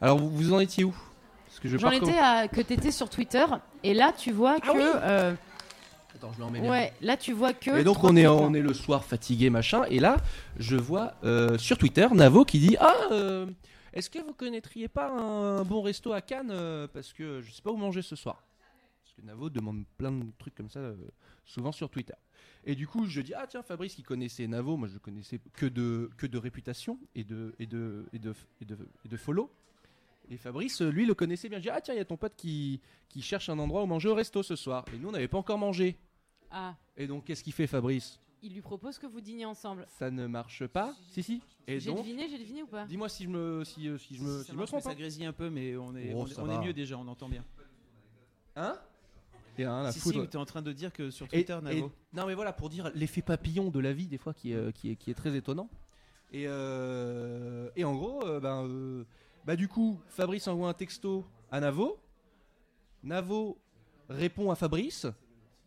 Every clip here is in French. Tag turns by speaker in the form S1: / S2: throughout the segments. S1: Alors, vous, vous en étiez où Parce que je vais
S2: J'en
S1: pas
S2: étais
S1: recommen-
S2: à que t'étais sur Twitter et là tu vois
S3: Ah
S1: Ah
S2: que euh,
S1: Attends, je le remets bien.
S2: ouais là tu vois que
S1: Et donc on est, on est le soir fatigué machin et là je vois euh, sur Twitter Navo qui dit ah euh, est-ce que vous connaîtriez pas un bon resto à Cannes euh, parce que je sais pas où manger ce soir parce que Navo demande plein de trucs comme ça euh, souvent sur Twitter et du coup je dis ah tiens Fabrice qui connaissait Navo moi je le connaissais que de que de réputation et de et de et de et de, et de follow et Fabrice, lui, le connaissait bien. Je dis, ah tiens, il y a ton pote qui, qui cherche un endroit où manger au resto ce soir. Et nous, on n'avait pas encore mangé.
S2: Ah,
S1: Et donc, qu'est-ce qu'il fait, Fabrice
S2: il lui propose que vous dîniez ensemble.
S1: ça ne marche pas. Si, si. Et
S2: J'ai
S1: donc,
S2: deviné, j'ai deviné ou pas
S1: dis-moi si je me, si, euh, si je me, si je me trompe.
S4: Ça grésille un peu, mais on est,
S1: Oh,
S4: on,
S1: ça
S4: on
S1: va.
S4: est mieux déjà, on entend bien.
S1: Hein Et un, la
S4: si, si,
S1: foudre.
S4: t'es en train de dire que sur
S1: Et-
S4: Twitter,
S1: et-
S4: Navo.
S1: non, mais voilà, pour dire l'effet papillon de la vie, des fois, qui, est, euh, qui, est, qui est très étonnant. Et, euh, et en gros, euh, ben, euh, bah, du coup, Fabrice envoie un texto à Navo. Navo répond à Fabrice.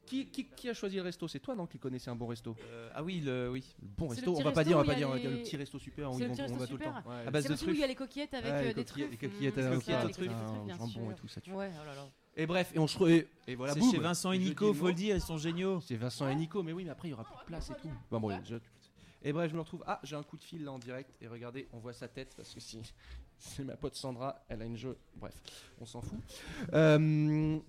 S1: Qui, qui, qui a choisi le resto C'est toi, non, qui connaissais un bon resto
S4: Euh, ah oui, le, oui.
S1: Le Bon
S2: C'est
S1: resto,
S2: le
S1: on
S2: petit
S1: va pas
S2: resto
S1: dire, on
S2: où
S1: va pas
S2: il y a
S1: dire, on va dire le
S2: les-
S1: petit resto super où
S2: C'est
S1: ils
S2: le
S1: vont-
S2: petit
S1: on va
S2: resto
S1: tout le temps.
S2: super.
S1: Ouais,
S4: À
S1: à
S4: base
S2: C'est
S4: de
S2: aussi où il y a les coquillettes avec
S1: Ouais,
S2: euh,
S1: les
S2: des
S1: coquillettes-
S2: trucs.
S1: les coquillettes à
S4: la coquillettes au truc.
S1: jambon et tout ça. tu vois.
S2: Ouais, oh là là.
S1: Et bref, et on se re- et, et voilà.
S4: Voilà,
S1: boum.
S4: chez Vincent et
S1: Je dis
S4: Nico,
S1: le
S4: faut
S1: mot.
S4: le dire, ils sont géniaux.
S1: C'est Vincent et Nico, mais oui, mais après il y aura plus de place et tout. Bah, Bon, bon, je- Et bref, je me retrouve. Ah, j'ai un coup de fil là en direct. Et regardez, on voit sa tête parce que si c'est ma pote Sandra, elle a une jeu. Bref, on s'en fout. Euh,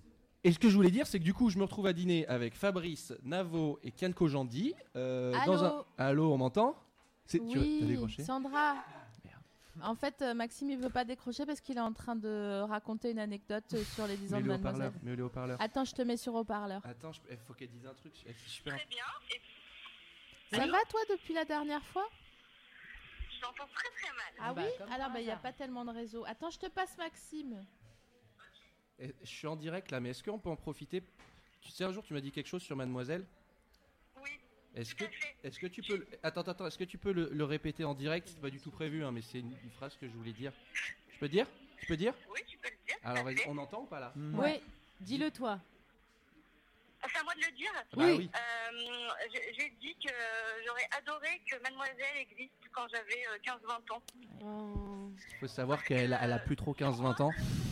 S1: et ce que je voulais dire, c'est que du coup, je me retrouve à dîner avec Fabrice, Navo et Kianko Jandy. euh, dans un...
S3: Allô
S1: Allô, on m'entend C'est- tu
S3: Oui,
S1: as décroché
S3: Sandra.
S1: Merde.
S3: En fait, euh, Maxime, il veut pas décrocher parce qu'il est en train de raconter une anecdote euh, sur les 10 ans de
S1: Mets-le au parleur.
S3: Mademoiselle.
S1: Mets-le au parleur.
S3: Attends, je te mets sur haut-parleur.
S1: Attends, je- eh, faut qu'elle dise un truc. Elle- je suis pas-
S3: Ça va, toi, depuis la dernière fois
S5: Je t'entends très très mal.
S3: Ah
S2: Bah,
S3: oui
S2: comme
S3: Alors,
S2: par
S3: il n'y a
S2: hasard.
S3: pas tellement de réseau. Attends, je te passe Maxime.
S1: eh, je suis en direct là, mais est-ce qu'on peut en profiter Tu sais, un jour, tu m'as dit quelque chose sur Mademoiselle.
S5: Oui,
S1: Est-ce que
S5: tout à fait.
S1: Est-ce que tu peux le- attends attends, attends, est-ce que tu peux le, le répéter en direct C'est pas du tout prévu hein, mais c'est une, une phrase que je voulais dire. Je peux dire Je peux dire
S5: Oui, tu peux le dire. tout
S1: Alors
S5: à fait.
S1: on entend ou pas là
S4: Hmm.
S2: Ouais, dis-le toi.
S5: Ah, C'est à moi de le dire.
S1: Ah bah oui.
S5: Euh, j'ai- J'ai dit que j'aurais adoré que Mademoiselle existe quand j'avais euh, 15-20 ans.
S1: Il faut savoir qu'elle a- elle a plus trop 15 20 ans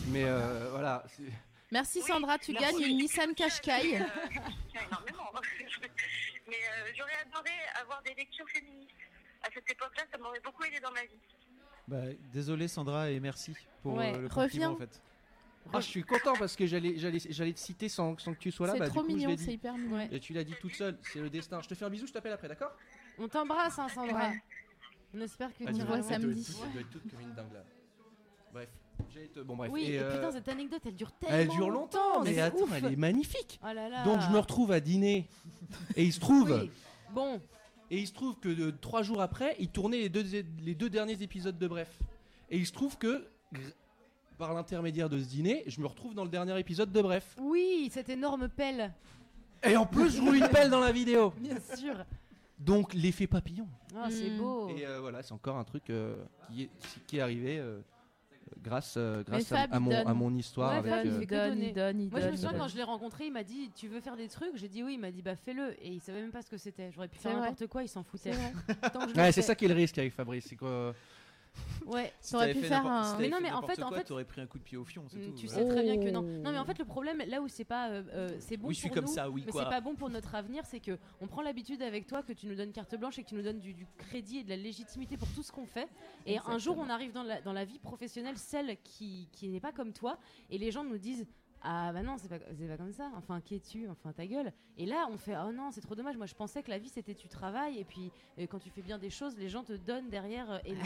S1: mais euh, voilà, c'est-
S3: Merci,
S5: Oui,
S3: Sandra, tu
S5: merci.
S3: gagnes une Nissan Qashqai.
S5: Euh, il y a énormément. hein. Mais euh, j'aurais adoré avoir des lectures féministes. À cette époque-là, ça m'aurait beaucoup aidé dans ma vie.
S4: Bah, désolé Sandra et merci pour
S2: Ouais,
S4: euh, le
S3: reviens.
S4: compliment en fait.
S1: Ah, je suis content parce que j'allais j'allais j'allais te citer sans, sans que tu sois là
S3: c'est
S1: bah, du
S3: trop
S1: coup, je
S3: mignon,
S1: l'ai
S3: c'est
S1: dit.
S3: hyper mignon.
S2: Ouais.
S1: Et tu l'as dit toute seule, c'est le destin. Je te fais un bisou, je t'appelle après, d'accord
S2: On t'embrasse, hein, Sandra. On espère que
S1: Ah, tu
S2: tu
S3: se
S2: vas
S3: voit
S2: loin.
S1: dois- tu dois être-
S3: samedi.
S1: Tu dois être toute comme une dingue là. Bref, j'allais te- bon bref.
S2: Oui,
S1: Et,
S2: et
S1: euh,
S2: putain, cette anecdote, elle dure tellement
S1: elle dure longtemps, mais
S2: c'est
S1: attends,
S2: ouf.
S1: elle est magnifique.
S2: Oh là là.
S1: Donc je me retrouve à dîner et il se trouve
S2: Oui. Bon,
S1: Et il se trouve que euh, trois jours après, il tournait les deux, les deux derniers épisodes de Bref. Et il se trouve que, gr- par l'intermédiaire de ce dîner, je me retrouve dans le dernier épisode de Bref.
S2: oui, cette énorme pelle,
S1: Et en plus, je roule une pelle dans la vidéo.
S2: bien sûr.
S1: Donc, l'effet papillon.
S2: Ah, c'est
S3: Mm.
S2: beau.
S1: Et euh, voilà, c'est encore un truc euh, qui, est, qui est arrivé euh, grâce, euh,
S3: Mais
S1: grâce à,
S3: Fab,
S1: à
S3: il
S1: mon,
S3: donne.
S1: à mon histoire.
S2: Ouais,
S1: avec,
S2: Fab, il
S1: euh,
S2: fait
S3: il
S2: que
S3: donne,
S2: donner.
S3: il donne, il
S2: Moi, je me
S3: donne.
S2: souviens quand je l'ai rencontré, il m'a dit Tu veux faire des trucs J'ai dit oui. Il m'a dit Bah fais-le. Et il savait même pas ce que c'était. J'aurais pu
S3: C'est
S2: faire
S3: vrai.
S2: n'importe quoi, il s'en foutait.
S3: C'est vrai.
S2: Tant que Ah, je le
S1: Ouais, c'est
S2: fais.
S1: ça qui est le risque avec Fabrice. C'est quoi euh,
S2: Ouais.
S4: Si
S3: T'aurais
S4: t'avais
S3: pu
S4: fait
S3: faire
S4: n'importe- si
S3: un-
S4: t'avais
S2: Mais non,
S4: fait
S2: mais en
S4: n'importe
S2: fait- en
S4: quoi,
S2: fait-
S4: t'aurais pris un coup de pied au fion, c'est
S2: Mm,
S4: tout. euh.
S2: Tu sais
S4: voilà.
S1: Oh,
S2: très bien que non. Non, mais
S3: Oh.
S2: en fait, le problème, là où c'est pas. euh, euh, c'est bon
S4: oui, je suis
S2: pour
S4: comme
S2: nous,
S4: ça, oui
S2: Mais
S4: quoi.
S2: c'est pas bon pour notre avenir, c'est que on prend l'habitude avec toi que tu nous donnes carte blanche et que tu nous donnes du, du crédit et de la légitimité pour tout ce qu'on fait. Et un jour, on arrive dans la, dans la vie professionnelle, celle qui, qui n'est pas comme toi, et les gens nous disent Ah bah non, c'est pas, c'est pas comme ça, enfin qui es-tu, enfin ta gueule. Et là, on fait Oh non, c'est trop dommage, moi je pensais que la vie c'était tu travailles, et puis euh, quand tu fais bien des choses, les gens te donnent derrière. euh, et non.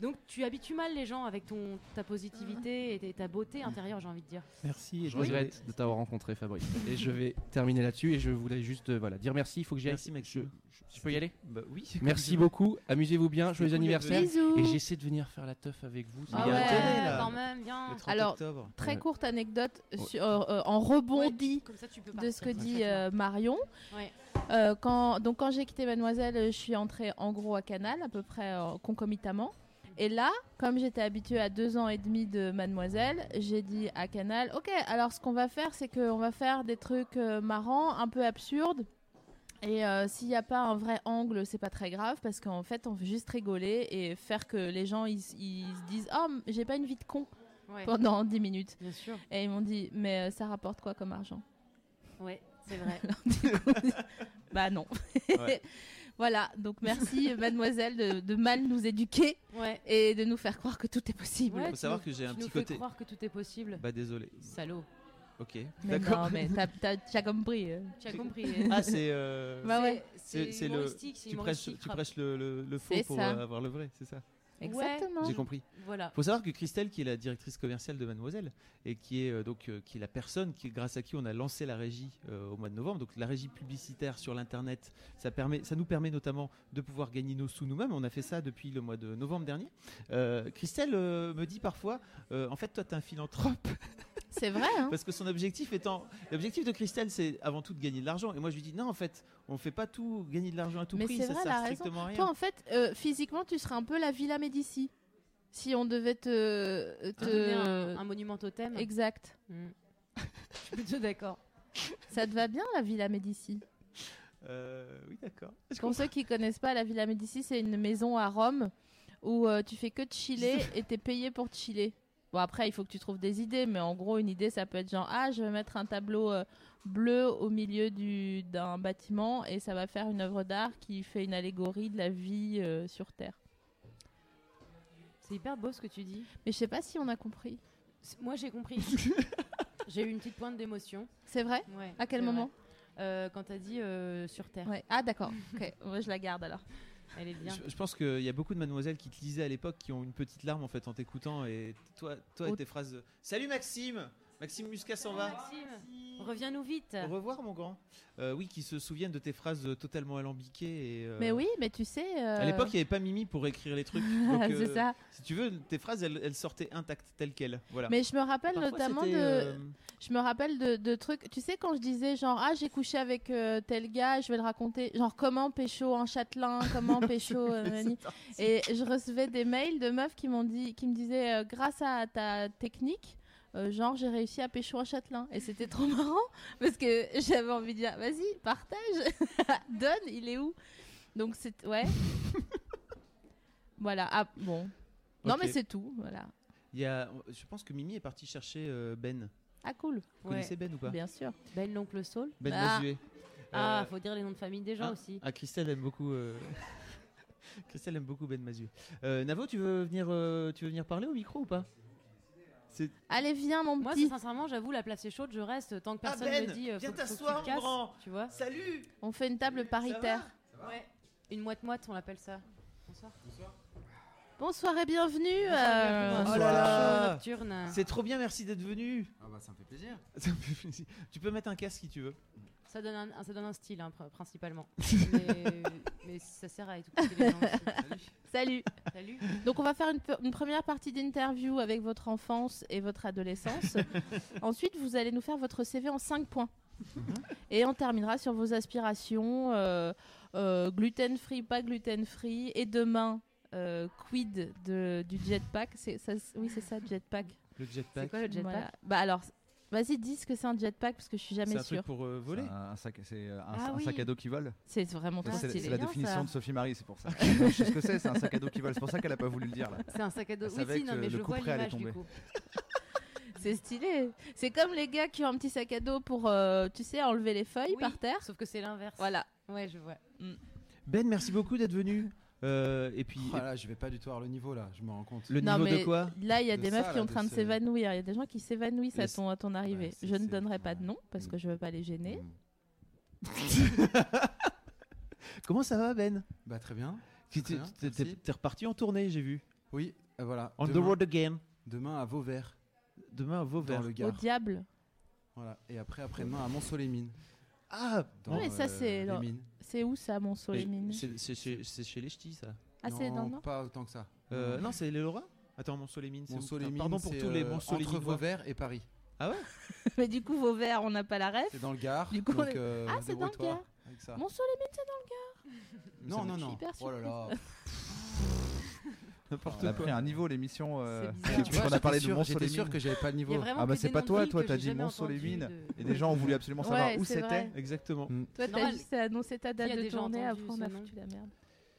S2: Donc tu habitues mal les gens avec ton, ta positivité et
S4: Mm-hmm.
S2: ta- ta beauté intérieure, j'ai envie de dire.
S4: Merci. et
S1: Je
S4: désolé.
S1: regrette de t'avoir rencontré, Fabrice. Et je vais terminer là-dessus. Et je voulais juste euh, voilà, dire merci. Il faut que j'y aille.
S4: Merci, Maxime.
S1: Je- je peux y aller
S4: Bah oui.
S1: Merci beaucoup. Amusez-vous bien. Joyeux
S4: cool,
S1: anniversaire.
S3: Bisous.
S1: Et j'essaie de venir faire la teuf avec vous. c'est
S3: Ah
S1: bien.
S3: ouais.
S4: intérêt, là.
S2: quand même, bien.
S3: Alors-
S4: Alors. Octobre.
S3: Très
S1: Ouais.
S3: courte anecdote
S1: Ouais.
S3: sur- euh, en rebondi
S2: Comme ça, tu peux
S3: de
S2: partir,
S3: ce que
S2: en fait,
S3: dit
S2: ouais.
S3: euh, Marion.
S2: Ouais.
S3: Euh, quand, donc quand j'ai quitté Mademoiselle, euh, je suis entrée en gros à Canal, à peu près euh, concomitamment. Et là, comme j'étais habituée à deux ans et demi de Mademoiselle, j'ai dit à Canal, ok, alors ce qu'on va faire, c'est qu'on va faire des trucs euh, marrants, un peu absurdes. Et euh, s'il n'y a pas un vrai angle, c'est pas très grave parce qu'en fait, on veut juste rigoler et faire que les gens ils, ils se disent, oh, j'ai pas une vie de con
S2: Ouais,
S3: pendant 10 minutes.
S2: bien sûr.
S3: Et ils m'ont dit, mais euh, ça rapporte quoi comme argent
S2: Ouais, c'est vrai.
S3: Bah non.
S4: Ouais.
S3: voilà, donc merci mademoiselle de, de mal nous éduquer
S2: Ouais.
S3: et de nous faire croire que tout est possible.
S2: Ouais,
S4: Faut
S2: tu
S4: savoir
S2: nous-
S4: que j'ai un
S2: tu
S4: petit
S2: nous fais
S4: côté.
S2: croire que tout est possible.
S4: Bah désolé.
S2: Salaud.
S4: Ok.
S3: Mais
S4: D'accord.
S3: non, mais t'as- t'as t'as compris. euh.
S2: Tu as
S4: C'est-
S2: compris.
S4: Ah c'est. euh,
S3: Bah ouais.
S4: c'est-
S2: C'est
S4: c'est le-
S2: humoristique, c'est
S4: Tu prêches,
S2: humoristique.
S4: tu
S2: rap-
S4: prêches le, le- le faux
S3: C'est
S4: pour
S3: ça.
S4: euh, avoir le vrai, c'est ça.
S3: Exactement.
S4: J'ai compris.
S2: Voilà.
S4: Faut savoir que Christelle, qui est la directrice commerciale de Mademoiselle, et qui est euh, donc euh, qui est la personne qui, grâce à qui on a lancé la régie euh, au mois de novembre, donc la régie publicitaire sur l'internet, ça permet, ça nous permet notamment de pouvoir gagner nos sous nous-mêmes. On a fait ça depuis le mois de novembre dernier. Euh, Christelle euh, me dit parfois, euh, en fait, toi, t'es un philanthrope,
S3: C'est vrai, hein
S4: parce que son objectif étant, l'objectif de Christelle, c'est avant tout de gagner de l'argent. Et moi, je lui dis, non, en fait, on fait pas tout gagner de l'argent à tout
S3: Mais
S4: prix,
S3: c'est
S4: ça
S3: vrai,
S4: sert
S3: elle a raison.
S4: strictement à rien.
S3: Toi, en fait, euh, physiquement, tu serais un peu la Villa Médici. Si on devait te.
S2: Te donner un,
S3: te...
S2: un monument totem.
S3: Exact.
S2: Mm. Je suis plutôt d'accord.
S3: Ça te va bien, la Villa Médici
S4: Euh, oui, d'accord.
S3: Pour ceux qui connaissent pas, la Villa Médici, c'est une maison à Rome où euh, tu fais que de chiller et t'es payé pour te chiller. Bon, après, il faut que tu trouves des idées, mais en gros, une idée, ça peut être genre, ah, je vais mettre un tableau euh, bleu au milieu du- d'un bâtiment et ça va faire une œuvre d'art qui fait une allégorie de la vie euh, sur Terre.
S2: C'est hyper beau ce que tu dis.
S3: Mais je sais pas si on a compris.
S2: C'est- Moi, j'ai compris. j'ai eu une petite pointe d'émotion.
S3: C'est vrai
S2: Ouais,
S3: À quel
S2: c'est
S3: moment
S2: vrai. Euh, Quand t'as dit euh, sur Terre.
S3: Ouais. Ah, d'accord. Ok, moi, je la garde alors.
S2: Elle est bien.
S4: Je, je pense qu'il y a beaucoup de mademoiselles qui te lisaient à l'époque qui ont une petite larme en fait en t'écoutant et toi, toi et
S3: Oh.
S4: tes phrases. de, Salut Maxime, Maxime Muscat s'en va.
S2: Maxime, reviens-nous vite.
S4: Au revoir mon grand. Euh, oui, qui se souviennent de tes phrases euh, totalement alambiquées. Et, euh,
S3: Mais oui, mais tu sais.
S4: À
S3: euh,
S4: l'époque, il n'y avait pas Mimi pour écrire les trucs. donc, euh,
S3: c'est ça.
S4: Si tu veux, tes phrases, elles, elles sortaient intactes telles quelles. Voilà.
S3: Mais je me rappelle
S4: Parfois,
S3: notamment de.
S4: c'était, euh,
S3: Je me rappelle de, de trucs. Tu sais, quand je disais genre, ah, j'ai couché avec euh, tel gars, je vais le raconter. Genre, comment pécho un châtelain, comment pécho. euh, nani. et je recevais des mails de meufs qui, m'ont dit, qui me disaient, euh, grâce à ta technique, euh, genre, j'ai réussi à pécho un châtelain. Et c'était trop marrant parce que j'avais envie de dire, vas-y, partage, donne, il est où Donc, c'est. Ouais. voilà. Ah, bon.
S4: Ok.
S3: Non,
S4: Ah,
S3: mais c'est tout. Voilà.
S4: il y a- je pense que Mimi est partie chercher euh, Ben.
S3: Ah, cool.
S4: Vous
S2: Ouais.
S4: connaissez Ben ou pas
S3: Bien sûr.
S2: Belle l'oncle Saul.
S4: Ben
S3: Ah.
S4: Mazuet.
S2: Ah,
S4: Euh,
S2: faut dire les noms de famille des gens aussi.
S4: Ah, Christelle aime beaucoup. euh, Christelle aime beaucoup Ben Mazieu. Euh, Navo, tu veux venir, euh, tu veux venir parler au micro ou pas C'est
S3: Allez, viens, mon
S2: Moi,
S3: petit.
S2: sincèrement, j'avoue, la place est chaude, je reste tant que
S4: Ah,
S2: personne
S4: Ben,
S2: me dit. euh,
S4: viens
S2: faut- faut que tu
S4: t'asseoir,
S2: te
S4: mon
S2: casses,
S4: grand.
S2: Tu vois
S4: salut.
S3: On fait une table paritaire.
S2: Ouais. Une moite-moite, on l'appelle ça. Bonsoir.
S3: Bonsoir et bienvenue. euh,
S4: bienvenue.
S2: Bonsoir.
S4: Oh là là.
S2: Show nocturne.
S4: C'est trop bien, merci d'être venu.
S6: Ah bah ça me fait plaisir.
S4: Ça me fait plaisir. tu peux mettre un casque si tu veux.
S2: Ça donne un, un- ça donne un style, hein, pr- principalement. mais, mais ça sert à écouter les gens aussi.
S3: Salut.
S2: Salut.
S3: Donc on va faire une, pe- une première partie d'interview avec votre enfance et votre adolescence. Ensuite, vous allez nous faire votre CV en 5 points.
S2: Mm-hmm.
S3: Et on terminera sur vos aspirations euh, euh, gluten-free, pas gluten-free. Et demain, euh, quid de, du jetpack C'est- ça- Oui, c'est ça, jetpack.
S4: Le
S2: C'est
S4: jetpack.
S2: quoi le jetpack
S3: Voilà. Bah alors, vas-y, dis ce que c'est un jetpack parce que je suis
S4: C'est
S3: jamais
S4: un truc
S3: sûre.
S4: pour euh, voler.
S6: C'est un, un sac, c'est euh, un,
S2: Ah
S6: un sac
S2: oui.
S6: à dos qui vole.
S3: C'est vraiment trop
S6: Ça, c'est
S3: stylé.
S6: c'est la
S2: bien,
S6: définition
S2: ça.
S6: de Sophie Marie, c'est pour ça. Je sais ce que c'est, c'est un sac à dos qui vole. C'est pour ça qu'elle a pas voulu le dire là.
S2: C'est un sac à dos.
S6: Elle
S2: Oui,
S6: savait
S2: si, non,
S6: que
S2: mais
S6: le
S2: je vois
S6: couperet allait
S2: l'image
S6: tomber.
S2: du coup.
S3: C'est stylé. C'est comme les gars qui ont un petit sac à dos pour, euh, tu sais, enlever les feuilles
S2: Oui,
S3: par terre.
S2: Sauf que c'est l'inverse.
S3: Voilà. Mm.
S2: Ouais, je vois.
S4: Ben, merci beaucoup d'être venu. Euh, et puis
S6: Oh là, là, je vais pas du tout avoir le niveau là, je me rends compte.
S4: le
S3: Non,
S4: niveau de
S3: mais
S4: quoi
S3: Là, il y a
S6: De
S3: des meufs
S6: ça,
S3: qui sont en
S6: là, de
S3: train de
S6: ce-
S3: s'évanouir. Il y a des gens qui s'évanouissent à
S6: Le-
S3: ton, à ton arrivée.
S6: c'est-
S3: Je ne
S6: c'est-
S3: donnerai pas de
S6: ouais.
S3: nom parce que
S6: Mm.
S3: je veux pas les gêner.
S6: Mm.
S4: Comment ça va Ben
S6: Bah très bien.
S4: T'es
S6: bien,
S4: t'es- t'es-
S6: Bah, merci.
S4: t'es reparti en tournée, j'ai vu.
S6: Oui, euh, voilà.
S4: On the
S6: demain,
S4: road again.
S6: demain à Vauvert,
S4: Demain à
S6: dans
S4: Vauvert.
S6: le
S3: Au
S6: Gard.
S3: diable.
S6: Voilà. Et après, après-demain à Mont-Solémine.
S4: Ah
S6: dans,
S3: mais ça,
S6: euh,
S3: c'est
S6: les
S3: leur-
S6: mines.
S3: C'est où ça, mon sol
S4: Mais
S3: les mines
S4: C'est c'est chez, c'est chez les ch'tis, ça.
S3: Ah, c'est dans le nord
S6: pas autant que ça.
S4: Euh, non, c'est les Lorrains Attends, Monceau-les-Mines. c'est où
S6: Mont-Solémine,
S4: Putain, Pardon pour
S6: c'est,
S4: tous les
S6: euh,
S4: Monceau-les-Mines.
S6: Entre Vauvert et Paris.
S4: Ah ouais
S3: Mais du coup, Vauvert, on n'a pas la ref.
S6: C'est dans le Gard.
S3: Du coup, on
S6: donc,
S3: est-
S6: euh,
S3: Ah, c'est dans le
S6: débrouille-toi
S3: Gard.
S6: avec ça.
S3: Mon sol les mines, c'est dans
S6: Non, non,
S3: Je suis
S6: non.
S3: hyper
S6: Oh là là.
S4: N'importe
S6: On On a
S4: quoi.
S6: pris un niveau l'émission.
S2: euh, C'est bizarre.
S6: Tu vois,
S2: on a
S6: j'étais
S7: parlé de
S6: sûr-
S7: Monceau-les-mines.
S6: J'étais sûr que j'avais pas le
S2: Il y a
S6: niveau.
S2: vraiment
S7: Ah bah,
S2: que
S7: c'est
S2: des
S7: pas
S2: noms de
S7: toi,
S2: villes
S7: toi,
S2: que
S7: t'as
S2: j'ai
S7: dit
S2: jamais
S7: Monceau-les-mines.
S2: entendu de-
S7: Et des gens ont voulu absolument savoir
S3: Ouais,
S7: où
S3: c'est
S7: c'était.
S3: vrai.
S4: Exactement.
S6: Mm.
S3: Toi,
S2: C'est
S3: t'as
S2: normal.
S3: juste annoncé ta
S2: Qui
S3: date
S2: a
S3: de
S2: déjà
S3: tournée,
S2: entendu
S3: après on
S2: ce
S3: a
S2: nom
S3: foutu la merde.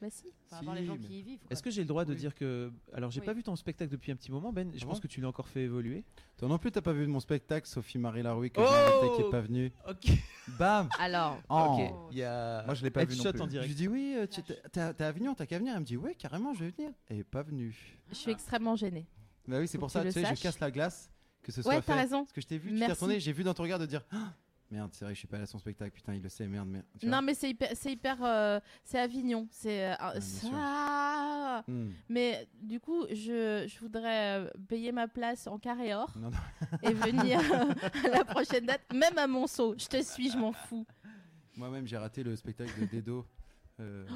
S3: Bah si.
S2: Enfin, à part les gens
S6: Si,
S2: qui y vivent.
S4: Est-ce que j'ai le droit de
S6: Oui.
S4: dire que. Alors, j'ai
S2: Oui.
S4: pas vu ton spectacle depuis un petit moment, Ben. Je
S6: Ah
S4: pense
S6: bon
S4: que tu l'as encore fait évoluer.
S6: Toi non plus, t'as pas vu de mon spectacle, Sophie-Marie Laroui, que
S4: Oh
S6: j'ai invitée, qui est pas venue.
S4: Ok.
S6: Bam
S3: Alors,
S6: Oh.
S4: Ok. Il y a.
S7: Moi, je l'ai pas vu non
S4: Headshot
S7: plus.
S4: en
S6: Je lui
S4: direct.
S6: dis oui, euh, tu- t'es t'es à t'es à Avignon, t'as qu'à venir. Elle me dit ouais, carrément, je vais venir. Elle est pas
S2: Ah.
S6: venue.
S3: je suis extrêmement gênée.
S6: Bah oui, c'est
S3: Faut
S6: pour
S3: que
S6: ça,
S3: tu
S6: tu
S3: le
S6: sais, je
S3: saches.
S6: casse la glace que ce soit
S3: Ouais,
S6: fait.
S3: t'as raison.
S6: Parce que je t'ai vu, tu t'es
S3: Merci.
S6: retourné, j'ai vu dans ton regard de dire Ah, merde, c'est vrai, que je suis pas allé à son spectacle, putain, il le sait, merde, merde. Tu vois
S3: Non, mais c'est hyper, c'est hyper, euh, c'est Avignon, c'est euh,
S6: bien
S3: ça.
S6: sûr. Hmm.
S3: Mais du coup, je, je voudrais euh, payer ma place en carré or
S6: Non, non.
S3: et venir euh, à la prochaine date, même à Monceau. Je te suis, je m'en fous.
S6: Moi-même, j'ai raté le spectacle de Dedo. Euh, ouais,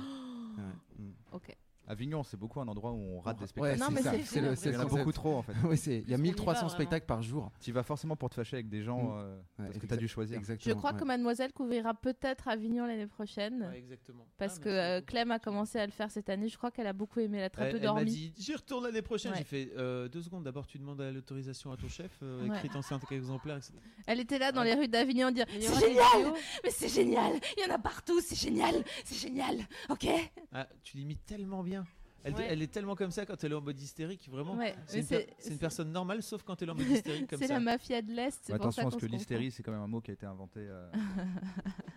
S6: hmm.
S3: Oh Ok.
S7: Avignon, c'est beaucoup un endroit où on rate
S6: Ouais,
S7: des spectacles.
S6: c'est
S3: Non, mais
S6: ça,
S3: c'est-
S6: c'est le- c'est
S7: Il y
S6: le
S7: en a beaucoup
S6: concept.
S7: trop en fait.
S6: Ouais, c'est- Il y a
S2: Plus qu'on y va,
S6: 1300
S3: hein.
S2: vraiment.
S6: spectacles par jour. Hmm.
S7: Tu vas forcément pour te fâcher avec des gens euh, parce que t'as dû choisir.
S6: Exactement.
S3: Je crois
S6: ouais.
S3: que Mademoiselle couvrira peut-être Avignon l'année prochaine.
S4: exactement.
S2: Ah,
S3: Parce que euh, Clem a commencé à le faire cette année. Je crois qu'elle a beaucoup aimé. Elle a très
S4: Elle,
S3: peu
S4: elle m'a
S3: dormi.
S4: dit, j'y retourne l'année prochaine.
S3: Ouais.
S4: J'ai fait euh, deux secondes. D'abord, tu demandes l'autorisation à ton chef, euh,
S3: Ouais.
S4: écrite en cinq exemplaires, etc.
S3: Elle était là dans les rues d'Avignon dire
S2: Il y aura
S3: C'est
S2: des
S3: génial
S2: vidéos.
S3: Mais c'est génial Il y en a partout, c'est génial C'est génial Ok
S4: Ah, tu l'imites tellement bien. Elle,
S2: Ouais.
S4: elle est tellement comme ça quand elle est en mode hystérique, vraiment.
S3: Ouais,
S4: C'est
S3: mais
S4: une, per-
S3: c'est-
S4: c'est une personne normale, sauf quand elle est en mode hystérique comme
S3: C'est
S4: ça.
S3: la mafia de l'Est. c'est
S7: Mais
S3: pour
S7: Bah, attention
S3: ça
S7: parce
S3: qu'on
S7: que
S3: se comprend.
S7: l'hystérie, c'est quand même un mot qui a été inventé. euh,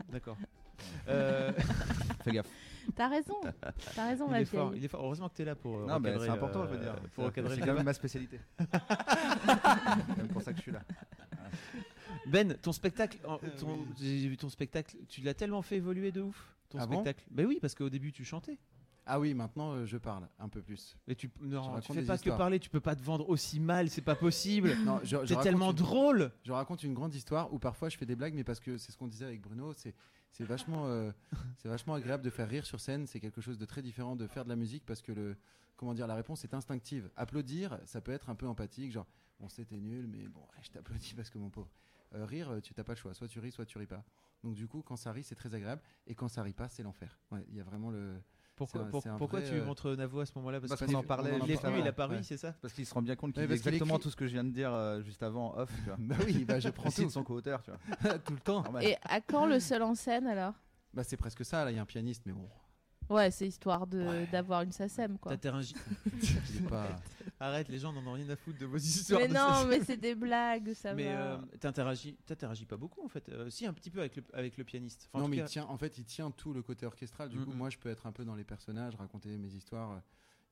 S4: D'accord. Euh,
S7: Fais gaffe.
S3: T'as raison T'as raison,
S4: il,
S3: ma
S4: est fort,
S3: vieille.
S4: il est fort. Heureusement que t'es là pour. euh,
S7: Non, mais
S4: recadrer,
S7: c'est important,
S4: euh,
S7: je veux dire.
S4: Pour recadrer
S7: c'est
S4: le
S7: quand
S4: débat.
S7: même ma spécialité. c'est même pour ça que je suis là.
S4: Ben, ton spectacle, en- ton, j'ai vu ton spectacle, tu l'as tellement fait évoluer de ouf. Ton
S6: Ah bon
S4: spectacle. ben oui, parce qu'au début tu chantais.
S6: Ah oui, maintenant euh, je parle un peu plus.
S4: Et tu,
S6: Je
S4: non, tu
S6: raconte
S4: fais
S6: des
S4: pas
S6: histoires.
S4: que parler, tu peux pas te vendre aussi mal, c'est pas possible.
S6: Non, je, je
S4: T'es
S6: raconte
S4: tellement
S6: une-
S4: drôle.
S6: Je raconte une grande histoire où parfois je fais des blagues, mais parce que c'est ce qu'on disait avec Bruno, c'est c'est vachement euh, c'est vachement agréable de faire rire sur scène. C'est quelque chose de très différent de faire de la musique parce que le comment dire la réponse est instinctive. Applaudir, ça peut être un peu empathique, genre on sait t'es nul, mais bon ouais, je t'applaudis parce que mon pauvre. Euh, rire, euh, tu t'as pas le choix, soit tu ris, soit tu ris pas. Donc du coup, quand ça rit, c'est très agréable, et quand ça rit pas, c'est l'enfer. Ouais, Il y a vraiment le
S4: Pourquoi,
S6: un-
S4: pour-
S6: c'est un
S4: pourquoi
S6: vrai,
S4: tu
S6: euh,
S4: montres Navo à ce moment-là Parce
S6: Bah,
S4: qu'on
S6: parce
S4: en
S6: que-
S4: parlait.
S6: on en
S4: Il est
S6: parlait
S4: venu, il a
S6: avant,
S4: paru,
S6: ouais.
S4: c'est ça
S7: Parce qu'il se rend bien compte qu'il
S6: Ouais,
S7: dit
S6: parce qu'il
S7: exactement
S6: écrit-
S7: tout ce que je viens de dire euh, juste avant en off. Tu vois.
S6: bah oui, bah je prends
S7: Les signes
S6: tout,
S7: sont co-auteurs, tu vois.
S6: tout le temps.
S7: Normal.
S3: Et à quand le seul en scène alors
S6: Bah c'est presque ça. Là, il y a un pianiste, mais bon,
S3: Ouais, c'est histoire de-
S4: Ouais.
S3: d'avoir une SACEM quoi.
S4: T'as terringi-
S6: il est pas.
S4: Arrête, les gens n'en ont rien à foutre de vos histoires.
S3: Mais
S4: de
S3: non,
S4: société.
S3: mais c'est des blagues, ça
S4: Mais
S3: va.
S4: euh, t'interagis, t'interagis pas beaucoup en fait. Euh, si un petit peu avec le, avec le pianiste. Enfin, en
S6: non,
S4: tout
S6: mais
S4: cas,
S6: il tient, en fait, il tient tout le côté orchestral. Du
S4: Mm,
S6: coup,
S4: mm.
S6: moi, je peux être un peu dans les personnages, raconter mes histoires. euh,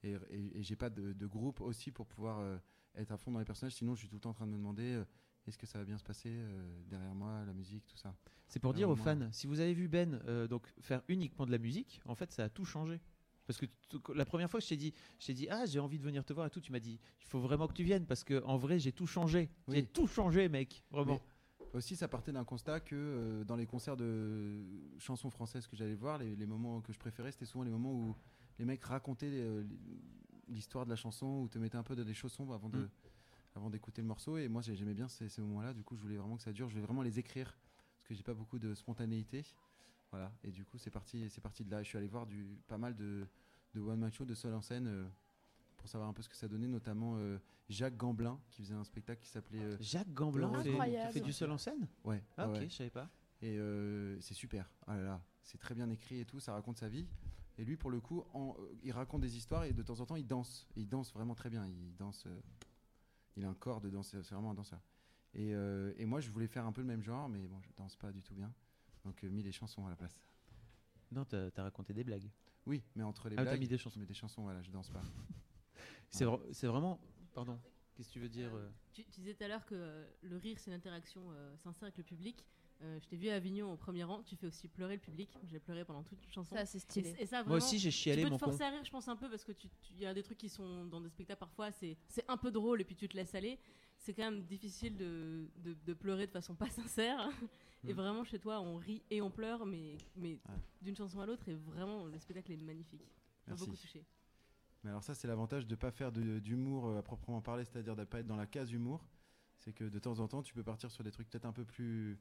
S6: Et, et- et j'ai pas de, de groupe aussi pour pouvoir euh, être à fond dans les personnages. Sinon, je suis tout le temps en train de me demander euh, est-ce que ça va bien se passer euh, derrière moi, la musique, tout ça.
S4: c'est pour
S6: Ah,
S4: dire aux
S6: au moins.
S4: fans, si vous avez vu Ben euh, donc faire uniquement de la musique, en fait, ça a tout changé. Parce que tout- la première fois que je t'ai dit, je t'ai dit ah j'ai envie de venir te voir et tout, tu m'as dit il faut vraiment que tu viennes parce que en vrai j'ai tout changé,
S6: Oui.
S4: j'ai tout changé mec, vraiment.
S6: Aussi, ça partait d'un constat que euh, dans les concerts de chansons françaises que j'allais voir, les, les moments que je préférais, c'était souvent les moments où les mecs racontaient euh, l'histoire de la chanson ou te mettaient un peu dans des choses sombres avant de
S4: Mm.
S6: avant d'écouter le morceau. Et moi, j'ai- j'aimais bien ces, ces moments-là. Du coup, je voulais vraiment que ça dure. Je voulais vraiment les écrire parce que j'ai pas beaucoup de spontanéité. Voilà. Et du coup, c'est parti, c'est parti de là. Je suis allé voir du pas mal de de one man show, de sol en scène. euh, pour savoir un peu ce que ça donnait, notamment euh, Jacques Gamblin qui faisait un spectacle qui s'appelait euh,
S4: Jacques Gamblin
S6: Heureusement
S4: fait,
S6: qu'il
S3: Incroyable.
S4: fait du seul en scène.
S6: ouais,
S4: Ah,
S6: ouais,
S4: ok,
S6: ouais.
S4: je savais pas.
S6: Et euh, c'est super. Ah là là, c'est très bien écrit et tout, ça raconte sa vie. Et lui, pour le coup, en- euh, il raconte des histoires et de temps en temps, il danse. Et il danse vraiment très bien. Il danse. euh, il a un corps de danseur. C'est vraiment un danseur. Et, euh, et moi, je voulais faire un peu le même genre, mais bon, je danse pas du tout bien. Donc, euh, mis les chansons à la place.
S4: Non, t'as t'as raconté des blagues.
S6: Oui, mais entre les
S4: Ah, t'as
S6: blagues.
S4: mis des chansons.
S6: je mets des chansons, voilà, je danse pas.
S4: C'est vra- c'est vraiment. Pardon. Qu'est-ce que tu veux dire euh
S8: Tu, tu disais tout à l'heure que euh, le rire, c'est une interaction euh, sincère avec le public. Euh, je t'ai vu à Avignon au premier rang, tu fais aussi pleurer le public. J'ai pleuré pendant toute une chanson.
S3: Ça, c'est
S8: et,
S3: stylé.
S8: et ça, vraiment,
S4: Moi aussi, j'ai
S8: tu
S4: chialé
S8: peux te
S4: mon con.
S8: forcer à rire, je pense un peu, parce que tu- tu- il y a des trucs qui sont dans des spectacles parfois, c'est c'est un peu drôle et puis tu te laisses aller. C'est quand même difficile de, de- de pleurer de façon pas sincère. Et
S4: Mm.
S8: vraiment, chez toi, on rit et on pleure, mais, mais
S6: Hmm. Ouais.
S8: d'une chanson à l'autre, et vraiment, le spectacle est magnifique. Ça m'a
S6: Merci.
S8: beaucoup touché.
S6: Mais alors ça, c'est l'avantage de ne pas faire de- d'humour euh, à proprement parler, c'est-à-dire de ne pas être dans la case humour. C'est que de temps en temps, tu peux partir sur des trucs peut-être un peu plus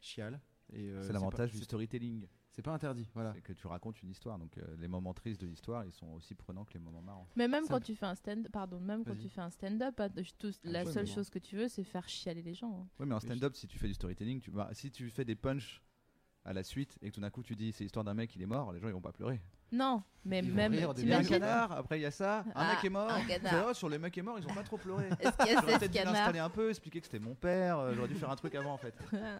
S6: chial. et, euh,
S7: c'est l'avantage
S6: pas-
S7: du
S6: c'est-
S7: storytelling.
S6: C'est pas interdit, voilà.
S7: C'est que tu racontes une histoire. Donc euh, les moments tristes de l'histoire, ils sont aussi prenants que les moments marrants.
S3: Mais même
S6: Ça
S3: quand
S6: me-
S3: tu fais un stand, pardon, même quand
S6: Vas-y.
S3: tu fais un stand-up, hein, je- tout- la
S6: ouais, mais
S3: seule
S6: bon.
S3: chose que tu veux, c'est faire chialer les gens. hein.
S7: Oui, mais en
S6: je-
S7: stand-up, si tu fais du storytelling, tu... vas- si tu fais des punchs à la suite et que tout d'un coup tu dis c'est l'histoire d'un mec, il est mort, les gens ils vont pas pleurer.
S3: Non, mais
S6: Ils vont
S3: même.
S6: rire des
S7: Il y a un
S3: t'imagines-
S7: canard, après il y a ça, un
S3: Ah,
S7: mec est mort.
S3: un canard.
S7: Oh, sur le mec est mort, ils ont pas trop pleuré.
S3: Est-ce qu'il y a
S7: J'aurais
S3: 16
S7: peut-être dû
S3: canards
S7: l'installer un peu, expliquer que c'était mon père, euh, j'aurais dû faire un truc avant en fait.
S9: Euh,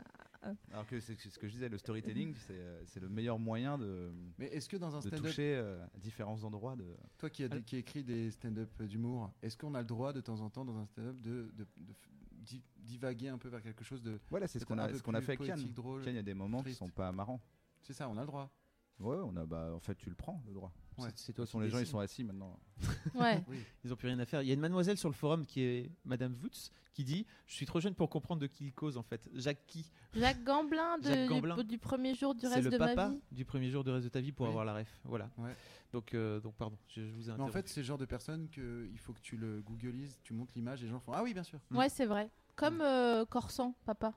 S7: Alors que c'est c'est ce que je disais, le storytelling, c'est euh, c'est le meilleur moyen de,
S6: Mais est-ce que dans un
S7: de
S6: stand-up,
S7: toucher euh, à différents endroits. De...
S6: toi qui, as des- qui écris des stand-up euh, d'humour, est-ce qu'on a le droit de temps en temps dans un stand-up de, de- de f- di- divaguer un peu vers quelque chose de
S7: Voilà, c'est ce qu'on
S6: peut-être un
S7: a,
S6: peu
S7: ce qu'on a
S6: plus
S7: fait avec Kian.
S6: poétique, drôle.
S7: Kian, il y a des moments
S6: triste.
S7: qui sont pas marrants.
S6: C'est ça, on a le droit.
S7: Ouais, on a, bah, en fait, tu le prends, le droit.
S6: Ouais.
S7: C'est- C'est toi, sont les gens, ils sont assis maintenant.
S3: Ouais.
S4: Ils ont plus rien à faire. Il y a une mademoiselle sur le forum qui est Madame Wutz qui dit Je suis trop jeune pour comprendre de qui il cause en fait. Jacques qui
S3: Jacques Gamblin, de-
S4: Jacques
S3: du-
S4: Gamblin.
S3: Du, premier jour du
S4: C'est
S3: reste
S4: le
S3: de ma
S4: papa
S3: vie.
S4: du premier jour de reste de ta vie pour
S6: Oui.
S4: avoir la ref. Voilà.
S6: Ouais.
S4: Donc, euh, donc pardon, je, je vous ai
S6: Mais en
S4: interrompu.
S6: fait, c'est le genre de personne que il faut que tu le googlises, tu montes l'image et les gens font Ah oui, bien sûr.
S4: Mm.
S3: Ouais, c'est vrai.
S6: Hmm.
S3: Comme euh, Corsan, papa.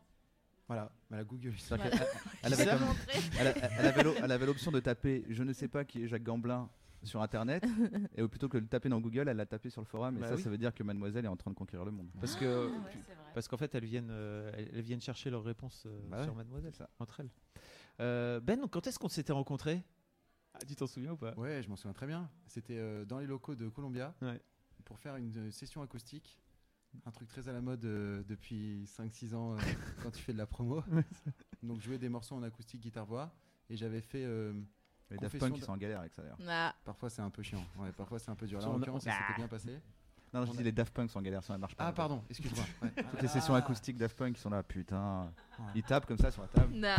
S6: Voilà, bah, la Google.
S7: C'est-à-dire qu'elle- Elle avait comme- elle a- elle avait l'o- elle avait l'option de taper je ne sais pas qui est Jacques Gamblin sur internet et au- plutôt que de le taper dans Google elle l'a tapé sur le forum et
S4: Bah
S7: ça
S4: oui.
S7: ça veut dire que mademoiselle est en train de conquérir le monde
S4: Parce
S7: Ah,
S4: que
S2: c'est vrai.
S4: parce qu'en fait elles viennent euh, elles elles viennent chercher leurs réponses euh,
S7: Bah ouais.
S4: sur Mademoiselle
S7: C'est ça.
S4: entre elles. Euh, ben donc, quand est-ce qu'on s'était rencontrés Ah, Tu t'en souviens ou pas
S6: Ouais, je m'en souviens très bien. C'était euh, dans les locaux de Columbia
S4: Ouais.
S6: pour faire une euh, session acoustique. Un truc très à la mode euh, depuis 5-6 ans euh, quand tu fais de la promo. Donc jouer des morceaux en acoustique guitare-voix. Et j'avais fait. euh,
S7: les Daft
S6: Confession
S7: Punk ils
S6: de-
S7: sont en galère avec ça d'ailleurs Ah.
S3: Ah,
S6: parfois c'est un peu chiant. Ouais, parfois c'est un peu dur. Là,
S4: On
S6: en
S4: a-
S6: l'occurrence, ça s'était bien passé.
S7: non, non, je
S6: On
S7: dis
S6: a-
S7: les Daft Punk sont en galère ça ne marche pas
S6: Ah, pardon, excuse-moi. Ouais. Ah.
S7: toutes les sessions acoustiques Daft Punk ils sont là putain
S6: Ouais.
S7: ils tapent comme ça sur la table
S3: non.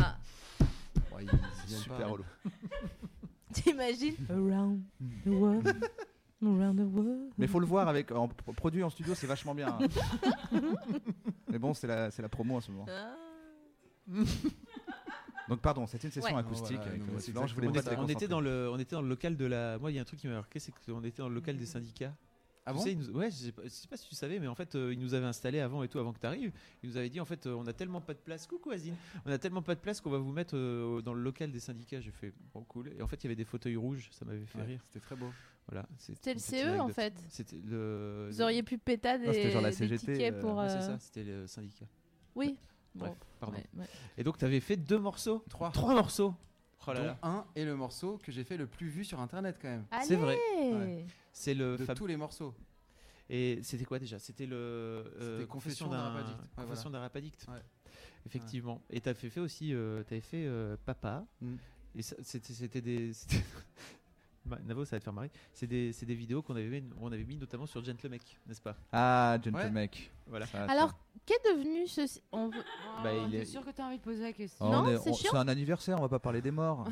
S6: Ouais, ils- ils viennent pas.
S7: super relou
S3: T'imagines Around the world. Around the world.
S7: mais faut le voir avec en pro- produit en studio c'est vachement bien hein. mais bon c'est la c'est la promo en ce moment
S3: Ah.
S7: donc pardon c'était une session
S3: Ouais.
S7: acoustique
S6: Oh, voilà,
S7: avec,
S6: non,
S7: euh,
S6: mais
S7: Solange, je voulais
S4: on,
S7: pas
S4: était,
S7: te
S4: on était
S7: déconcentrer.
S4: dans le on était dans le local de la moi il y a un truc qui m'a marqué c'est qu'on était dans le local des syndicats.
S6: Ah
S4: Tu
S6: bon
S4: sais, ils nous- ouais, je sais, pas, je sais pas si tu savais, mais en fait, euh, ils nous avaient installés avant et tout, avant que tu arrives. Ils nous avaient dit, en fait, euh, on a tellement pas de place, coucou Azine, on a tellement pas de place qu'on va vous mettre euh, dans le local des syndicats. J'ai fait, bon, cool. Et en fait, il y avait des fauteuils rouges, ça m'avait fait
S6: Ouais,
S4: rire.
S6: C'était très beau.
S4: Voilà. c'est
S3: C'était
S4: une
S3: le
S4: petite
S3: CE en
S4: anecdote.
S3: fait.
S4: C'était le.
S3: Vous auriez pu péter des,
S7: c'était genre la
S3: des
S7: CGT,
S3: tickets
S7: euh,
S3: pour.
S4: Ouais,
S3: euh,
S4: c'est ça, c'était le syndicat.
S3: Oui.
S4: Bref,
S3: Bon,
S4: pardon.
S3: ouais, ouais.
S4: Et donc, tu avais fait deux morceaux
S6: Trois.
S4: Trois morceaux Oh là
S6: Dont
S4: là.
S6: un est le morceau que j'ai fait le plus vu sur internet quand même.
S3: Allez
S4: C'est vrai.
S6: Ouais.
S4: C'est le.
S6: De
S4: fab-
S6: tous les morceaux.
S4: Et c'était quoi déjà C'était le euh,
S6: C'était Confession d'un rap addict. Ouais,
S4: Confession d'un rap addict.
S6: Ouais.
S4: Effectivement. Et t'as fait, fait aussi, euh, t'avais fait euh, Papa.
S6: Mm.
S4: Et ça- c'était c'était des. c'était- Ma- Navo, ça va te faire marrer. C'est des, c'est des vidéos qu'on avait, mis- on avait mis notamment sur Gentle Mec, n'est-ce pas
S7: ah
S6: Ouais.
S7: Gentle Mec Ah,
S4: Voilà.
S7: Ça,
S3: Alors, qu'est devenu ce. on veut-
S2: Oh,
S4: Bah, il
S2: t'es
S4: est-
S2: sûr que t'as envie de poser la question
S7: Oh,
S3: Non,
S7: on est-
S3: c'est
S7: on-
S3: chiant.
S7: un anniversaire, on va pas parler des morts.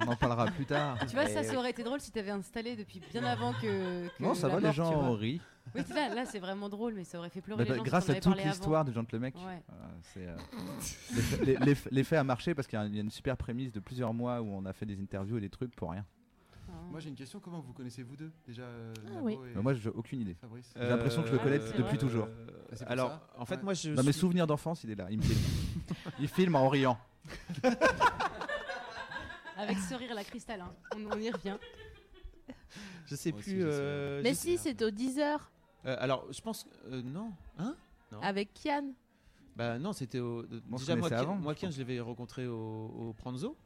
S7: on en parlera plus tard.
S2: Tu vois, ça, ça aurait été drôle si t'avais installé depuis bien avant que. que
S7: Non, ça
S2: la
S7: va,
S2: mort,
S7: les
S2: tu vois.
S7: gens rient.
S2: Oui, c'est là, là c'est vraiment drôle, mais ça aurait fait pleurer
S7: Mais
S2: les gens.
S7: Bah,
S2: si
S7: grâce
S2: on
S7: à
S2: avait
S7: toute
S2: parlé avant.
S7: l'histoire de Gentle Mec,
S2: Ouais.
S7: euh, c'est, euh, l'effet- l'e- l'eff- l'effet a marché parce qu'il y a un- il y a une super prémisse de plusieurs mois où on a fait des interviews et des trucs pour rien.
S2: Ah.
S6: Moi j'ai une question, comment vous connaissez vous deux déjà euh,
S3: Ah
S6: Navo
S3: oui. Euh,
S6: et
S7: Mais Bah, moi, j'ai aucune idée.
S6: Fabrice Euh,
S7: J'ai l'impression que je le connais
S2: Euh, c'est
S7: depuis
S2: vrai.
S7: toujours.
S4: Bah,
S6: c'est pour
S4: Alors,
S6: ça
S4: en fait,
S6: Ouais.
S4: moi, je.
S7: Dans mes
S4: suis-
S7: souvenirs d'enfance, il est là. Il me filme. il filme en riant. Ah.
S8: Avec ce rire, la cristal, hein. on, on y revient.
S4: Je sais
S6: Moi aussi,
S4: plus.
S6: je sais.
S4: euh,
S3: Mais
S4: je sais-
S3: si, c'était au 10h
S4: Euh, alors, je pense. que- euh, non. Hein Non.
S3: avec Kian.
S4: Bah non, c'était au.
S7: on se
S4: déjà, moi,
S7: connaissait
S4: Ken-
S7: avant,
S4: moi
S7: je
S4: Ken, je l'avais rencontré au, au Pranzo.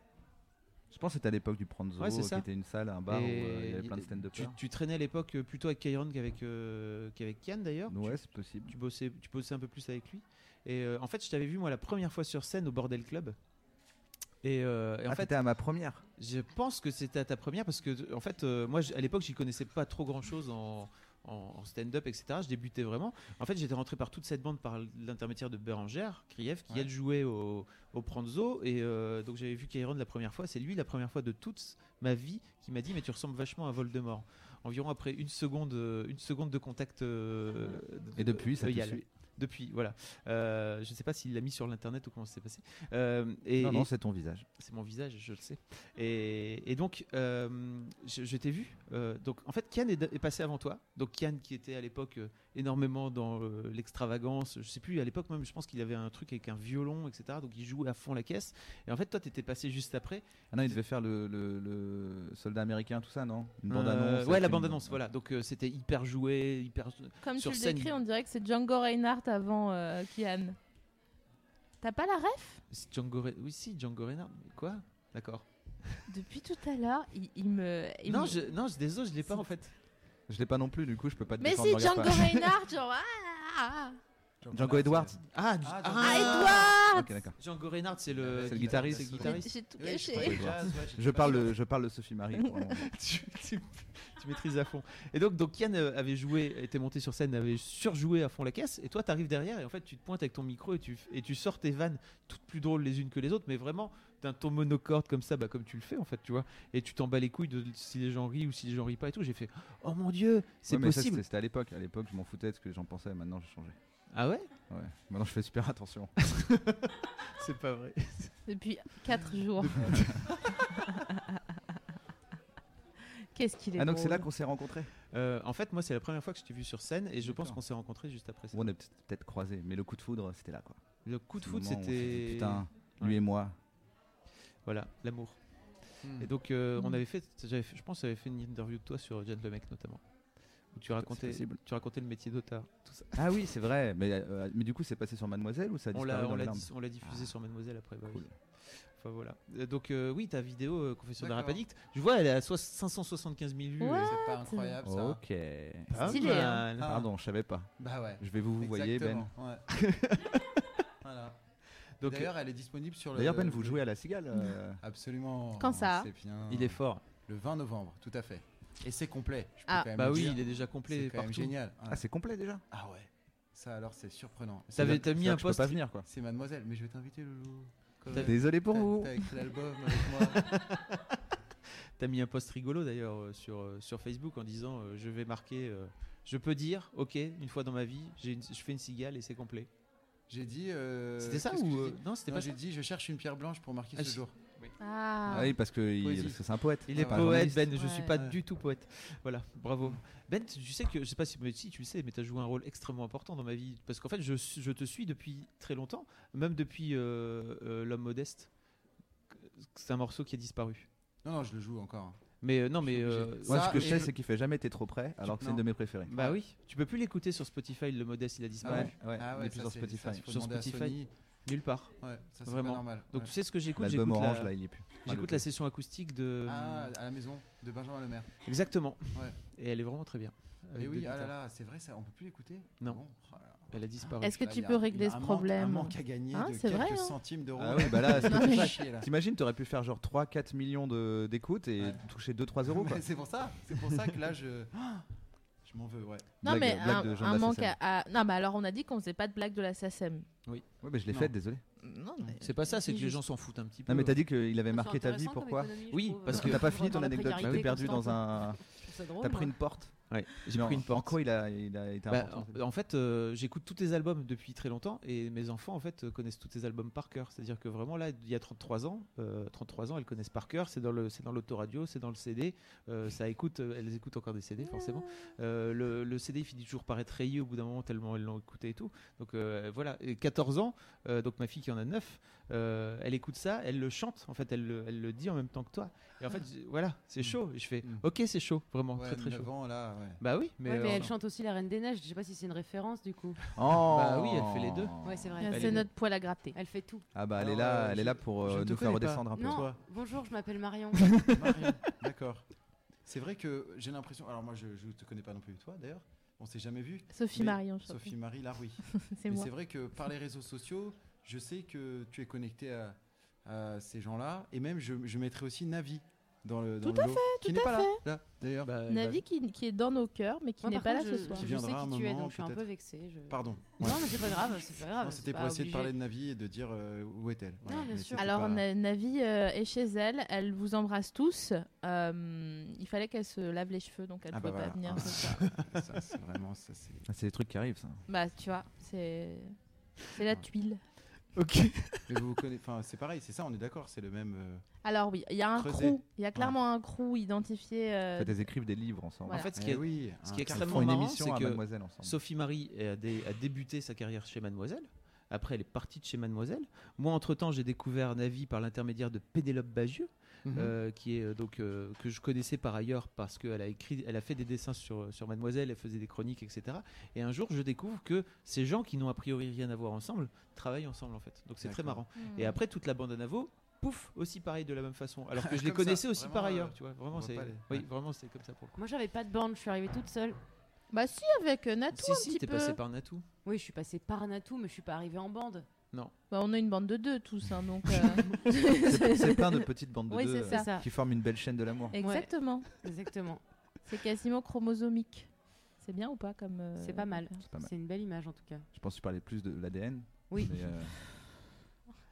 S7: Je pense que c'était à l'époque du Pranzo, euh,
S4: Ouais, c'est
S7: qui
S4: ça.
S7: était une salle, un bar où
S4: Et
S7: euh, il y avait
S4: il-
S7: plein de stand-up.
S4: Tu, tu traînais à l'époque euh, plutôt avec Kyron qu'avec euh, qu'avec Kian d'ailleurs.
S7: Ouais, c'est possible.
S4: Tu bossais, tu bossais un peu plus avec lui. Et euh, en fait, je t'avais vu moi la première fois sur scène au Bordel Club. Et, euh, et en
S7: Ah,
S4: fait,
S7: t'étais à ma première.
S4: je pense que c'était à ta première parce que en fait, euh, moi je- à l'époque, j'y connaissais pas trop grand chose en, en, en stand-up, etc. Je débutais vraiment. En fait, j'étais rentré par toute cette bande par l'intermédiaire de Bérangère, Kriev, qui
S6: Ouais.
S4: elle jouait au, au Pranzo. Et euh, donc j'avais vu Kairon la première fois. C'est lui, la première fois de toute ma vie, qui m'a dit Mais tu ressembles vachement à Voldemort. Environ après une seconde, euh, une seconde de contact. euh,
S7: Et depuis, ça te
S4: œil-al.
S7: suit
S4: Depuis, voilà. Euh, je ne sais pas s'il l'a mis sur l'internet ou comment ça s'est passé. Euh, et,
S7: Non, non,
S4: et-
S7: c'est ton visage.
S4: c'est mon visage, je le sais. Et, et donc, euh, je, je t'ai vu. euh, donc, en fait, Kian est, est passé avant toi. Donc, Kian qui était à l'époque euh, énormément dans euh, l'extravagance. Je sais plus, à l'époque même, je pense qu'il avait un truc avec un violon, etc. Donc, il jouait à fond la caisse. Et en fait, toi, t'étais passé juste après.
S7: Ah non, il devait faire le, le- le soldat américain, tout ça, non Une bande
S4: Euh,
S7: annonce.
S4: ouais,
S7: avec
S4: la
S7: une-
S4: bande annonce, voilà. Donc, euh, c'était hyper joué, hyper.
S3: Comme
S4: Sur
S3: tu le
S4: scène.
S3: décris, on dirait que c'est Django Reinhardt avant euh, Kian. T'as pas la ref
S4: C'est Django Re- Oui, si, Django Reinhardt. Mais Quoi D'accord.
S3: Depuis tout à l'heure, il, il me. il
S4: Non,
S3: me-
S4: je, non, je désolé, je l'ai pas en fait.
S7: Je l'ai pas non plus, du coup, je peux pas te
S3: Mais
S7: défendre,
S3: si,
S7: me regarde
S3: Django
S7: pas.
S3: Reinhardt, genre. Ah, ah,
S7: Django Edwards.
S4: Ah, ah,
S6: Ah, Django
S3: ah,
S6: Reinhardt.
S3: Edouard
S7: Ok, d'accord.
S4: Django Reinhardt, Ah, c'est le,
S7: C'est le guitariste.
S4: c'est le
S6: Oui.
S4: guitariste.
S3: J'ai tout
S6: Oui, je
S3: caché.
S6: croyais jazz, ouais, j'étais
S7: Je
S6: pas
S7: parle,
S6: sûr.
S7: le- je parle le Sophie Marie. pour le moment.
S4: tu, tu- tu maîtrises à fond. Et donc, donc Yann euh, avait joué, était monté sur scène, avait surjoué à fond la caisse. Et toi, t'arrives derrière et en fait, tu te pointes avec ton micro et tu, f- et tu sors tes vannes toutes plus drôles les unes que les autres, mais vraiment d'un ton monocorde comme ça, bah, comme tu le fais en fait, tu vois. Et tu t'en bats les couilles de si les gens rient ou si les gens rient pas et tout. J'ai fait, oh mon dieu, c'est
S7: Ouais, mais ça,
S4: possible.
S7: c'était- C'était à l'époque. À l'époque, je m'en foutais de ce que les gens pensaient. Maintenant, j'ai changé.
S4: ah ouais
S7: Ouais. Maintenant, je fais super attention.
S4: C'est pas vrai.
S3: Depuis 4 jours. Qu'est-ce qu'il est.
S7: Ah, donc
S3: drôle.
S7: c'est là qu'on s'est rencontrés
S4: Euh, en fait, moi, c'est la première fois que je t'ai vu sur scène et je pense
S7: D'accord.
S4: qu'on s'est rencontrés juste après ça.
S7: On est peut- peut-être croisés, mais le coup de foudre, c'était là, quoi.
S4: Le coup de
S7: C'est le
S4: foot,
S7: moment où on s'est dit,
S4: c'était.
S7: Putain, lui
S4: Ouais.
S7: et moi.
S4: Voilà, l'amour.
S6: Hmm.
S4: Et donc, euh, on
S3: Mm.
S4: avait fait, j'avais fait- je pense, que j'avais fait une interview de toi sur Jane Le Mec notamment, où tu racontais,
S7: possible.
S4: tu racontais le métier d'otard.
S7: Ah oui, c'est vrai. Mais, euh, mais du coup, c'est passé sur Mademoiselle ou ça a
S4: On
S7: disparu
S4: l'a,
S7: dans
S4: on
S7: les
S4: l'a,
S7: larmes
S4: dis- on l'a diffusé
S7: Ah.
S4: sur Mademoiselle après. bah oui.
S7: Cool.
S4: Enfin voilà. Euh, Donc euh, oui, ta vidéo euh, Confession d'un rap
S6: D'accord.
S4: addict, je vois, elle est à soix- 575 000 vues.
S3: Ouais.
S4: euh, bah.
S6: C'est pas incroyable ça.
S7: Ok.
S4: c'est pas
S3: Stylé, hein.
S4: mal.
S6: Ah.
S7: Pardon, je savais pas.
S6: Bah ouais.
S7: Je vais vous vous voyez, Ben.
S6: Exactement, ouais. Voilà.
S4: Donc euh,
S6: D'ailleurs, elle est disponible sur le.
S7: D'ailleurs, Ben, vous jouez à la cigale. euh,
S6: Absolument.
S3: Quand ça
S6: C'est bien.
S4: il est fort.
S6: Le 20 novembre, tout à fait. Et c'est complet. Je peux
S3: Ah.
S6: quand même
S4: Bah
S6: le
S4: oui,
S6: dire.
S4: il est déjà complet
S6: C'est quand même
S4: partout.
S6: génial. Ouais.
S7: Ah, c'est complet déjà.
S6: Ah ouais. Ça alors, c'est surprenant.
S4: Ça T'avais-
S7: C'est-à-dire-
S4: t'as mis
S7: c'est-à-dire
S4: un
S7: que Je
S4: post-
S7: peux pas venir, quoi.
S6: C'est mademoiselle, mais je vais t'inviter, Loulou. Quand
S4: T'as-
S6: même.
S7: Désolé pour
S6: T'as-
S7: vous.
S6: T'as écrit l'album avec moi.
S4: T'as mis un post rigolo d'ailleurs euh, sur, euh, sur Facebook en disant euh, je vais marquer, euh, je peux dire, ok, une fois dans ma vie, j'ai une- je fais une cigale et c'est complet.
S6: J'ai dit. euh,
S4: C'était ça
S6: qu'est-ce que
S4: ou
S6: j'ai
S4: euh,
S6: dit
S4: non, c'était
S6: Non,
S4: pas
S6: j'ai dit, je cherche une pierre blanche pour marquer
S4: Ah,
S6: ce
S4: si.
S6: jour.
S3: Ah.
S7: Ah oui, parce que il-
S6: Poésie.
S7: parce que c'est un poète.
S4: Il
S6: Ouais,
S4: est
S7: pas un
S4: poète,
S7: journaliste.
S4: Ben. Je
S3: Ouais.
S4: suis pas
S6: Ouais.
S4: du tout poète. Voilà, bravo. Ben, tu tu sais que je sais pas si, mais si tu le sais, mais tu as joué un rôle extrêmement important dans ma vie parce qu'en fait, je, suis- je te suis depuis très longtemps, même depuis euh, euh, L'homme modeste. C'est un morceau qui a disparu.
S6: Non, non, je le joue encore.
S4: Mais euh, non, mais
S6: suis obligé.
S4: euh,
S7: Moi,
S6: Ça,
S7: ce que je
S6: et
S7: sais,
S6: je-
S7: c'est qu'il fait jamais T'es trop près, alors que c'est une
S6: Non.
S7: de mes préférées.
S4: bah oui, tu peux plus l'écouter sur Spotify. Le modeste, il a
S6: Ah
S4: disparu
S7: Ouais, ouais.
S6: ah
S7: il est
S6: ouais,
S7: plus
S6: ça,
S7: sur
S6: c'est- ça,
S7: Spotify.
S6: il faut
S4: Sur
S6: demander à
S4: Spotify.
S6: Sony.
S4: nulle part.
S6: Ouais, ça c'est pas
S4: Vraiment.
S6: normal.
S4: Donc
S6: ouais.
S4: tu sais ce que j'écoute J'écoute
S7: L'album orange,
S4: la-
S7: là, il y est plus.
S4: j'écoute la session acoustique de
S6: Ah, à la maison de Benjamin Lemaire.
S4: exactement.
S6: Ouais.
S4: Et elle est vraiment très bien.
S6: Et
S4: Avec deux
S6: oui, ah là
S4: guitares.
S6: là, c'est vrai, ça, on peut plus l'écouter
S4: Non.
S6: Bon, oh là là.
S4: Elle a disparu.
S3: Est-ce que
S6: Là,
S3: tu
S6: y a-
S3: peux
S6: y
S3: régler
S6: a
S3: ce
S6: un manque-
S3: problème
S6: Un manque à gagner
S3: Hein,
S6: de
S3: c'est
S6: quelques
S3: vrai, hein.
S6: centimes d'euros.
S7: Ah oui, bah là,
S6: Ça
S7: c'est-
S3: Non,
S6: fait
S3: mais-
S6: chier, là.
S7: T'imagines, t'aurais pu faire genre 3-4 millions de- d'écoutes et
S6: Ouais.
S7: toucher 2-3 euros quoi.
S6: Mais C'est pour ça, c'est pour ça que là, je, je m'en veux, ouais.
S3: Non,
S7: Blague-
S3: mais
S7: blague
S3: un,
S7: de Jean
S3: un
S7: de la
S3: manque
S7: Sassane.
S3: à, à- Non, mais alors on a dit qu'on faisait pas de blague de la SACEM.
S7: Ouais, mais je l'ai
S6: Non.
S7: faite, désolé.
S3: Non,
S4: C'est pas ça, c'est que les
S3: juste-
S4: gens s'en foutent un petit peu.
S7: Non, mais
S6: euh.
S7: t'as dit qu'il avait
S8: Ah, C'est
S7: marqué ta vie,
S8: intéressant comme
S7: pourquoi
S8: économie, je
S4: Oui,
S8: trouve,
S4: parce
S8: euh,
S4: que-
S7: T'as pas fini
S8: dans
S7: ton
S8: la
S7: anecdote, tu t'es
S8: précarité
S7: perdu
S8: constante.
S7: dans un.
S8: Je trouve ça drôle, hein.
S7: T'as pris
S8: moi.
S7: une porte.
S4: Ouais, j'ai
S7: Mais
S4: pris
S7: en-
S4: une porte.
S7: En quoi il a, il a été
S4: Bah,
S7: important
S4: en, en fait, euh, j'écoute tous tes albums depuis très longtemps et mes enfants en fait euh, connaissent tous tes albums par cœur. C'est-à-dire que vraiment là, il y a 33 ans, euh, 33 ans, elles connaissent par cœur. C'est dans le, c'est dans l'autoradio, c'est dans le CD. euh, ça écoute, euh, elles écoutent encore des CD forcément. Euh, le, le CD finit toujours par être rayé au bout d'un moment tellement elles l'ont écouté et tout. Donc euh, voilà, Et 14 ans, euh, donc ma fille qui en a 9, euh, elle écoute ça, elle le chante en fait, elle, le- elle le dit en même temps que toi. Et en fait,
S2: Ah.
S4: j'ai- voilà, c'est chaud. Et je fais,
S6: Mm.
S4: ok, c'est chaud, vraiment
S6: ouais
S4: très très
S6: 9
S4: chaud.
S6: ans, là, ouais.
S4: Bah oui, mais,
S2: Ouais, mais
S4: euh,
S2: elle chante aussi la Reine des Neiges. Je sais pas si c'est une référence du coup.
S7: Oh
S4: Bah oui, elle fait les deux.
S2: Ouais, c'est vrai.
S3: Ah,
S4: Elle
S3: C'est
S4: est-
S3: notre poil à gratter.
S2: Elle fait tout.
S7: Ah bah elle est
S6: Alors,
S7: là,
S6: euh,
S7: elle est
S6: je-
S7: là pour
S6: je
S7: euh,
S6: ne te
S7: nous faire
S6: connais pas.
S7: redescendre un peu.
S2: Non,
S6: toi.
S2: bonjour, je m'appelle Marion.
S6: Marion, d'accord. C'est vrai que j'ai l'impression. Alors, moi, je ne te connais pas non plus, toi, d'ailleurs. On s'est jamais vu.
S3: Sophie
S6: Mais
S3: Marion, je crois.
S6: Sophie Marie, là, oui.
S3: c'est
S6: Mais
S3: moi.
S6: c'est vrai que par les réseaux sociaux, je sais que tu es connecté à, à ces gens-là. Et même, je, je mettrais aussi Navi dans le dans
S3: Tout
S6: le
S3: à
S6: lot,
S3: fait,
S6: qui
S3: tout
S6: n'est
S3: à
S6: pas là,
S3: fait.
S6: là, d'ailleurs. bah,
S3: Navi qui, qui est dans nos cœurs, mais qui
S2: Moi,
S3: n'est
S2: par
S3: pas là
S2: contre,
S3: ce
S2: je-
S3: soir.
S6: Qui
S2: Je
S6: viendra
S2: sais
S6: un
S2: qui tu es,
S6: moment,
S2: donc je suis un peu
S6: peut-être.
S2: vexée. je-
S6: Pardon.
S2: Non,
S6: Ouais.
S2: mais c'est pas grave, c'est pas grave.
S6: Non,
S2: c'est
S6: c'était
S2: pas
S6: pour essayer de
S2: obligé.
S6: parler de Navi et de dire euh, où est-elle.
S2: Ah, bien
S6: mais
S2: sûr.
S6: c'était
S3: Alors,
S6: pas-
S3: Na- Navi euh, est chez elle, elle vous embrasse tous. Euh, il fallait qu'elle se lave les cheveux, donc elle ne
S6: Ah bah
S3: pouvait pas
S6: voilà.
S3: venir.
S6: Ah.
S3: ce soir.
S6: Ça, c'est vraiment ça, c'est.
S7: Ah, C'est des trucs qui arrivent, ça.
S3: bah, tu vois, c'est c'est la
S6: Ouais.
S3: tuile.
S7: Ok.
S6: Mais vous vous connaissez. Enfin, c'est pareil, c'est ça, on est d'accord, c'est le même. euh,
S3: Alors oui, il y a un
S6: Creuser.
S3: crew, il y a clairement un crew identifié. euh,
S7: Elles écrivent des livres ensemble.
S3: Voilà.
S4: En fait, ce
S6: eh
S4: qui est,
S6: oui,
S4: ce
S6: hein,
S4: qui est
S6: c'est-
S7: Elles
S4: extrêmement
S7: font une
S4: marrant,
S7: émission
S4: c'est
S7: à
S4: que
S7: Mademoiselle ensemble.
S4: Sophie Marie a, dé- a débuté sa carrière chez Mademoiselle. Après, elle est partie de chez Mademoiselle. Moi, entre-temps, j'ai découvert Navi par l'intermédiaire de Pénélope Bagieux,
S6: Mhm.
S4: euh, qui est euh, donc euh, que je connaissais par ailleurs parce qu'elle a écrit, elle a fait des dessins sur, sur Mademoiselle, elle faisait des chroniques, etc. Et un jour, je découvre que ces gens qui n'ont a priori rien à voir ensemble travaillent ensemble en fait. Donc c'est très
S6: D'accord.
S4: marrant.
S3: hmm.
S4: Et après, toute la bande à Navo, pouf, aussi pareil de la même façon. Alors que je les
S6: Comme ça,
S4: connaissais aussi
S6: vraiment,
S4: par
S6: euh,
S4: ailleurs, tu vois.
S6: on
S4: Vraiment,
S6: voit
S4: c'est
S6: pas les-
S4: oui,
S6: ouais.
S4: vraiment c'est comme ça pour le coup.
S2: Moi, j'avais pas de borne, je suis arrivée toute seule.
S3: Bah si, avec euh, Natou
S4: si
S3: un
S4: si,
S3: petit
S4: t'es
S3: peu.
S4: passé par Natou.
S2: Oui, je suis passée par Natou, mais je suis pas arrivée en bande.
S3: Bah, on a une bande de deux tous, hein, donc. euh,
S7: C'est c'est plein de petites bandes de
S3: Oui,
S7: deux
S3: c'est ça.
S7: euh, qui forment une belle chaîne de l'amour.
S3: Exactement.
S2: Exactement.
S3: C'est quasiment chromosomique. C'est bien ou pas comme euh,
S2: C'est pas mal.
S7: C'est pas mal.
S2: C'est une belle image en tout cas.
S7: Je pense que tu parlais plus de l'ADN.
S2: Oui.
S7: mais, euh,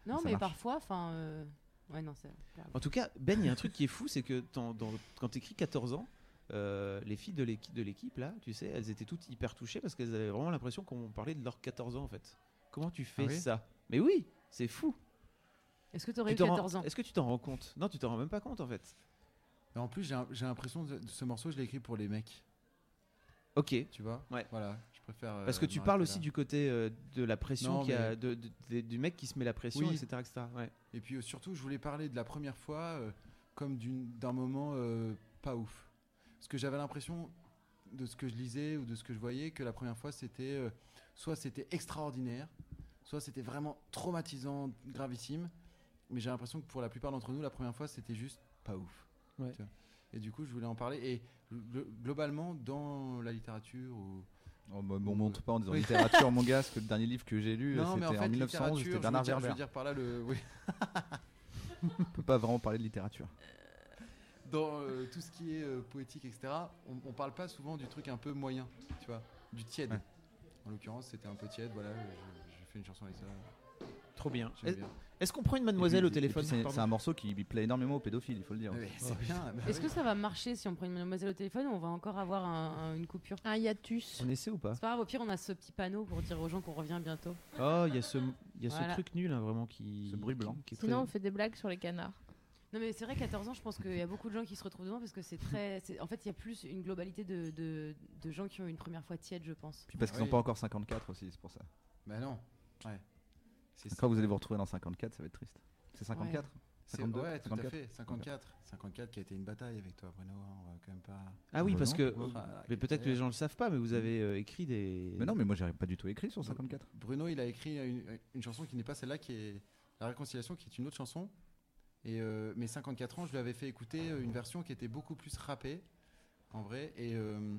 S2: Non,
S7: Ça
S2: mais
S7: marche.
S2: parfois, enfin. euh, Ouais, non, c'est.
S4: En tout cas, Ben, il y a un truc qui est fou, c'est que dans- dans- quand tu écris 14 ans, euh, les filles de l'équipe, de l'équipe, là, tu sais, elles étaient toutes hyper touchées parce qu'elles avaient vraiment l'impression qu'on parlait de leurs 14 ans, en fait. Comment tu fais
S6: Ah oui
S4: ça Mais oui, c'est fou.
S2: Est-ce que t'aurais eu
S4: Tu t'en rends-
S2: 14 ans
S4: Est-ce que tu t'en rends compte Non, tu t'en rends même pas compte, en fait.
S6: Et En plus, j'ai un- j'ai l'impression que ce morceau, je l'ai écrit pour les mecs,
S4: Ok.
S6: tu vois.
S4: Ouais.
S6: Voilà, je préfère. euh,
S4: Parce que tu
S6: m'arrêter
S4: parles aussi
S6: là.
S4: du côté euh, de la pression,
S6: Non,
S4: qu'il y a,
S6: mais-
S4: de- de- de- du mec qui se met la pression,
S6: Oui.
S4: etc. etc. Ouais.
S6: Et puis euh, surtout, je voulais parler de la première fois euh, comme d'une- d'un moment euh, pas ouf. Parce que j'avais l'impression, de ce que je lisais ou de ce que je voyais, que la première fois, c'était euh, soit c'était extraordinaire, soit c'était vraiment traumatisant, gravissime. Mais j'ai l'impression que pour la plupart d'entre nous, la première fois, c'était juste pas ouf.
S4: Ouais.
S6: Tu vois. Et du coup, je voulais en parler. Et gl- globalement, dans la littérature ou.
S7: On me Oh, bah, on me montre pas en disant
S6: Oui.
S7: littérature, mon gars, parce que le dernier livre que j'ai lu,
S6: Non,
S7: c'était
S6: mais
S7: en,
S6: en fait,
S7: 1911,
S6: littérature, je
S7: c'était
S6: veux
S7: Bernard
S6: dire- Je
S7: Werber.
S6: veux dire par là le. oui.
S7: On peut pas vraiment parler de littérature.
S6: dans euh, tout ce qui est euh, poétique, etc., on, on parle pas souvent du truc un peu moyen, tu vois, du tiède.
S7: Ouais.
S6: En l'occurrence, c'était un peu tiède, voilà, euh, je, je fais une chanson avec ça,
S4: Trop bien.
S6: j'aime
S4: Est-
S6: bien.
S4: Est-ce qu'on prend une mademoiselle
S7: Et
S4: au
S7: puis- et puis
S4: téléphone
S7: C'est c'est
S4: Pardon.
S7: un morceau qui plaît énormément aux pédophiles, il faut le dire.
S6: Ah oui, c'est bien. bah
S2: Est-ce
S6: oui.
S2: que ça va marcher si on prend une mademoiselle au téléphone ou on va encore avoir un- un- une coupure
S3: un hiatus
S4: On essaie ou pas
S2: C'est pas grave, au pire, on a ce petit panneau pour dire aux gens qu'on revient bientôt.
S4: Oh, il y a ce, il y a ce
S2: Voilà.
S4: truc nul, hein, vraiment, qui.
S7: Ce bruit blanc.
S4: qui- qui est très-
S3: Sinon, on fait des blagues sur les canards.
S2: Non mais c'est vrai, 14 ans, je pense qu'il y a beaucoup de gens qui se retrouvent dedans parce que c'est très... c'est- En fait, il y a plus une globalité de, de- de gens qui ont eu une première fois tiède, je pense.
S7: Puis parce qu'ils
S6: Ah Oui.
S7: n'ont pas encore 54 aussi, c'est pour ça.
S6: Bah non, ouais. C'est
S7: Quand vous allez vous retrouver dans 54, ça va être triste. C'est 54
S6: c'est-
S7: 52,
S6: ouais, tout
S7: 54.
S6: à fait, 54. 54 qui a été une bataille avec toi, Bruno, hein, on va quand même pas...
S4: Ah oui,
S7: Bah
S4: parce
S7: non.
S4: que.
S6: Ah,
S4: Mais peut-être que les gens le savent pas, mais vous avez euh, écrit des.
S7: Mais non, mais moi j'ai pas du tout écrit sur 54.
S6: Bruno, il a écrit une, une chanson qui n'est pas celle-là, qui est La Réconciliation, qui est une autre chanson. Et euh, mes 54 ans, je lui avais fait écouter euh, une version qui était beaucoup plus rappée, en vrai. Et euh,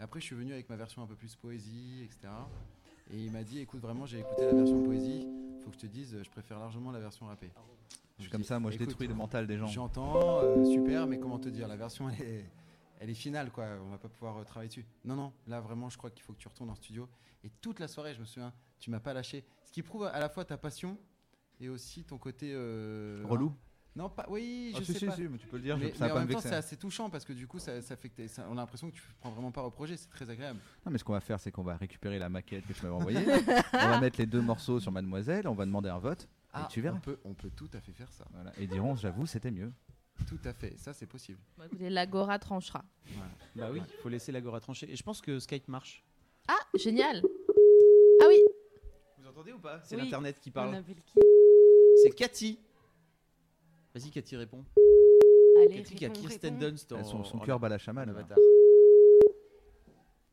S6: et après, je suis venu avec ma version un peu plus poésie, etc. Et il m'a dit, écoute, vraiment, j'ai écouté la version poésie. Faut que je te dise, je préfère largement la version rappée.
S7: Je suis comme ça, moi je détruis le mental des gens.
S6: J'entends, euh, super, mais comment te dire, la version elle est, elle est finale, quoi. On va pas pouvoir euh, travailler dessus. Non, non, là vraiment, je crois qu'il faut que tu retournes en studio. Et toute la soirée, je me souviens, tu m'as pas lâché. Ce qui prouve à la fois ta passion et aussi ton côté euh,
S7: Hein Relou.
S6: Non, pas. Oui,
S7: Ah,
S6: je
S7: si,
S6: sais
S7: si,
S6: pas.
S7: si, mais tu peux le dire,
S6: Mais,
S7: je-
S6: mais
S7: ça va
S6: en
S7: pas me
S6: même temps,
S7: vexer.
S6: c'est assez touchant parce que du coup, ça, ça fait que t'es- ça- on a l'impression que tu prends vraiment part au projet. C'est très agréable.
S7: Non, mais ce qu'on va faire, c'est qu'on va récupérer la maquette que tu m'avais envoyée. on va mettre les deux morceaux sur Mademoiselle, on va demander un vote.
S6: Ah,
S7: et tu verras.
S6: On peut, on peut tout à fait faire ça.
S7: Voilà. Et diront, j'avoue, c'était mieux.
S6: Tout à fait. Ça, c'est possible.
S3: Bah, écoutez, l'agora tranchera.
S4: Bah oui, il faut laisser l'agora trancher. Et je pense que Skype marche.
S3: Ah, génial Ah oui
S4: Vous entendez ou pas C'est
S2: Oui.
S4: l'internet qui
S2: On
S4: parle.
S2: appelle qui
S4: C'est Cathy. Vas-y, Cathy, réponds.
S2: Allez,
S4: Cathy qui a
S2: réponds,
S4: Kirsten
S2: réponds.
S4: Dunst en-
S7: son son
S4: en-
S7: cœur bat la
S4: en
S7: chamade.
S4: avatar.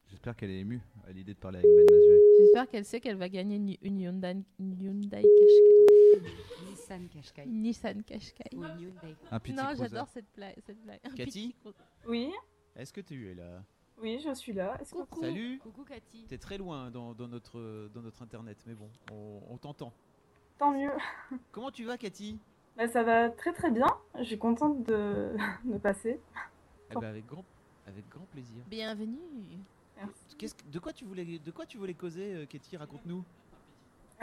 S7: J'espère qu'elle est émue à l'idée de parler avec Ben Mazuet.
S3: J'espère qu'elle sait qu'elle va gagner une, une Hyundai, une Hyundai Qashqai-
S2: Nissan Qashqai.
S3: une Nissan Qashqai.
S2: Ou Hyundai.
S7: Un petit
S3: Non,
S7: poser.
S3: j'adore cette blague. Cette blague. Un
S4: Cathy
S3: petit-
S9: Oui,
S4: Est-ce que tu es là
S9: oui, je suis là. Est-ce qu'on-
S3: Coucou
S4: Salut
S2: Coucou Cathy.
S4: T'es très loin dans, dans notre, dans notre internet, mais bon, on, on t'entend.
S9: Tant mieux.
S4: Comment tu vas, Cathy
S9: Bah, ça va très très bien. Je suis contente de, de passer.
S4: Eh ben, avec, grand, avec grand plaisir.
S3: Bienvenue.
S4: Qu'est-ce que- de, quoi tu voulais, de quoi tu voulais causer, euh, Katie Raconte-nous.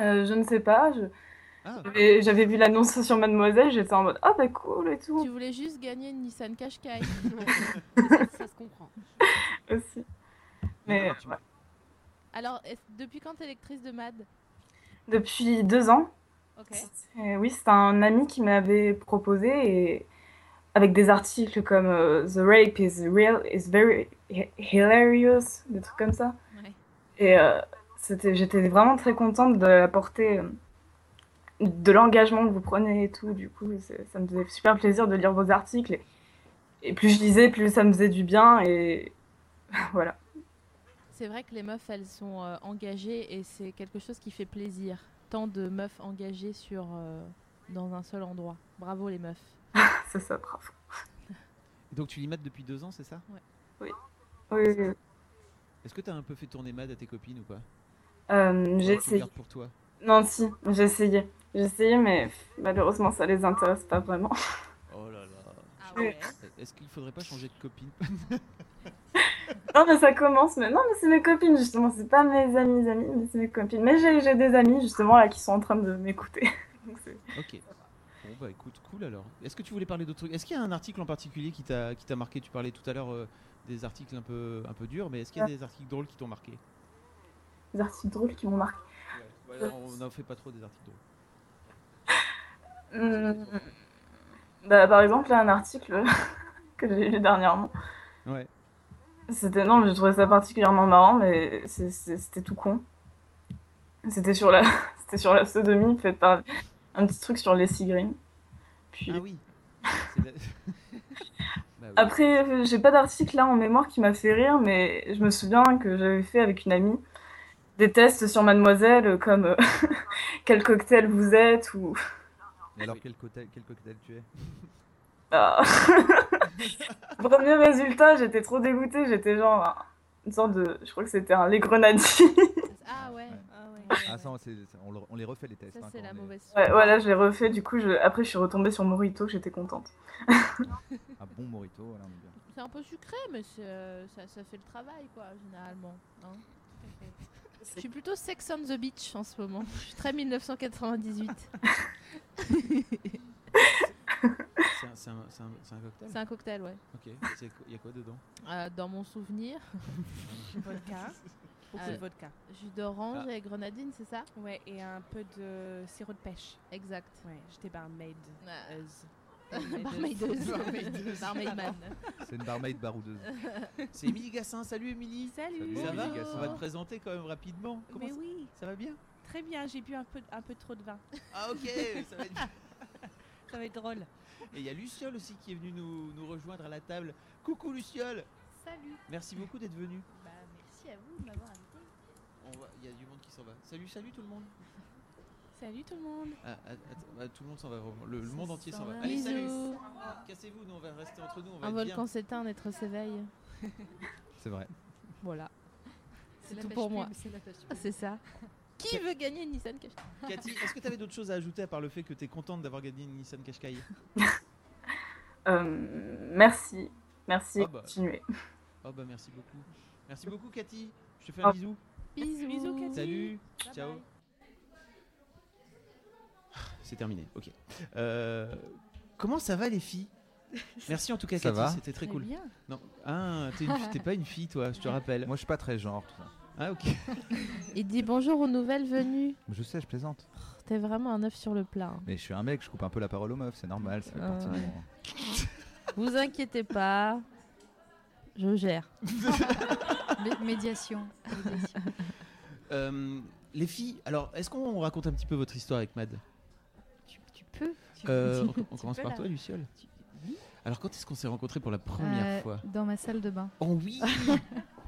S9: Euh, je ne sais pas. je-
S4: Ah.
S9: j'avais- J'avais vu l'annonce sur Mademoiselle. J'étais en mode Ah bah cool et tout.
S3: Tu voulais juste gagner une Nissan Qashqai.
S2: ça se comprend.
S9: Aussi. Mais
S4: Alors, tu-
S9: ouais.
S3: Alors, est-ce- depuis quand t'es lectrice de MAD
S9: depuis deux ans,
S3: Ok.
S9: Euh, oui, c'est un ami qui m'avait proposé et avec des articles comme euh, The rape is real, is very hi- hilarious, des trucs comme ça.
S3: Ouais.
S9: Et euh, c'était, j'étais vraiment très contente de apporter euh, de l'engagement que vous prenez et tout. Du coup, c'est- ça me faisait super plaisir de lire vos articles. Et, et plus je lisais, plus ça me faisait du bien. Et voilà.
S3: C'est vrai que les meufs, elles sont euh, engagées et c'est quelque chose qui fait plaisir. Tant de meufs engagées sur, euh, dans un seul endroit. Bravo les meufs.
S9: C'est ça, bravo.
S4: Donc tu lis maths depuis deux ans, c'est ça
S9: Oui, oui, oui.
S4: Est-ce que tu as un peu fait tourner maths à tes copines ou pas
S9: Euh, j'ai
S4: Ou tu le
S9: essayé.
S4: gardes pour toi.
S9: Non, si, j'ai essayé. J'ai essayé, mais pff, malheureusement, ça les intéresse pas vraiment.
S4: Oh là là.
S3: Ah
S9: ouais.
S4: Est-ce qu'il faudrait pas changer de copine
S9: Non, mais ça commence, mais non, mais c'est mes copines, justement, c'est pas mes amis, amis, mais c'est mes copines. Mais j'ai j'ai des amis, justement, là, qui sont en train de m'écouter. Donc, c'est-
S4: Ok. Bon bah écoute, cool alors. Est-ce que tu voulais parler d'autres trucs Est-ce qu'il y a un article en particulier qui t'a qui t'a marqué Tu parlais tout à l'heure euh, des articles un peu un peu durs, mais est-ce qu'il y a des articles drôles qui t'ont marqué
S9: des articles drôles qui m'ont marqué.
S4: Ouais, bah, On n'en fait pas trop des articles drôles.
S9: Hum, Bah, par exemple, là, un article que j'ai lu dernièrement.
S4: Ouais.
S9: C'était, non, j'ai trouvé ça particulièrement marrant, mais c'est- c'est- c'était tout con. C'était sur la, c'était sur la sodomie, fait par un petit truc sur les cigrines. Puis,
S4: Ah oui. C'est la- Bah oui.
S9: Après, euh, j'ai pas d'article là en mémoire qui m'a fait rire, mais je me souviens que j'avais fait avec une amie des tests sur Mademoiselle, euh, comme euh, quel cocktail vous êtes ou.
S7: Et alors, quel cocktail, quel cocktail tu es
S9: Ah. Premier résultat, j'étais trop dégoûtée, j'étais genre un- une sorte de. Je crois que c'était un lait grenadine.
S3: Ah ouais.
S7: Ouais.
S3: Ah ouais.
S7: Ah, ça, on, c'est- c'est- on le- on les refait les tests.
S3: Ça,
S7: hein,
S3: c'est
S7: quand
S3: la
S7: on est-
S3: mauvaise
S9: ouais,
S3: chose.
S9: voilà, je l'ai refait, du coup, je... après, je suis retombée sur Morito, j'étais contente.
S7: Un bon morito, voilà, on est bien.
S3: C'est un peu sucré, mais c'est, euh, ça, ça fait le travail, quoi, généralement. hein. je suis plutôt Sex on the Beach en ce moment. Je suis très 1998.
S4: C'est un, c'est un- c'est un- c'est un cocktail.
S3: C'est un cocktail, ouais.
S4: Ok. C'est quoi- Il y a quoi dedans
S3: Euh, dans mon souvenir,
S10: Vodka. Beaucoup
S3: Euh,
S10: de vodka.
S3: jus d'orange
S4: Ah.
S3: et grenadine, c'est ça
S10: Ouais, et un peu de sirop de pêche.
S3: Exact.
S10: Ouais, j'étais barmaid.
S3: Euh,
S10: Euse.
S3: Barmaideuse.
S10: Barmaideuse.
S3: Barmaidman.
S7: C'est une barmaid baroudeuse.
S4: C'est Émilie Gassin. Salut Émilie.
S10: Salut.
S7: Salut,
S4: Ça va
S7: Émilie Gassin.
S4: On va te présenter quand même rapidement. Comment
S10: Mais
S4: ça,
S10: oui,
S4: ça va bien
S10: très bien, j'ai bu un peu, un peu trop de vin.
S4: Ah ok. Ça va être bien.
S10: Ça va être drôle.
S4: Et il y a Luciole aussi qui est venue nous, nous rejoindre à la table. Coucou Luciole
S3: Salut.
S4: Merci beaucoup d'être venue.
S3: Bah, merci à vous de m'avoir invité.
S4: On va- Il y a du monde qui s'en va. Salut, salut tout le monde
S10: Salut tout le monde.
S4: Ah, att- att- bah, Tout le monde s'en va, vraiment. le, le monde entier s'en va. Allez, salut
S3: Bisous.
S4: Cassez-vous, nous on va rester entre nous, on va
S3: Un
S4: être bien.
S3: volcan s'éteint, un être s'éveille.
S7: C'est vrai.
S3: Voilà.
S10: C'est
S3: tout pour moi.
S10: C'est la pêche
S3: Ah, c'est ça. Qui veut gagner une Nissan Qashqai
S4: Cathy, est-ce que tu avais d'autres choses à ajouter à part le fait que tu es contente d'avoir gagné une Nissan Qashqai
S9: Euh, merci, merci,
S4: Ah bah.
S9: continuez.
S4: Oh bah merci beaucoup. Merci beaucoup Cathy, je te fais
S9: Ah.
S4: un bisou.
S3: Oh. Bisous.
S10: Bisous, Cathy.
S4: Salut,
S10: Bye
S4: ciao.
S10: bye.
S4: C'est terminé, ok. Euh, comment ça va les filles Merci en tout cas
S7: Ça va
S4: Cathy, c'était très cool.
S3: bien.
S4: Non, ah, t'es une- t'es pas une fille toi, je te rappelle.
S7: Moi, je suis pas très genre, tout ça.
S4: Ah ok.
S3: Il dit bonjour aux nouvelles venues.
S7: Je sais, je plaisante.
S3: T'es vraiment un œuf sur le plat. hein.
S7: Mais je suis un mec, je coupe un peu la parole aux meufs, c'est normal, ça fait
S3: Ah
S7: partie de
S3: ouais.
S7: mon-
S3: Vous inquiétez pas, je gère.
S10: Médiation.
S4: Euh, les filles, alors est-ce qu'on raconte un petit peu votre histoire avec Mad
S10: Tu, peux.
S4: Euh, on, on commence
S10: peux,
S4: par
S10: là.
S4: toi, Luciole. Alors quand est-ce qu'on s'est rencontrés pour la
S10: Euh,
S4: première fois
S10: Dans ma salle de bain. Oh.
S4: Oh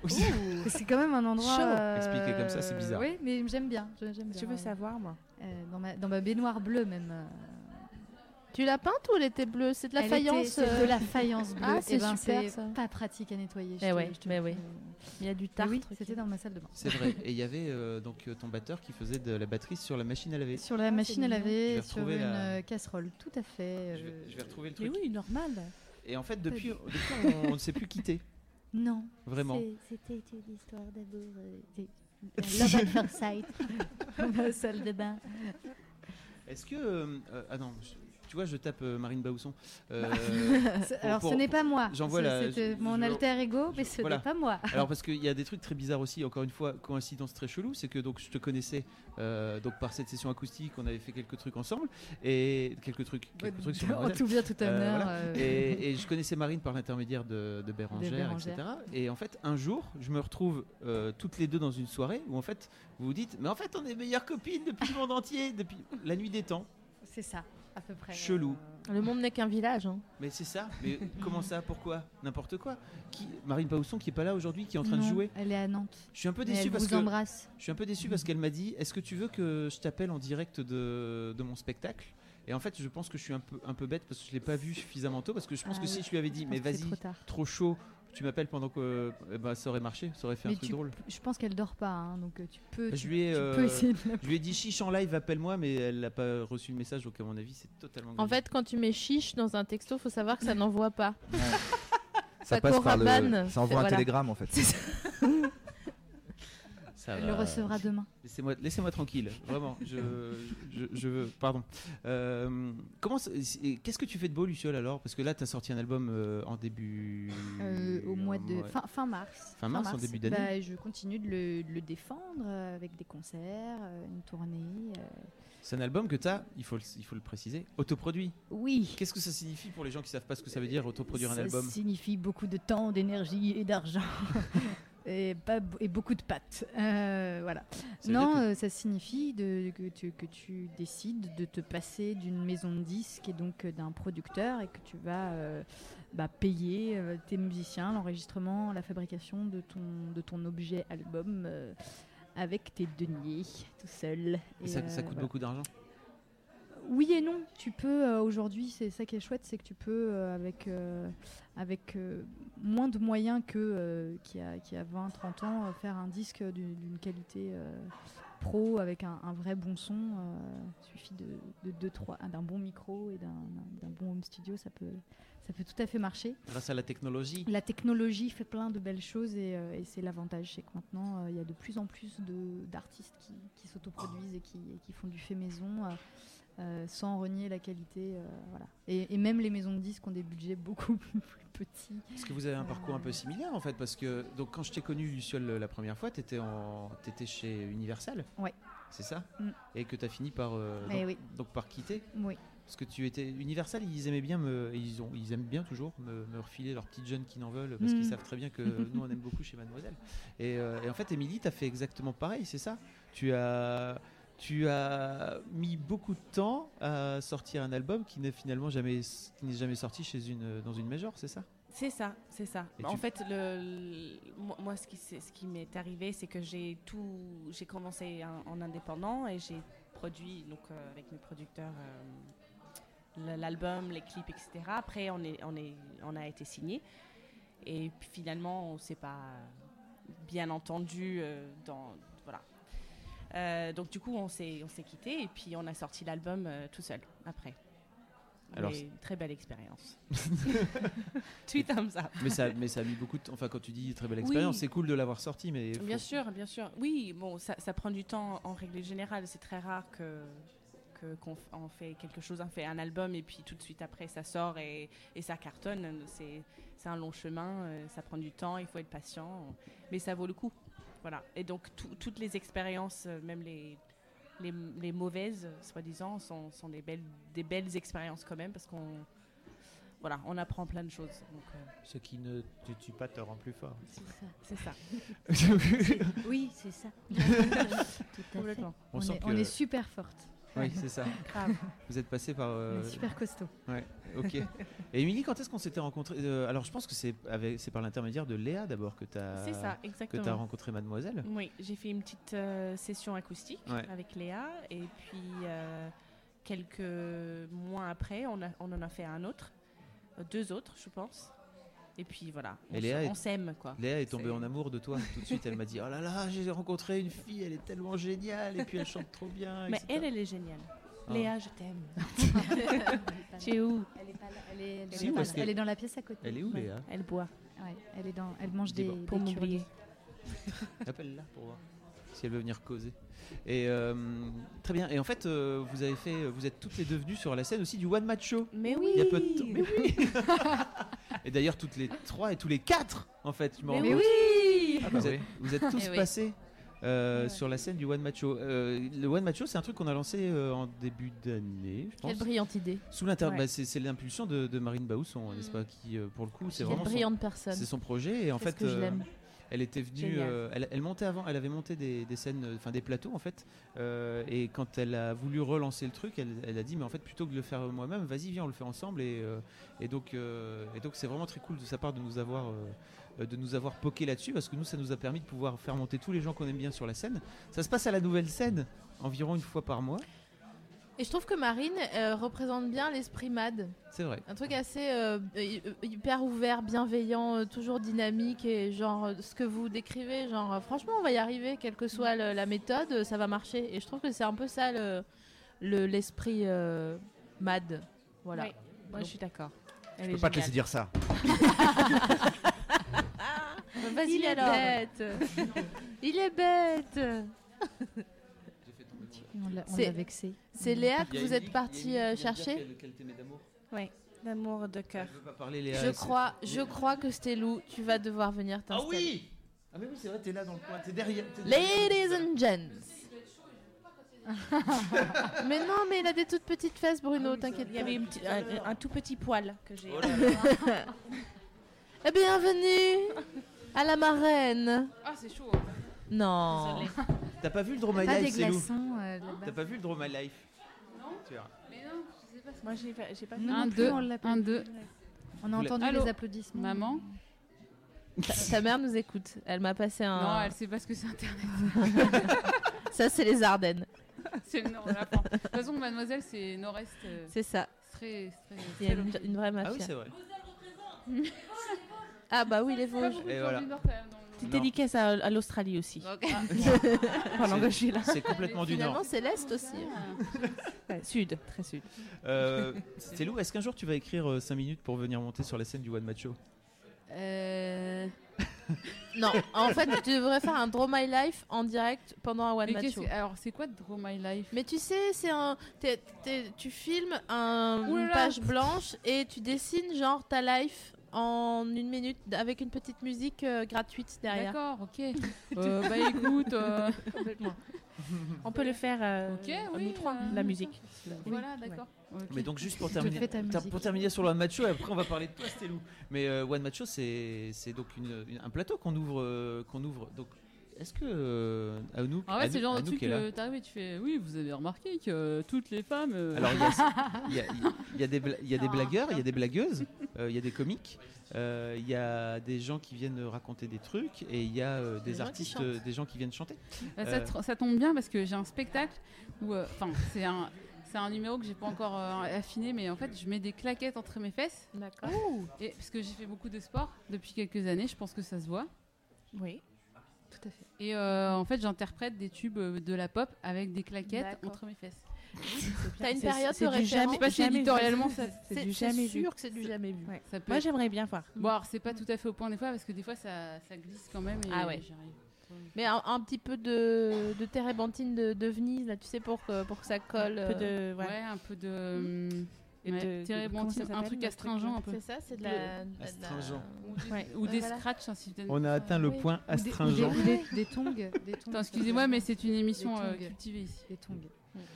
S4: oui
S10: C'est quand même un endroit.
S4: Chaud. euh, Expliqué comme ça, c'est bizarre.
S10: Oui, mais j'aime bien. Je, veux savoir, moi. dans, ma, dans ma baignoire bleue, même. euh,
S3: Tu l'as peinte ou elle était bleue C'est de la
S10: Elle était-
S3: faïence.
S10: c'est de
S3: euh,
S10: la faïence bleue.
S3: Ah, c'est
S10: Eh ben,
S3: super
S10: c'est
S3: ça.
S10: pas pratique à nettoyer.
S3: Eh ouais, mais oui. Il y a du
S10: tartre. Oui, c'était dans ma salle de bain.
S4: C'est vrai. Et il y avait euh, donc euh, ton batteur qui faisait de la batterie sur la machine à laver.
S10: Sur
S11: Ah,
S10: la machine à
S4: Je
S10: laver,
S4: vais
S10: sur une
S4: retrouver la-
S10: euh, casserole, tout à fait.
S4: Je vais-
S10: euh,
S4: je vais retrouver le truc.
S11: oui, normal.
S4: Et en fait,
S10: Pas
S4: depuis,
S10: du-
S4: depuis, on- on ne s'est plus quitté.
S11: Non.
S4: Vraiment.
S11: C'est- C'était une histoire d'amour. euh, des- un Love at first sight. Dans la salle de bain.
S4: Est-ce que. euh, euh, ah non, je- tu vois, je tape euh, Marine Baousson. Euh,
S10: C'est-
S4: pour-
S10: Alors,
S4: pour-
S10: ce n'est pas moi.
S4: J'envoie
S10: C'est- euh,
S4: la.
S10: C'était
S4: je-
S10: mon
S4: je-
S10: alter ego, mais ce
S4: voilà.
S10: n'est pas moi.
S4: Alors parce qu'il y a des trucs très bizarres aussi, encore une fois, coïncidence très chelou, c'est que donc je te connaissais euh, donc par cette session acoustique, on avait fait quelques trucs ensemble et quelques trucs, quelques
S10: Bah,
S4: trucs sur
S10: on
S4: Mademoiselle.
S10: tout vient, tout à l'heure,
S4: voilà.
S10: euh.
S4: Et, et je connaissais Marine par l'intermédiaire de, de Bérangère,
S10: De Bérangère.
S4: etc. Et en fait, un jour, je me retrouve euh, toutes les deux dans une soirée où en fait vous vous dites, mais en fait on est meilleures copines depuis le monde entier, depuis la nuit des temps.
S10: C'est ça, à peu près.
S4: Chelou.
S3: Le monde n'est qu'un village. hein.
S4: Mais c'est ça. Mais comment ça Pourquoi N'importe quoi. Qui Marine Paousson qui est pas là aujourd'hui, qui est en train de
S10: Non,
S4: jouer.
S10: Elle est à Nantes.
S4: Je suis un peu
S10: Mais
S4: déçu
S10: elle
S4: parce
S10: vous
S4: que
S10: embrasse. Mm.
S4: je suis un peu déçu parce qu'elle m'a dit est-ce que tu veux que je t'appelle en direct de, de mon spectacle et en fait je pense que je suis un peu un peu bête parce que je l'ai pas vu suffisamment tôt parce que je pense
S10: Ah
S4: que
S10: oui.
S4: si je lui avais dit
S10: Je
S4: mais
S10: pense que
S4: vas-y
S10: c'est trop tard.
S4: trop chaud tu m'appelles pendant que eh ben, ça aurait marché ça aurait fait
S10: Mais
S4: un truc
S10: tu-
S4: drôle
S10: Je pense qu'elle dort pas, hein, donc euh, tu peux.
S4: Bah,
S10: tu-
S4: je lui ai
S10: tu
S4: euh,
S10: peux essayer de la-
S4: je lui ai dit chiche en live appelle-moi mais elle n'a pas reçu le message donc à mon avis c'est totalement
S3: En
S4: gagné.
S3: fait, quand tu mets chiche dans un texto, faut savoir que ça n'envoie pas.
S7: Ça passe par le-
S3: Paco
S7: ça envoie un
S3: Rabanne, c'est-
S7: télégramme, en fait.
S3: C'est ça.
S4: Ça
S10: Elle
S4: va.
S10: le recevra demain.
S4: Laissez-moi laissez-moi tranquille, vraiment. Je, je, je veux. Pardon. Euh, comment ça- c'est- Qu'est-ce que tu fais de beau, Luciole, alors Parce que là, tu as sorti un album euh, en début.
S10: Euh, au mois de
S4: Ouais.
S10: fin, fin mars.
S4: Fin mars, en début d'année.
S10: Bah, je continue de le, de le défendre euh, avec des concerts, euh, une tournée. euh.
S4: C'est un album que tu as, il faut, le- il faut le préciser, autoproduit.
S10: Oui.
S4: Qu'est-ce que ça signifie pour les gens qui savent pas ce que ça veut dire, autoproduire un
S11: ça
S4: album
S11: signifie beaucoup de temps, d'énergie et d'argent. et, pas b- et beaucoup de pattes. Euh, voilà.
S10: Ça veut Non, euh, ça signifie de- que, tu, que tu décides de te passer d'une maison de disques et donc euh, d'un producteur et que tu vas euh, bah, payer euh, tes musiciens, l'enregistrement, la fabrication de ton, de ton objet album euh, avec tes deniers tout seul.
S4: Et ça,
S10: euh,
S4: ça coûte
S10: voilà.
S4: beaucoup d'argent.
S10: Oui et non. Tu peux euh, aujourd'hui, c'est ça qui est chouette, c'est que tu peux euh, avec euh, avec euh, moins de moyens que euh, qui a qui a 20 30 ans euh, faire un disque d'une d'une qualité euh, pro avec un, un vrai bon son, euh, il suffit de de deux trois ah, d'un bon micro et d'un- d'un d'un bon home studio, ça peut ça peut tout à fait marcher.
S4: Grâce à la technologie.
S10: La technologie fait plein de belles choses et, euh, et c'est l'avantage, c'est que maintenant euh, il y a de plus en plus de- d'artistes qui, qui s'autoproduisent et qui, et qui font du fait maison euh, euh, sans renier la qualité. euh, voilà. et, et même les maisons de disques ont des budgets beaucoup plus petits.
S4: Parce que vous avez un parcours un peu similaire, en fait. Parce que, donc, quand je t'ai connu, Luciole, la première fois, tu étais, chez Universal.
S10: Ouais.
S4: C'est ça
S10: Mm.
S4: Et que tu as fini par, euh,
S10: Eh
S4: donc,
S10: oui.
S4: donc par quitter.
S10: Oui.
S4: Parce que tu étais Universal, ils aimaient bien, me, ils ont, ils aiment bien toujours me, me refiler leurs petites jeunes qui n'en veulent, parce qu'ils
S10: Mm.
S4: savent très bien que nous on aime beaucoup chez Mademoiselle. Et, euh, et en fait, Émilie, t'as fait exactement pareil, c'est ça Tu as, tu as mis beaucoup de temps à sortir un album qui n'est finalement jamais, qui n'est jamais sorti chez une, dans une major, c'est ça
S12: C'est ça, c'est ça.
S4: Et
S12: Bah, En
S4: tu-
S12: fait, le, le- moi, moi, ce qui, s'est- ce qui m'est arrivé, c'est que j'ai tout, j'ai commencé en, en indépendant et j'ai produit donc euh, avec mes producteurs euh, le- l'album, les clips, etc. Après, on est, on est, on a été signé et puis, finalement, on s'est pas bien entendu euh, dans, voilà. Euh, donc du coup, on s'est, on s'est quitté et puis on a sorti l'album euh, tout seul après.
S4: Alors,
S12: Mais
S4: c'est-
S12: très belle expérience. Two thumbs up.
S4: mais ça, mais ça a mis beaucoup de temps. Enfin, quand tu dis très belle
S12: Oui.
S4: expérience, c'est cool de l'avoir sorti, mais faut-
S12: Bien sûr, bien sûr. Oui, bon, ça, ça prend du temps en règle générale. C'est très rare que que- qu'on f- on fait quelque chose, on fait un album et puis tout de suite après ça sort et, et ça cartonne. C'est c'est un long chemin, euh, ça prend du temps, il faut être patient, mais ça vaut le coup. Voilà. Et donc tout- toutes les expériences, euh, même les les, les mauvaises, soi-disant, sont, sont des belles des belles expériences quand même parce qu'on voilà, on apprend plein de choses. Donc, euh,
S13: Ce qui ne te tue pas te rend plus fort.
S12: c'est ça.
S11: oui, c'est ça.
S12: Complètement.
S4: On
S10: On,
S4: sent
S10: est,
S4: que-
S10: on est super forte.
S4: Oui, c'est ça.
S10: Grave.
S4: Vous êtes passé par. euh,
S10: On est super costaud.
S4: Ouais, ok. Et Émilie, quand est-ce qu'on s'était rencontrés Euh, Alors, je pense que c'est avec, c'est par l'intermédiaire de Léa d'abord que tu as.
S12: C'est ça,
S4: Euh, Que tu as
S12: exactement. Mm.
S4: rencontré Mademoiselle.
S12: Oui, j'ai fait une petite euh, session acoustique
S4: Ouais.
S12: avec Léa et puis euh, Quelques mois après, on, a- on en a fait un autre, euh, deux autres, je pense. Et puis voilà, on
S4: Et
S12: se-
S4: Léa est-
S12: on s'aime quoi.
S4: Léa est tombée
S12: C'est-
S4: en amour de toi tout de suite. Elle m'a dit Oh là là, j'ai rencontré une fille, elle est tellement géniale et puis elle chante trop bien.
S12: Mais
S4: etc.
S12: elle, elle est géniale.
S4: Ah.
S12: Léa, je t'aime.
S10: Tu es où
S11: Elle est pas là, elle est- elle est
S4: Si,
S11: pas là.
S4: parce que-
S11: Elle est dans la pièce à côté.
S4: Elle est où,
S11: Ouais.
S4: Léa
S12: Elle boit.
S11: Ouais, elle est dans, elle mange des,
S4: Dis-moi.
S11: des
S4: Pour m'oublier.
S11: curlis.
S4: Appelle-la pour voir si elle veut venir causer. Et euh, très bien. Et en fait, euh, vous avez fait, vous êtes toutes les deux venues sur la scène aussi du One Match Show.
S12: Mais oui.
S4: Il y a peu de temps. Mais oui. et d'ailleurs, toutes les trois et tous les quatre, en fait, je me rends
S12: Mais
S4: compte.
S12: oui.
S4: Ah, bah, vous, êtes, vous êtes tous
S12: Eh oui.
S4: passés. euh, Sur la scène du One Match Show. Euh, le One Match Show, c'est un truc qu'on a lancé euh, en début d'année, je pense.
S3: Quelle brillante idée.
S4: Sous l'inter-
S3: Ouais. Mm.
S4: bah, c'est c'est l'impulsion de, de Marine Baousson, n'est-ce pas Qui, euh, pour le coup, c'est
S3: Quelle
S4: vraiment. son-
S3: brillante personne.
S4: C'est son projet. Et en
S3: Qu'est-ce
S4: fait, euh,
S3: que je l'aime.
S4: elle était venue.
S3: Génial.
S4: euh, elle, elle montait avant. Elle avait monté des, des scènes, euh, enfin des plateaux en fait. euh, et quand elle a voulu relancer le truc, elle, elle a dit mais en fait plutôt que de le faire moi-même, vas-y viens on le fait ensemble. Et, euh, et donc euh, et donc c'est vraiment très cool de sa part de nous avoir euh, euh, de nous avoir poké là-dessus parce que nous ça nous a permis de pouvoir faire monter tous les gens qu'on aime bien sur la scène. Ça se passe à la nouvelle scène environ une fois par mois.
S3: Et je trouve que Marine euh, représente bien l'esprit MAD.
S4: C'est vrai.
S3: Un truc assez euh, hy- hyper ouvert, bienveillant, euh, toujours dynamique et genre euh, ce que vous décrivez, genre euh, franchement on va y arriver, quelle que soit le- la méthode, euh, ça va marcher. Et je trouve que c'est un peu ça le le- l'esprit euh, MAD. Voilà.
S12: Oui. Moi, je suis d'accord.
S3: Elle
S12: Je
S3: est
S12: peux pas
S3: géniale.
S12: dire ça.
S3: Vas-y
S12: Il est
S3: alors.
S12: bête.
S3: Il est bête.
S11: On l'a- on
S3: C'est-
S11: l'a vexé.
S3: C'est Léa que vous êtes partie euh,
S4: chercher
S3: chercher.
S12: Oui, l'amour de cœur.
S4: veut pas parler, Léa,
S3: Je
S4: elle-
S3: crois, je crois que Stélou, tu vas devoir venir
S4: Ah
S3: t'installer.
S4: oui. Ah mais oui c'est vrai t'es là dans le coin, t'es derrière. t'es derrière.
S3: Ladies and gents. mais non, mais il a des toutes petites fesses,
S12: Ah
S3: Bruno, t'inquiète
S12: Il y avait une petite- un, un tout petit poil que
S4: Oh
S12: j'ai.
S3: Et Eh, bienvenue à la marraine.
S12: Ah, c'est chaud.
S3: Non.
S12: Désolée.
S4: T'as pas vu le Droma
S11: Pas
S4: Life,
S11: des
S4: c'est loup.
S11: glaçons, euh, là-bas.
S4: T'as pas vu le Droma Life
S12: Non.
S4: Tu verras.
S12: Mais non, je sais pas. Moi, j'ai pas, j'ai pas
S11: Non, non plus, on l'a pas
S14: un,
S11: vu.
S14: deux.
S11: On a
S4: Vous
S11: entendu
S14: Allô
S11: les applaudissements.
S14: Maman
S3: Ta, ta mère nous écoute. Elle m'a passé un.
S14: Non, elle sait pas ce que c'est Internet.
S3: Ça, c'est les Ardennes.
S14: c'est le nord de la France. De toute façon, mademoiselle, c'est nord-est. euh,
S3: C'est ça.
S14: Très, très,
S3: Il y a
S14: très
S3: une,
S14: local.
S3: une vraie mafia.
S4: Ah oui, c'est vrai.
S3: Ah bah oui, les
S14: Pas
S3: Vosges.
S14: beaucoup de
S4: Et
S14: gens
S4: voilà.
S14: du nord, quand même, dans le-
S12: Petite
S4: Non.
S12: dédicace à, à l'Australie aussi.
S3: Ah.
S12: Pendant que je suis là.
S4: C'est complètement du
S3: Finalement,
S4: Nord.
S3: c'est l'Est aussi.
S14: Ah.
S12: Ouais, sud, très sud.
S4: Euh, c'est loup, est-ce qu'un jour tu vas écrire 5 minutes pour venir monter sur la scène du One Match Show
S3: Euh... non, en fait, tu devrais faire un Draw My Life en direct pendant un One
S14: Mais
S3: Match
S14: qu'est-ce
S3: Show.
S14: que- Alors, c'est quoi Draw My Life
S3: Mais tu sais, c'est un. t'es- t'es- tu filmes un-
S14: Ouh là
S3: une
S14: là.
S3: page blanche et tu dessines genre ta life en une minute d- avec une petite musique euh, gratuite derrière.
S14: D'accord, ok. Euh, bah écoute, euh,
S12: On peut le faire euh,
S14: Ok,
S12: à
S14: oui,
S12: nous trois,
S14: euh,
S12: la musique.
S14: voilà, d'accord. Ok.
S4: Mais donc juste pour
S14: Je
S4: terminer,
S14: fais ta
S4: ter-
S14: musique.
S4: pour terminer sur le One Match Show, et après on va parler de toi, c'était loup. Mais euh, One Match Show, c'est c'est donc une- une- un plateau qu'on ouvre, euh, qu'on ouvre. Donc est-ce que euh, Anouk,
S14: En fait, Ah c'est le genre de
S4: Anouk
S14: truc
S4: est là
S14: que t'arrives et tu fais Oui, vous avez remarqué que euh, toutes les femmes. euh,
S4: Alors, il y a- il y, a- il y a des bla- il y a des blagueurs, il y a des blagueuses, euh, il y a des comiques, euh, il y a des gens qui viennent raconter des trucs et il y a euh, des,
S14: Des gens qui
S4: artistes,
S14: chantent.
S4: euh, des gens qui viennent chanter.
S14: Bah, ça,
S4: Euh,
S14: tr- ça tombe bien parce que j'ai un spectacle où, euh, enfin, c'est un, c'est un numéro que j'ai pas encore euh, affiné, mais en fait, je mets des claquettes entre mes fesses.
S3: D'accord.
S14: Et parce que j'ai fait beaucoup de sport depuis quelques années, je pense que ça se voit.
S12: Oui.
S14: Tout à fait. Et euh, en fait, j'interprète des tubes euh, de la pop avec des claquettes
S3: D'accord.
S14: entre mes fesses.
S3: T'as une
S12: C'est-
S3: période
S12: c'est
S3: de
S12: du
S3: référence.
S12: jamais-
S14: Je sais pas si
S12: jamais vu.
S14: éditorialement, ça-
S12: C'est
S14: c'est
S12: du
S14: c'est
S12: jamais vu.
S14: sûr que c'est du jamais vu. Ça peut
S12: Moi,
S14: être-
S12: j'aimerais bien voir.
S14: Bon, alors, c'est pas tout à fait au point des fois parce que des fois, ça, ça glisse quand même. Et
S3: Ah ouais.
S14: j'arrive.
S3: Mais un, un petit peu de, de térébenthine de, de Venise, là, tu sais, pour que, pour que ça colle.
S12: Un peu
S3: euh.
S12: de- ouais.
S14: Ouais, un peu de. hum,
S12: Et
S14: ouais,
S12: de- comment ça
S14: térébenthine, un
S12: s'appelle,
S14: truc
S12: le truc,
S14: astringent
S12: là
S14: un peu.
S3: C'est ça, c'est de la. de la-
S4: Astringent.
S14: Ou des,
S3: Ouais.
S14: ou des
S3: Voilà.
S14: scratchs, hein, si vous êtes-
S13: On a atteint le
S14: Oui.
S13: point
S14: Ou des-
S13: astringent.
S14: ou
S11: Des, des tongs. Des tongs.
S14: Attends, excusez-moi, mais c'est une émission
S11: Des
S14: euh,
S11: tongs.
S14: cultivée ici.
S11: Des tongs.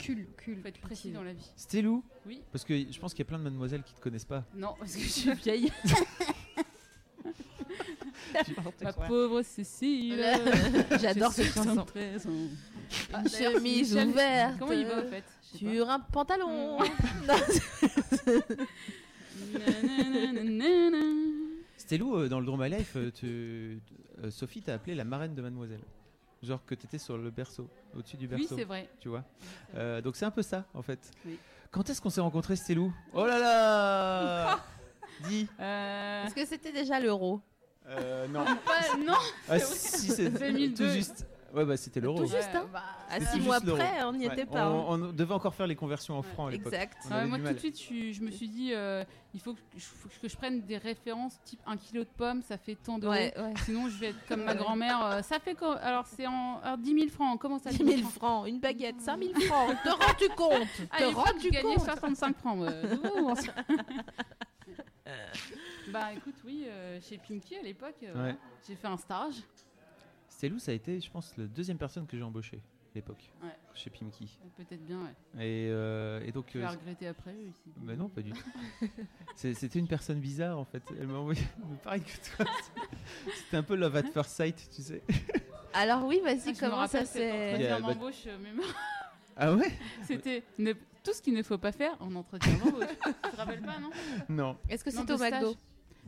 S14: Cul, cul. Faut être précis
S11: cultivé.
S14: dans la vie.
S4: Stélou
S14: Oui.
S4: Parce que je pense qu'il y a plein de mademoiselles qui te connaissent pas.
S14: Non, parce que je suis vieille. Ma pauvre Cécile.
S3: J'adore
S14: J'ai
S3: cette chanson.
S14: 73 ans. Ah,
S3: Une
S14: d'ailleurs,
S3: chemise
S14: Michel,
S3: ouverte. euh,
S14: Comment il va en fait Je sais Mmh.
S3: Sur un pantalon.
S4: Stélou, euh, dans le Drama Life, euh, tu- euh, Sophie t'a appelé la marraine de Mademoiselle. Genre que t'étais sur le berceau, au-dessus du
S14: Oui,
S4: berceau.
S14: c'est vrai.
S4: Tu vois Euh, Donc c'est un peu ça en fait.
S14: Oui.
S4: Quand est-ce qu'on s'est rencontrés, Stélou Oh là là Euh, Dis
S14: Euh.
S3: Est-ce que c'était déjà l'euro
S13: Euh, non.
S3: Pas- Non
S4: Ah si, c'est tout
S3: 2002.
S4: juste. Ouais, bah c'était l'euro.
S3: Tout juste, hein À six mois près, on n'y était pas,
S4: On,
S3: hein.
S4: on devait encore faire les conversions en francs à l'époque.
S3: Exact.
S4: On
S14: Ouais,
S4: avait
S14: moi,
S4: du
S14: tout
S4: mal.
S14: de suite, je, suis- je me suis dit, euh, il faut que, je, faut que je prenne des références type 1 kilo de pommes, ça fait tant d'euros.
S3: Ouais, ouais.
S14: Sinon, je vais être comme ma
S3: Ouais.
S14: grand-mère. euh, ça fait quoi Alors, c'est en alors, 10 000 francs. Comment ça
S3: 10 000 francs, une baguette, 5 000 francs. Te rends-tu compte Te
S14: Ah, il faut
S3: rends-tu
S14: gagner
S3: compte
S14: 65 francs. euh, de vous, en soi.
S3: Euh.
S14: bah, écoute, oui, euh, chez Pinky à l'époque, euh,
S4: Ouais.
S14: j'ai fait un stage.
S4: Stélou, ça a été, je pense, la deuxième personne que j'ai embauchée à l'époque.
S14: Ouais.
S4: Chez Pimki.
S14: Euh, Peut-être bien, ouais.
S4: Et, euh, et donc.
S14: Tu vas
S4: euh,
S14: regretter après, eux, ici.
S4: Mais non, pas du tout. C'est- C'était une personne bizarre en fait. Elle m'a envoyé. mais Pareil que toi. C'était un peu love at first sight, tu sais.
S3: Alors oui,
S14: Ah,
S3: vas-y,
S14: je me
S3: comment ça
S14: rappelle cet
S3: s'est...
S14: entretien
S4: Yeah, but-
S14: d'embauche, euh, mais moi-
S4: bah, Ah ouais
S14: C'était ne- tout ce qu'il ne faut pas faire en entretien d'embauche. tu te rappelles pas, non
S4: Non.
S3: Est-ce que
S14: Non,
S3: c'était au
S14: de stage.
S3: McDo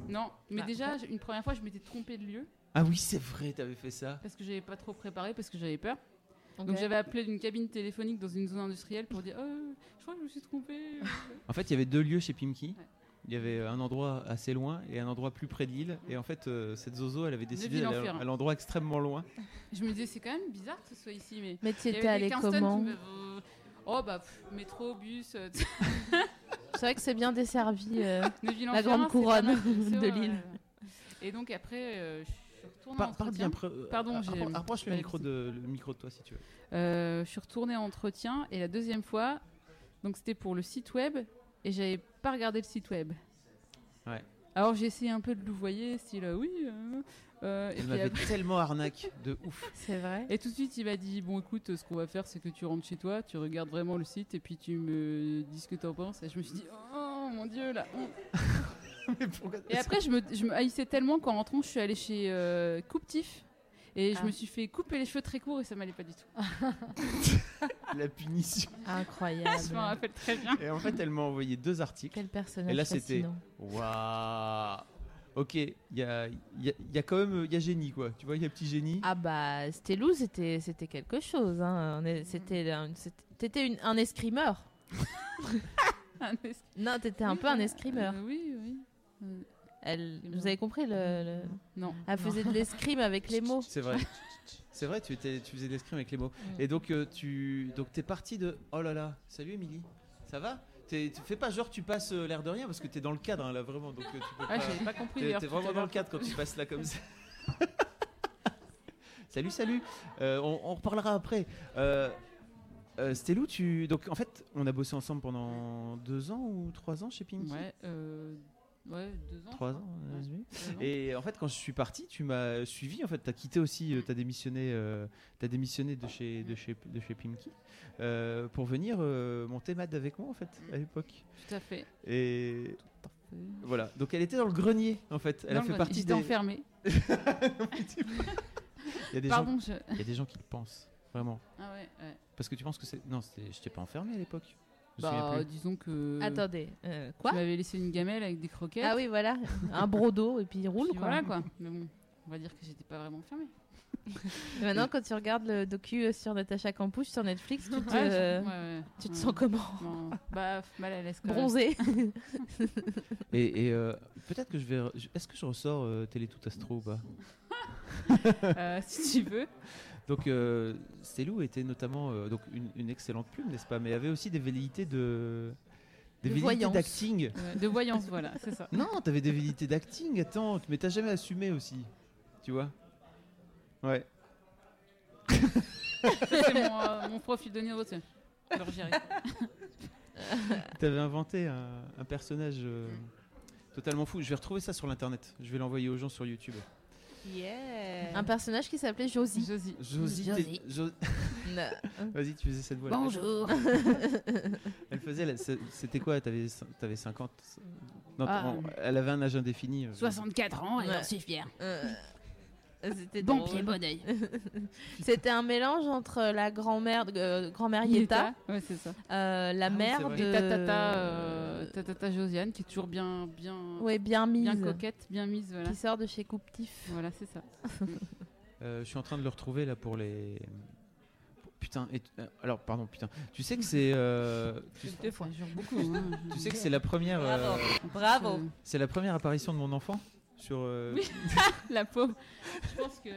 S14: Non, mais
S3: Ah.
S14: déjà, j- une première fois, je m'étais trompée de lieu
S4: Ah oui, c'est vrai, t'avais fait ça.
S14: parce que j'avais pas trop préparé, parce que j'avais peur.
S3: Ok.
S14: Donc j'avais appelé d'une cabine téléphonique dans une zone industrielle pour dire Euh, Je crois que je me suis trompée.
S4: En fait, il y avait deux lieux chez Pimki. Il y avait euh, un endroit assez loin et un endroit plus près de l'île. Et en fait, euh, cette Zozo, elle avait décidé
S14: ville en
S4: d'aller
S14: fer.
S4: à l'endroit extrêmement loin.
S14: Je me disais, c'est quand même bizarre que ce soit ici. Mais,
S3: Mais tu
S14: Il y
S3: étais
S14: avait des
S3: allé
S14: Kingston qui
S3: comment
S14: me- euh, Oh, bah, pff, métro, bus. euh, t-
S3: C'est vrai que c'est bien desservi, euh, la
S14: Neuville-en-Ferrain,
S3: grande
S14: c'est pas
S3: couronne
S14: mal, c'est
S3: de
S14: vrai,
S3: l'île.
S14: ouais. Et donc après, euh, je suis retournée
S4: Par-
S14: en
S4: parle bien.
S14: entretien.
S4: près, euh,
S14: Pardon, j'ai-
S4: appro- approche le
S14: j'ai-
S4: micro, de, le micro de toi si tu veux.
S14: Euh, je suis retournée en entretien et la deuxième fois, donc c'était pour le site web et j'avais pas regardé le site web.
S4: Ouais.
S14: Alors j'ai essayé un peu de louvoyer, style euh, oui. euh, euh, et
S4: Elle
S14: puis
S4: m'avait
S14: après-
S4: tellement arnaque de ouf.
S3: C'est vrai.
S14: Et tout de suite, il m'a dit Bon, écoute, euh, ce qu'on va faire, c'est que tu rentres chez toi, tu regardes vraiment le site et puis tu me dis ce que t'en penses. Et je me suis dit Oh mon dieu, là oh. Et après, je me, je me haïssais tellement qu'en rentrant, je suis allée chez euh, Couptif et je
S3: Ah.
S14: me suis fait couper les cheveux très courts et ça m'allait pas du tout.
S4: La punition.
S3: Incroyable.
S14: Ah, Je m'en rappelle très bien.
S4: Et en fait, elle m'a envoyé deux articles. Quel
S3: personnage
S4: Et là, c'était
S3: fascinant.
S4: waouh. Ok, il y a, il y a- il y a quand même euh, il y a génie quoi. Tu vois, il y a petit génie.
S3: Ah bah, Stélou, c'était c'était quelque chose. Hein. On est- C'était un- c'était- t'étais une- un escrimeur. non, t'étais un peu un escrimeur.
S14: oui, oui. Euh,
S3: Elle, vous avez compris le, le-
S14: Non.
S3: Elle faisait de l'escrime avec les mots.
S4: C'est vrai. C'est vrai, tu, étais, tu faisais de l'escrime avec les mots.
S14: Mm.
S4: Et donc, euh, tu donc es parti de Oh là là, salut Émilie, ça va T'es- Tu fais pas genre tu passes euh, l'air de rien parce que t'es dans le cadre hein, là vraiment. Donc, euh, tu peux
S14: Ah, j'avais pas compris,
S4: t'es-
S14: d'ailleurs,
S4: T'es
S14: tout à
S4: vraiment dans
S14: l'heure.
S4: le cadre quand tu passes là comme ça. salut, salut Euh, on, on reparlera après. Euh, euh, Stélou, tu. Donc en fait, on a bossé ensemble pendant deux ans ou trois ans chez Pimki
S14: Ouais, euh, ouais, deux ans.
S4: Trois
S14: je
S4: ans,
S14: crois.
S4: euh,
S14: Ouais,
S4: Zumi.
S14: deux ans.
S4: Et en fait, quand je suis parti, tu m'as suivi. En fait, t'as quitté aussi, euh, t'as démissionné, euh, t'as démissionné de chez de chez de chez Pimki euh, pour venir euh, monter Mad avec moi en fait à l'époque.
S14: Mm. Tout à fait.
S4: Et voilà. Donc elle était dans le grenier en fait. Elle
S14: Dans
S4: a
S14: le
S4: fait
S14: grenier.
S4: partie
S14: bah, J'étais
S4: des.
S14: enfermée.
S4: Il y a des
S14: Pardon,
S4: gens.
S14: je-
S4: Il y a des gens qui le pensent vraiment.
S14: Ah ouais, ouais.
S4: Parce que tu penses que c'est non, c'était- j'étais pas enfermé à l'époque. Je me souviens
S14: Bah,
S4: plus.
S14: disons que.
S3: Attendez, euh, quoi
S14: Tu m'avais laissé une gamelle avec des croquettes.
S3: Ah oui, voilà, un brodo et puis il roule.
S14: Puis
S3: quoi.
S14: voilà quoi. Mais bon, on va dire que j'étais pas vraiment fermée.
S3: Et maintenant, quand tu regardes le docu euh, sur Natacha Campouche sur Netflix, tu te, euh,
S14: Ouais, je- ouais, ouais.
S3: tu te
S14: Ouais.
S3: sens comment
S14: Non, Bah, mal à l'aise quand même.
S3: Bronzé.
S4: Et, et, euh, peut-être que je vais. re- Est-ce que je ressors euh, Télé tout astro ou pas
S14: Euh, si tu veux.
S4: Donc, euh, Stélou était notamment euh, donc une, une excellente plume, n'est-ce pas Mais avait aussi des velléités de. Des
S14: De
S4: velléités
S14: voyance.
S4: d'acting.
S14: Ouais, de voyance, voilà, c'est ça.
S4: Non, t'avais des velléités d'acting, attends, mais t'as jamais assumé aussi. Tu vois Ouais.
S14: C'est mon, euh, mon profil de Niro, tu sais. Alors, j'y arrive.
S4: T'avais inventé un, un personnage euh, totalement fou. Je vais retrouver ça sur l'internet. Je vais l'envoyer aux gens sur YouTube.
S12: Yeah.
S3: Un personnage qui s'appelait Josie.
S14: Josie.
S4: Josie. t'es- Jo-
S3: Non.
S4: Vas-y, tu faisais cette voix.
S3: Bonjour.
S4: Elle faisait. la- c'est- C'était quoi T'avais cin- t'avais 50. Non,
S14: Ah,
S4: non,
S14: euh,
S4: elle avait un âge indéfini. euh,
S14: 64 ans, et
S3: Ouais. Euh,
S14: j'en suis fière.
S3: C'était
S14: Bon
S3: drôle.
S14: pied, bon oeil.
S3: C'était un mélange entre la grand-mère, de- euh, grand-mère Yeta,
S14: Ouais, c'est ça.
S3: euh, la mère de
S14: Et ta tata, euh, ta tata Josiane, qui est toujours bien, bien,
S3: Ouais, bien mise.
S14: bien coquette, bien mise, voilà.
S3: qui sort de chez Couptif.
S14: Voilà, c'est ça.
S4: Euh, je suis en train de le retrouver là pour les Putain, et tu- euh, alors pardon, putain. Tu sais que c'est. euh, tu,
S14: Deux fois. beaucoup. hein.
S4: tu sais que c'est la première.
S14: Bravo.
S4: euh,
S14: Bravo.
S4: C'est la première apparition de mon enfant sur. euh,
S14: Oui, la pauvre. Je pense que.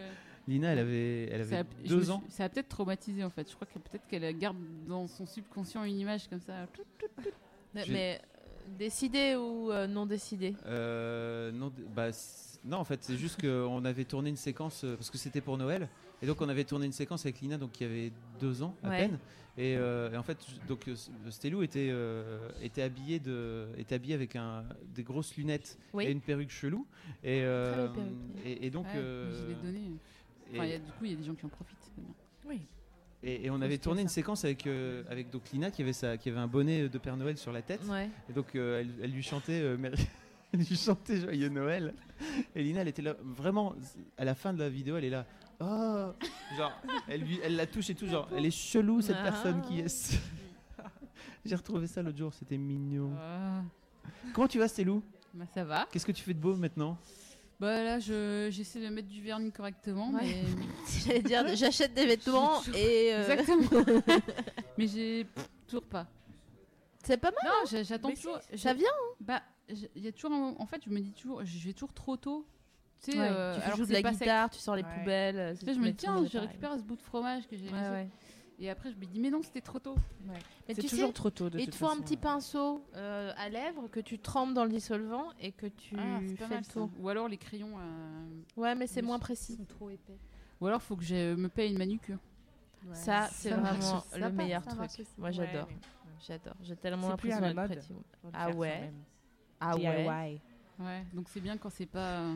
S4: Lina, elle avait, elle
S14: Ça
S4: avait
S14: a- je me
S4: deux
S14: suis-
S4: ans.
S14: Ça a peut-être traumatisé en fait. Je crois que peut-être qu'elle garde dans son subconscient une image comme ça. Tout, tout, tout.
S3: Mais,
S4: J'ai-
S3: mais, euh, décidé ou euh, non décidé
S4: Euh, non, d- bah, c- non, en fait, c'est juste qu'on avait tourné une séquence euh, parce que c'était pour Noël, et donc on avait tourné une séquence avec Lina, donc qui avait deux ans à
S3: Ouais.
S4: peine, et, euh, et en fait, j- donc euh, s- Stelou était euh, était habillé de était habillé avec un des grosses lunettes
S14: Oui.
S4: et une perruque chelou, et euh,
S14: perruque,
S4: et, et donc
S14: Ouais,
S4: euh,
S14: mais Je l'ai donné.
S4: et-
S14: Enfin, il y a- du coup, il y a des gens qui en profitent. c'est bien.
S4: et, et on avait tourné une séquence avec, euh, avec donc Lina qui avait, sa, qui avait un bonnet euh, de Père Noël sur la tête.
S3: Ouais.
S4: Et donc euh, elle, elle lui chantait euh, Merry- elle lui chantait Joyeux Noël. Et Lina, elle était là, vraiment, à la fin de la vidéo, elle est là. Oh Genre, elle, lui, elle la touche et tout, genre, elle est chelou cette
S14: Ah.
S4: personne qui est. J'ai retrouvé ça l'autre jour, c'était mignon.
S14: Ah.
S4: Comment tu vas, Stélou
S14: Bah, ça va.
S4: Qu'est-ce que tu fais de beau maintenant
S14: Bah là, je- j'essaie de mettre du vernis correctement.
S3: Ouais.
S14: mais-
S3: J'allais dire, j'achète des vêtements et. euh,
S14: Exactement. mais j'ai pff, toujours pas.
S3: C'est pas mal.
S14: Non, j'a- j'attends
S3: Mais
S14: toujours.
S3: si, ça
S14: j'ai-
S3: vient, hein.
S14: Bah, j'ai- il y a toujours. un moment- En fait, je me dis toujours, je vais toujours trop tôt. Tu sais,
S3: Ouais,
S14: euh,
S3: tu fais
S14: alors
S3: jouer
S14: que
S3: de la
S14: c'est pas sec.
S3: guitare, tu sors les
S14: Ouais.
S3: poubelles, euh,
S14: Tu
S3: c'est-
S14: sais, je
S3: mais
S14: me
S3: tout le
S14: dis, tiens,
S3: monde est
S14: je vais
S3: pareil.
S14: récupérer ce bout de fromage que j'ai.
S3: Ouais,
S14: laissé.
S3: ouais.
S14: Et après, je me dis, mais non, c'était trop tôt.
S3: Mais
S14: C'est
S3: tu
S14: toujours
S3: sais,
S14: trop tôt, de
S3: Il
S14: toute
S3: te faut un
S14: façon.
S3: petit pinceau euh, à lèvres que tu trempes dans le dissolvant et que tu
S14: Ah, c'est pas
S3: fais
S14: mal,
S3: le tour.
S14: ça. Ou alors les crayons. euh,
S3: Ouais, mais c'est
S14: le-
S3: moins précis.
S10: trop épais.
S14: Ou alors, faut que je me paye une manucure.
S3: Ça, c'est vraiment
S10: aussi. Ça
S3: le
S10: marche,
S3: meilleur
S10: ça marche
S3: truc.
S10: aussi.
S3: Moi,
S10: Ouais,
S3: j'adore.
S10: ouais.
S3: J'adore. J'ai tellement
S10: C'est plus à
S3: l'impression
S10: la
S3: d'être
S10: mode.
S3: prêtie.
S10: Faut le
S3: Ah
S10: faire
S3: ouais.
S10: soi-même.
S3: Ah ouais.
S10: DIY.
S14: Ouais, donc c'est bien quand c'est pas.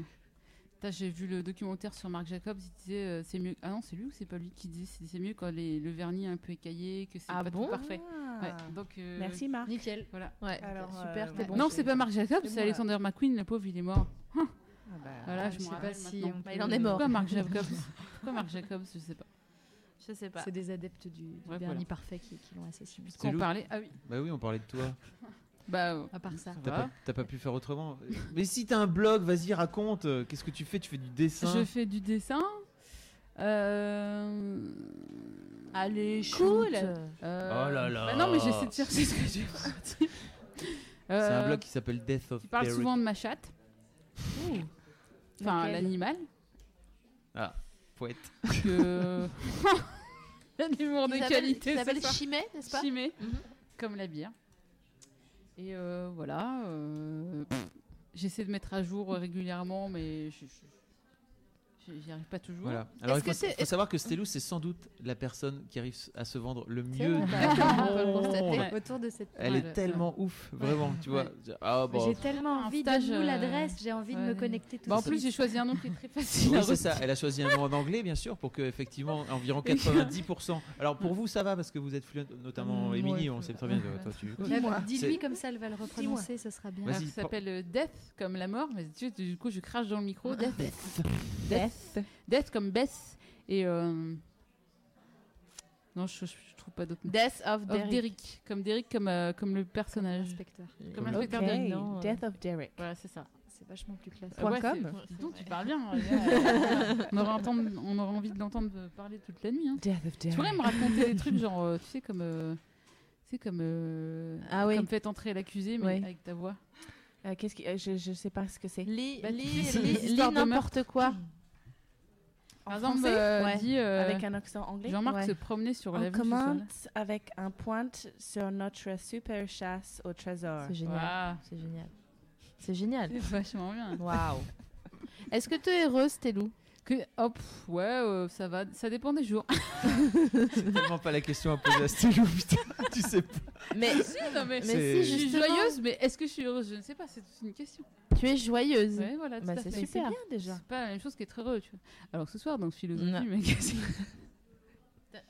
S14: Putain, J'ai vu le documentaire sur Marc Jacobs, il disait euh, c'est mieux. Ah non, c'est lui ou c'est pas lui qui disait c'est- c'est mieux quand les- le vernis est un peu écaillé, que c'est
S3: Ah
S14: pas
S3: bon
S14: tout parfait.
S3: Ah.
S14: Ouais, donc, euh,
S3: Merci, Marc.
S14: Nickel. Voilà.
S3: Ouais, Alors, super, euh, t'es bon
S14: Non,
S3: chez-
S14: c'est pas Marc Jacobs,
S3: C'est
S14: c'est
S3: moi.
S14: Alexander McQueen, le pauvve, il est mort. Hum.
S10: Ah
S3: bah,
S14: voilà, je
S3: je
S14: me
S3: sais
S14: rappelle
S3: pas si
S14: maintenant.
S3: on Bah, il peut- en est mort.
S14: Pourquoi Marc Jacobs Pourquoi Marc Jacobs Je sais pas.
S3: Je sais pas.
S10: C'est des adeptes du, du
S14: Ouais,
S10: vernis
S14: voilà.
S10: parfait qui, qui l'ont assassiné.
S4: Stelou
S14: parlait Ah oui.
S4: Bah oui, on parlait de toi.
S14: Bah,
S10: à part ça.
S4: T'as pas, t'as pas pu faire autrement. Mais si t'as un blog, vas-y, raconte. euh, Qu'est-ce que tu fais Tu fais du dessin
S14: Je fais du dessin. Euh...
S3: Allez,
S14: cool.
S3: shoot.
S14: Euh,
S4: Oh là là.
S14: bah non, mais j'essaie de chercher ce que j'ai sorti.
S4: C'est
S14: Euh,
S4: un blog qui s'appelle Death of
S14: qui parle
S4: Derek.
S14: souvent de ma chatte. Enfin,
S3: Laquelle
S14: l'animal.
S4: Ah, poète.
S14: Que... L'humour de
S3: Qui s'appelle-
S14: qualité.
S3: qui
S14: ce
S3: s'appelle
S14: soir.
S3: Chimay, n'est-ce pas Mhm.
S14: Chimay, comme la bière. Et euh, voilà. euh, pff, J'essaie de mettre à jour régulièrement, mais je- je- je- j'y arrive pas toujours.
S4: Voilà. Alors, il faut, faut savoir que Stelou, c'est sans doute la personne qui arrive à se vendre le mieux.
S10: vrai,
S4: du
S10: bah, on peut le
S4: monde.
S10: constater. Ouais. Autour de cette
S4: Elle
S10: table.
S4: est tellement
S10: Ouais.
S4: ouf, vraiment, tu vois. Ah,
S10: Mais
S4: bah,
S10: J'ai tellement envie de
S14: stage,
S10: vous
S14: euh,
S10: l'adresse, j'ai envie de
S14: ouais.
S10: me connecter tout
S14: Bah, en
S10: de
S14: plus, j'ai
S10: suite.
S14: choisi un nom qui est très facile.
S4: Oui,
S14: à
S4: c'est ça.
S14: retenir.
S4: Elle a choisi un nom en anglais, bien sûr, pour que effectivement environ 90%. Alors pour vous, ça va parce que vous êtes fluent, notamment
S10: Mm,
S4: Émilie,
S10: ouais.
S4: on sait très bien. Toi, tu.
S10: Dis-moi.
S4: C'est-
S10: Dis-lui comme ça, elle va le reprononcer, ce sera bien.
S14: Alors, ça s'appelle euh, Death, comme la mort, mais tu- du coup, je crache dans le micro.
S10: Ah.
S14: Death. Death. Death comme Bess. Et. euh, Non, je, je- je trouve pas d'autre mot.
S3: Death of
S14: Derrick.
S3: Derrick.
S14: Comme Derrick, comme, euh, comme le personnage. Comme
S10: l'inspecteur.
S14: Comme
S10: Ok,
S14: l'inspecteur Derrick.
S10: non, euh, Death
S3: of Derrick.
S14: Voilà, c'est ça.
S10: C'est vachement plus classe.
S14: Euh, ouais,
S10: .com.
S14: c'est- dis Donc, tu parles bien. regarde. on, aurait entendre- on aurait envie de l'entendre parler toute la nuit. hein. Tu pourrais me raconter des trucs genre, euh, tu sais, comme. euh, tu sais, comme. euh,
S3: Ah oui.
S14: Comme fait entrer l'accusé, mais
S3: Ouais.
S14: avec ta voix.
S12: Euh, Qu'est-ce qui, euh, je, je sais pas ce que c'est.
S3: Lis,
S14: Bah, tu
S3: lis,
S14: sais,
S3: lis,
S14: ces
S3: lis
S14: histoires de
S3: n'importe quoi.
S14: Par
S12: En
S14: exemple,
S12: français
S14: euh,
S12: Ouais.
S14: dit, euh,
S12: avec un accent anglais.
S14: Jean-Marc se promenait sur
S12: On
S14: la vue.
S12: commente avec un point sur notre super chasse au trésor.
S3: C'est génial. C'est génial. C'est génial.
S14: C'est vachement bien.
S3: Waouh. Est-ce que tu es heureuse, Télou
S14: Que hop, ouais, euh, ça va, ça dépend des jours.
S4: C'est tellement pas la question à poser à Stelou, putain. Tu sais pas.
S3: Mais
S14: si, non, mais,
S4: C'est-
S14: je suis
S3: justement.
S14: joyeuse, mais est-ce que je suis heureuse euh, Je ne sais pas, c'est toute une question.
S3: Tu es joyeuse.
S14: Ouais, voilà, tout
S3: Bah,
S14: à
S3: c'est
S14: fait.
S3: super.
S14: C'est pas la même chose qu'être heureux, tu vois. Alors ce soir, dans philosophie, mais qu'est-ce que-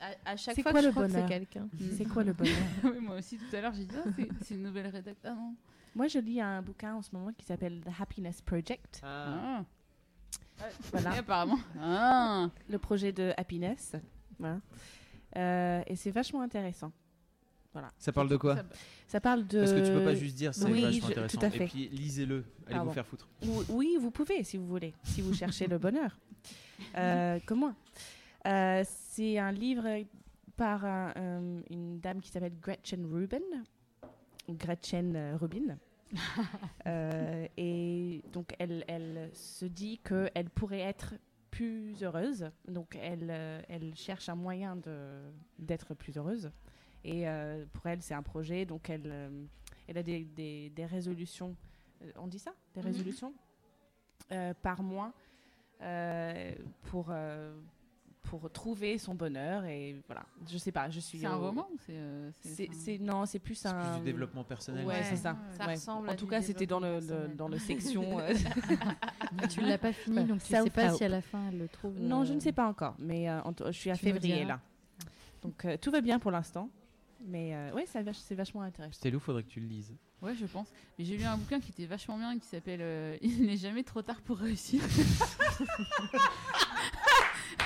S3: À, à chaque
S12: C'est
S3: fois
S12: quoi
S3: que je
S12: le
S3: crois que c'est
S12: bonheur
S3: quelqu'un.
S12: C'est quoi le bonheur
S14: Oui, moi aussi, tout à l'heure, j'ai dit, Ah, c'est- c'est une nouvelle rédacteur. Ah non.
S12: Moi, je lis un bouquin en ce moment qui s'appelle The Happiness Project.
S14: Ah.
S12: Voilà.
S14: Et apparemment.
S12: Le projet de Happiness. Voilà. Euh, et c'est vachement intéressant. Voilà.
S4: Ça parle de quoi
S12: Ça, ça parle de.
S4: Parce que tu peux pas juste dire c'est
S12: Oui, je-
S4: vachement intéressant.
S12: Tout à fait.
S4: Et puis lisez-le, allez
S12: Pardon.
S4: vous faire foutre.
S12: Ou- oui, vous pouvez si vous voulez, si vous cherchez le bonheur, Euh, comme moi. Euh, c'est un livre par un, euh, une dame qui s'appelle Gretchen Rubin. Gretchen euh, Rubin. Euh, et donc, elle, elle se dit qu'elle pourrait être plus heureuse. Donc, elle, euh, elle cherche un moyen de- d'être plus heureuse. Et euh, pour elle, c'est un projet. Donc, elle, euh, elle a des, des- des résolutions. Euh, On dit ça Des
S14: Mhm.
S12: résolutions euh, par mois euh, pour, euh, pour trouver son bonheur. Et voilà, je sais pas, je suis.
S14: C'est un
S12: au-
S14: roman ou c'est, euh, c'est-
S12: C'est-
S14: enfin-
S12: c'est- Non, c'est plus
S4: plus
S12: un.
S4: du développement personnel.
S12: Ouais,
S4: Ouais.
S12: c'est ça.
S4: Ça
S12: Ouais.
S4: ressemble
S12: En
S4: à
S12: tout
S4: du
S12: cas, c'était dans le, le-
S4: développement
S12: dans le
S4: personnel.
S12: section. euh,
S10: Ah, Tu l'as pas fini, donc tu sais pas si à la fin elle le trouve.
S12: Non, je
S10: euh,
S12: ne sais pas encore, mais euh, en tout- je suis à
S10: Tu nous
S12: février
S10: diras.
S12: là. Donc euh, tout va bien pour l'instant, mais euh, ouais, ça va- c'est vachement intéressant.
S4: Stélo, faudrait que tu le lises.
S14: Ah. Ouais, je pense. Mais j'ai lu un bouquin qui était vachement bien qui s'appelle euh, Il n'est jamais trop tard pour réussir. ça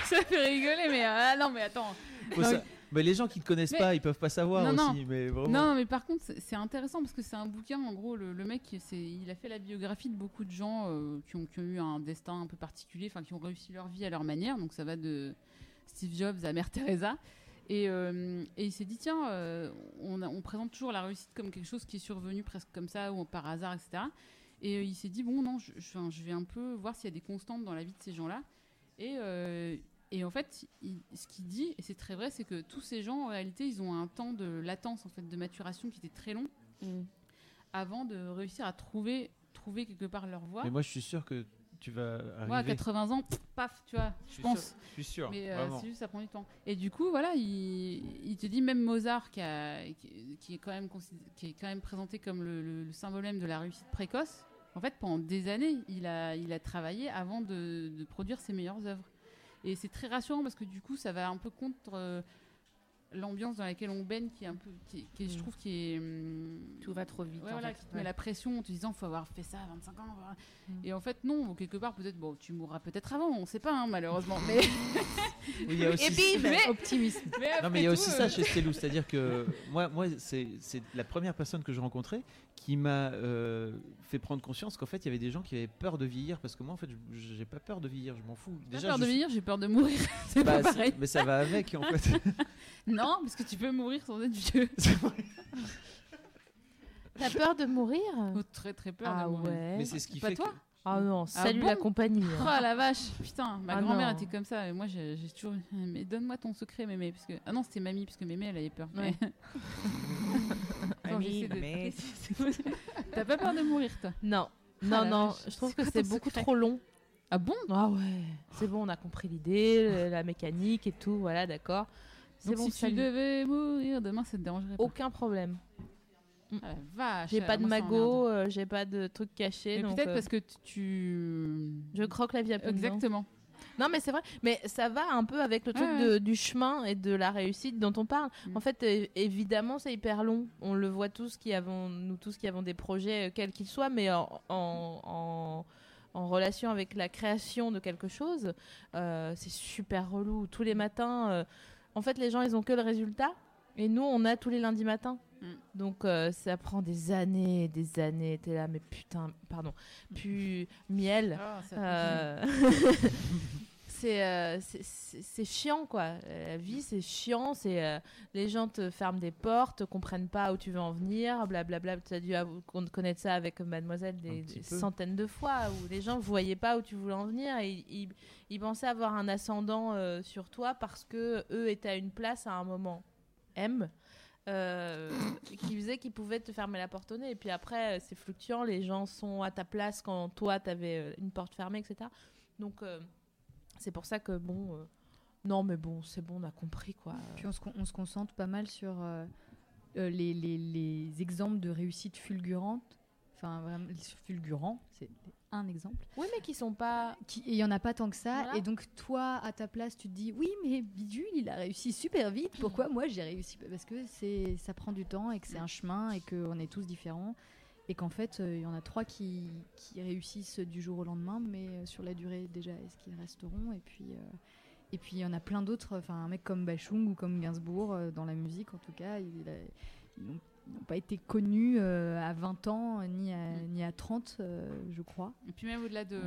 S14: fait rigoler, mais euh, ah non, mais attends.
S4: Faut
S14: Non,
S4: ça- Mais les gens qui ne connaissent
S14: Mais-
S4: pas, ils peuvent pas savoir
S14: non,
S4: aussi.
S14: Non.
S4: Mais vraiment.
S14: Non, mais par contre, c'est- c'est intéressant parce que c'est un bouquin. En gros, le, le mec, c'est- il a fait la biographie de beaucoup de gens euh, qui, ont, qui ont eu un destin un peu particulier, enfin, qui ont réussi leur vie à leur manière. Donc, ça va de Steve Jobs à Mère Teresa. Et, euh, et il s'est dit, tiens, euh, on, a- on présente toujours la réussite comme quelque chose qui est survenu presque comme ça ou par hasard, etc. Et euh, il s'est dit, bon, non, je, je- enfin, je vais un peu voir s'il y a des constantes dans la vie de ces gens-là. Et, euh, et en fait, il- ce qu'il dit, et c'est très vrai, c'est que tous ces gens, en réalité, ils ont un temps de latence, en fait, de maturation qui était très long avant de réussir à trouver, trouver quelque part leur voie.
S4: Mais moi, je suis sûr que tu vas arriver.
S14: Moi, à 80 ans, pff, paf, tu vois, je
S4: suis
S14: pense.
S4: sûr, je suis sûr,
S14: Mais euh,
S4: vraiment.
S14: c'est juste, ça prend du temps. Et du coup, voilà, il, il te dit, même Mozart, qui, a- qui- qui est quand même, consid- qui est quand même présenté comme le, le- le symbole même de la réussite précoce, en fait, pendant des années, il a, il a travaillé avant de, de produire ses meilleures œuvres. Et c'est très rassurant parce que du coup, ça va un peu contre. euh, l'ambiance dans laquelle on baigne qui est un peu qui, est- qui est- je trouve qui est
S12: Mm.
S14: mm,
S12: tout va trop vite
S14: ouais,
S12: en
S14: voilà,
S12: fait.
S14: qui te met
S12: Ouais. Mm.
S14: la pression en te disant faut avoir fait ça à 25 ans voilà. et en fait non ou quelque part peut-être bon tu mourras peut-être avant on sait pas hein, malheureusement mais
S4: il y a aussi-
S14: et bim
S4: Mais-
S14: optimisme
S4: non, mais il y a aussi
S14: euh,
S4: ça chez Stelou, c'est-à-dire que moi, moi c'est c'est la première personne que je rencontrais qui m'a euh, fait prendre conscience qu'en fait, il y avait des gens qui avaient peur de vieillir parce que moi, en fait, je- j'ai pas peur de vieillir, je m'en fous.
S14: j'ai peur de
S4: je-
S14: vieillir j'ai peur de mourir c'est
S4: Bah,
S14: pas
S4: c'est-
S14: pareil
S4: Mais ça va avec, en fait.
S14: non parce que tu peux mourir sans être vieux
S3: T'as peur de mourir
S14: Oh, très très peur
S3: Ah
S14: de mourir.
S3: ouais.
S4: Mais c'est ce qui
S14: pas
S4: fait
S14: toi
S4: que- Mm.
S3: Ah non, salut la compagnie. hein.
S14: Oh la vache, putain, ma
S3: Ah
S14: grand-mère
S3: non.
S14: était comme ça. Et moi, j'ai j'ai toujours. Mais donne-moi ton secret, mémé. Parce que... Ah non, c'était mamie, parce que mémé, elle avait peur.
S3: Ouais.
S14: Mais- Attends,
S3: Mamie,
S14: j'essaie de-
S3: mamé.
S14: T'as pas peur de mourir, toi
S3: Non,
S14: Ah
S3: non,
S14: la
S3: non,
S14: vache,
S3: je trouve
S14: c'est
S3: que
S14: quoi
S3: c'est
S14: ton
S3: beaucoup
S14: secret
S3: trop long.
S14: Ah bon
S3: Ah ouais. C'est bon, on a compris l'idée, le- la mécanique et tout, voilà, d'accord. C'est
S14: Donc,
S3: bon,
S14: si tu devais mourir demain, ça te dérangerait pas
S3: Aucun problème.
S14: Ah la vache.
S3: J'ai
S14: ah,
S3: pas de
S14: moi, ça
S3: magot, euh, j'ai pas de truc caché.
S14: Mais
S3: donc,
S14: peut-être
S3: euh,
S14: parce que tu- tu.
S3: Je croque la vie à pleines dents.
S14: Exactement.
S3: Non, mais c'est vrai. Mais ça va un peu avec le truc
S14: Ouais, Mm. ouais.
S3: de- du chemin et de la réussite dont on parle. En fait, euh, évidemment, c'est hyper long. On le voit tous qui avons, nous tous qui avons des projets, euh, quels qu'ils soient, mais en, en, en- en relation avec la création de quelque chose, euh, c'est super relou. Tous les matins, euh, en fait, les gens, ils ont que le résultat. Et nous, on a tous les lundis matins. Donc euh, ça prend des années, des années. T'es là, mais putain, pardon, pu miel.
S14: Ah, ça-
S3: Euh, c'est euh, c'est- c'est c'est chiant quoi. La vie c'est chiant, c'est euh, les gens te ferment des portes, comprennent pas où tu veux en venir, blablabla. Tu as dû avou- con- connaître ça avec Mademoiselle des, des
S14: petit peu.
S3: centaines de fois où les gens voyaient pas où tu voulais en venir et ils, ils- ils pensaient avoir un ascendant euh, sur toi parce que eux étaient à une place à un moment M. euh, qui faisait qu'ils pouvaient te fermer la porte au nez. Et puis après, euh, c'est fluctuant, les gens sont à ta place quand toi, t'avais euh, une porte fermée, etc. Donc, euh, c'est pour ça que bon. euh, non, mais bon, c'est bon, on a compris quoi.
S10: Puis on se, con- on se concentre pas mal sur euh, euh, les, les- les exemples de réussite fulgurante. Enfin, vraiment, fulgurant, c'est un exemple.
S3: Oui, mais qui sont pas.
S10: Qui- et il y en a pas tant que ça.
S3: Voilà.
S10: Et donc, toi, à ta place, tu te dis Oui, mais Bidule, il a réussi super vite. Pourquoi moi, j'ai réussi pas Parce que c'est- ça prend du temps et que c'est un chemin et qu'on est tous différents. Et qu'en fait, euh, il y en a trois qui, qui réussissent du jour au lendemain, mais euh, sur la durée déjà, est-ce qu'ils resteront Et puis. euh, et puis il y en a plein d'autres, enfin un mec comme Bachung ou comme Gainsbourg, euh, dans la musique en tout cas, il a- ils n'ont ils n'ont pas été connus euh, à 20 ans euh, ni à, ni à 30, euh, je crois.
S3: Mm.
S14: Et puis même au-delà de,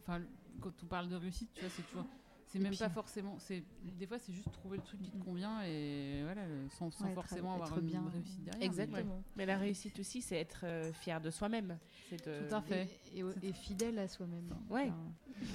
S14: enfin, quand on parle de réussite, tu vois, c'est toujours, c'est C'est
S15: Et
S14: même
S15: puis-
S14: pas forcément. C'est des fois c'est juste trouver le truc
S3: Mm.
S14: qui te convient et voilà, sans, sans
S12: Ouais, être-
S14: forcément
S12: être
S14: avoir une
S12: bien.
S14: réussite derrière. mais-
S12: Exactement. Mais la réussite aussi, c'est être euh, fier de soi-même. C'est de-
S15: Tout à fait. Et, et- et fidèle à soi-même.
S12: Ouais.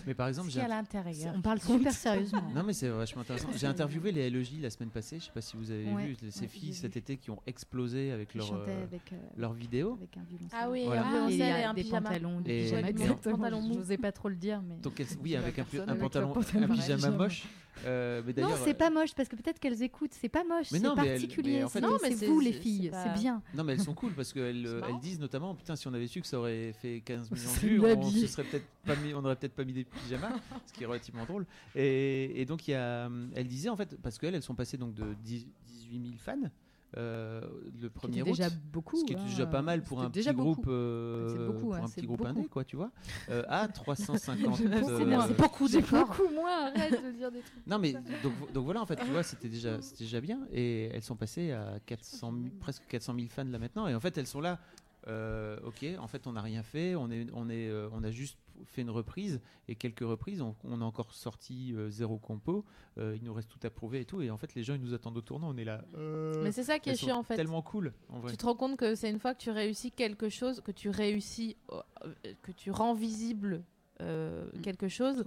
S4: Mais par exemple,
S12: Ce qu'il y a à l'intérieur.
S15: On parle
S4: compte.
S15: super sérieusement.
S4: Non, mais c'est vachement intéressant. J'ai interviewé les LEJ la semaine passée. Je sais pas si vous avez
S15: Ouais,
S4: vu les- ces
S15: ouais,
S4: filles
S15: j'ai
S4: cet été qui ont explosé avec
S15: Qui
S4: leur
S15: chantaient
S4: euh,
S15: avec, euh,
S4: leur vidéo.
S15: avec un violoncelle.
S3: Ah oui,
S4: Voilà.
S3: un violoncelle et,
S10: Et
S3: un
S10: des
S3: pyjama.
S10: pantalons,
S4: des Et- pyjamas,
S10: Exactement.
S4: exactement.
S10: Pantalon mou. J'osais pas trop le dire, mais.
S4: Donc elles- oui, avec un, pi-
S10: personne
S4: un
S10: avec
S4: pantalon,
S10: leur pantalon
S4: un
S10: pareil.
S4: pyjama moche. Euh, mais
S10: Non,
S4: d'ailleurs,
S10: c'est pas moche parce que peut-être qu'elles écoutent. C'est pas moche,
S4: Mais
S10: c'est
S4: non, mais elles-
S10: particulier.
S4: mais en fait-
S10: c'est-
S4: Non,
S10: c'est
S4: mais
S10: vous
S4: c'est-
S10: les
S4: c'est-
S10: filles,
S4: c'est
S10: c'est
S4: pas-
S10: bien.
S4: Non, mais elles sont cool parce qu'elles euh, elles disent notamment Putain, si on avait su que ça aurait fait 15 millions de
S10: C'est
S4: vues, on
S10: l'habit.
S4: se serait peut-être pas mis- on aurait peut-être pas mis des pyjamas, ce qui est relativement drôle. Et, et donc, il y a, hum, elle disait en fait, parce qu'elles, elles sont passées donc de 10 18 000 fans. euh, le premier
S10: déjà
S4: août,
S10: beaucoup,
S4: ce qui est
S10: hein,
S4: déjà pas mal pour
S10: c'était
S4: un
S10: déjà
S4: petit
S10: beaucoup.
S4: groupe, euh,
S10: C'est beaucoup,
S4: pour
S10: hein,
S4: un
S10: c'est
S4: petit groupe
S10: beaucoup.
S4: indé, quoi, tu vois, euh, à 350.
S10: C'est
S4: euh,
S10: moins, c'est beaucoup
S4: c'est
S10: d'efforts.
S15: Beaucoup moins, arrête de dire des trucs.
S4: non mais donc, donc voilà en fait tu vois c'était déjà c'était déjà bien et elles sont passées à 400 000 presque 400 000 fans là maintenant et en fait elles sont là euh, ok en fait on n'a rien fait on est on est euh, on a juste fait une reprise et quelques reprises on, on a encore sorti euh, zéro compo euh, il nous reste tout à prouver et tout et en fait les gens ils nous attendent au tournant on est là euh,
S3: Mais c'est ça qui est
S4: elles sont
S3: chiant, en fait.
S4: tellement cool en vrai
S3: Tu te rends compte que c'est une fois que tu réussis quelque chose, que tu réussis, euh, euh, que tu rends visible euh, quelque chose,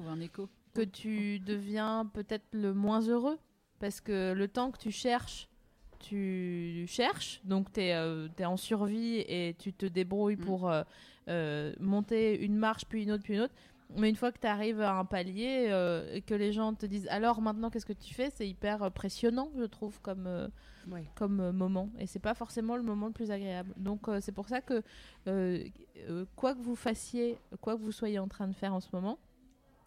S3: que tu deviens peut-être le moins heureux. Parce que le temps que tu cherches, tu cherches, donc tu es, en survie et tu te débrouilles pour euh, euh, monter une marche, puis une autre, puis une autre. Mais une fois que tu arrives à un palier euh, et que les gens te disent alors maintenant qu'est-ce que tu fais, c'est hyper impressionnant, je trouve, comme, euh,
S12: Ouais.
S3: comme euh, moment. Et c'est pas forcément le moment le plus agréable. Donc euh, c'est pour ça que euh, euh, quoi que vous fassiez, quoi que vous soyez en train de faire en ce moment,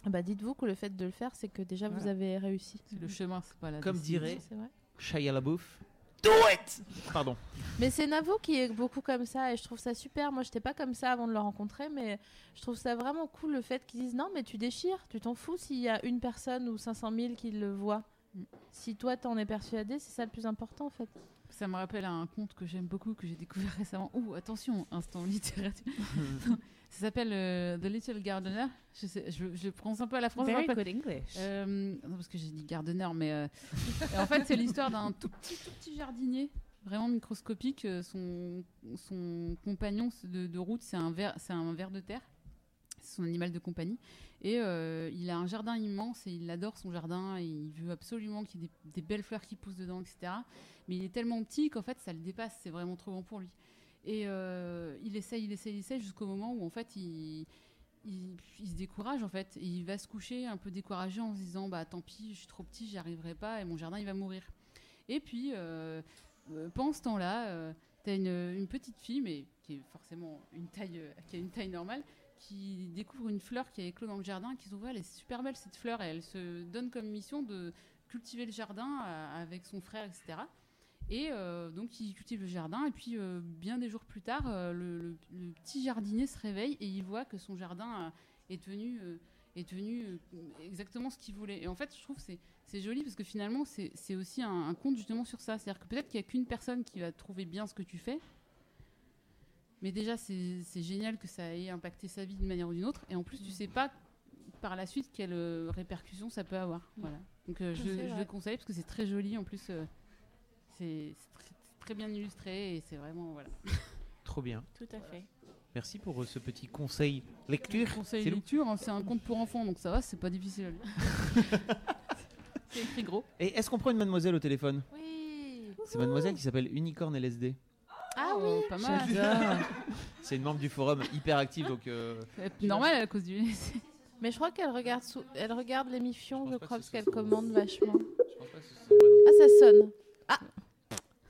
S3: bah dites-vous que le fait de le faire, c'est que déjà vous
S14: Voilà.
S3: avez réussi.
S14: C'est le chemin, c'est pas la
S4: comme dirait
S3: C'est vrai.
S4: Shia LaBeouf do it pardon
S3: Mais c'est Navo qui est beaucoup comme ça et je trouve ça super. Moi, j'étais pas comme ça avant de le rencontrer, mais je trouve ça vraiment cool le fait qu'ils disent non, mais tu déchires, tu t'en fous s'il y a une personne ou 500 000 qui le voit.
S14: Mm.
S3: Si toi t'en es persuadé, c'est ça le plus important en fait.
S14: Ça me rappelle un conte que j'aime beaucoup, que j'ai découvert récemment. Ouh, attention, instant littérature. ça s'appelle euh, The Little Gardener. Je, sais- je, je prononce un peu à la française.
S12: Very
S14: un peu.
S12: good English.
S14: Euh, non, parce que j'ai dit gardener, mais euh, et en fait, c'est l'histoire d'un tout petit, tout petit jardinier, vraiment microscopique. Euh, Son, son compagnon de, de route, c'est un ver, c'est un ver de terre. C'est son animal de compagnie. Et euh, il a un jardin immense et il adore son jardin. Et il veut absolument qu'il y ait des, des belles fleurs qui poussent dedans, etc. Mais il est tellement petit qu'en fait, ça le dépasse. C'est vraiment trop grand pour lui. Et euh, il essaye, il essaye, il essaye jusqu'au moment où en fait, il, il, il se décourage en fait. Et il va se coucher un peu découragé en se disant Bah tant pis, je suis trop petit, j'y arriverai pas et mon jardin il va mourir. Et puis, euh, euh, pendant ce temps-là, euh, t'as une, une petite fille, mais qui est forcément une taille, euh, qui a une taille normale, qui découvre une fleur qui a éclos dans le jardin, qui se trouve, elle est super belle cette fleur, et elle se donne comme mission de cultiver le jardin euh, avec son frère, etc. Et euh, donc, il cultive le jardin. Et puis, euh, bien des jours plus tard, euh, le, le- le petit jardinier se réveille et il voit que son jardin euh, est tenu, euh, est tenu euh, exactement ce qu'il voulait. Et en fait, je trouve que c'est- c'est joli parce que finalement, c'est c'est aussi un, un conte justement sur ça. C'est-à-dire que peut-être qu'il n'y a qu'une personne qui va trouver bien ce que tu fais. Mais déjà, c'est c'est génial que ça ait impacté sa vie d'une manière ou d'une autre. Et en plus, tu sais pas par la suite quelle euh, répercussion ça peut avoir.
S3: Mm.
S14: Voilà. Donc,
S5: Ah,
S14: euh, je,
S3: C'est
S14: je
S3: vrai.
S14: le conseille parce que c'est très joli. En plus, euh, c'est c'est très, c'est très bien illustré et c'est vraiment. Voilà.
S4: trop bien
S12: Tout à fait.
S4: merci pour euh, ce petit conseil lecture
S14: Conseil
S4: C'est
S14: lecture, hein, c'est un conte pour enfants, donc ça va, c'est pas difficile à lire. c'est écrit gros.
S4: Et est-ce qu'on prend une mademoiselle au téléphone
S14: Oui.
S4: C'est mademoiselle qui s'appelle Unicorn LSD.
S14: Ah oui, pas mal. Ah.
S4: C'est une membre du forum hyper active donc. euh,
S14: Normal à cause du.
S3: Mais je crois qu'elle regarde, sous- elle regarde l'émission, je, crois, parce qu'elle commande vachement.
S4: Ah,
S3: ça sonne. Ah,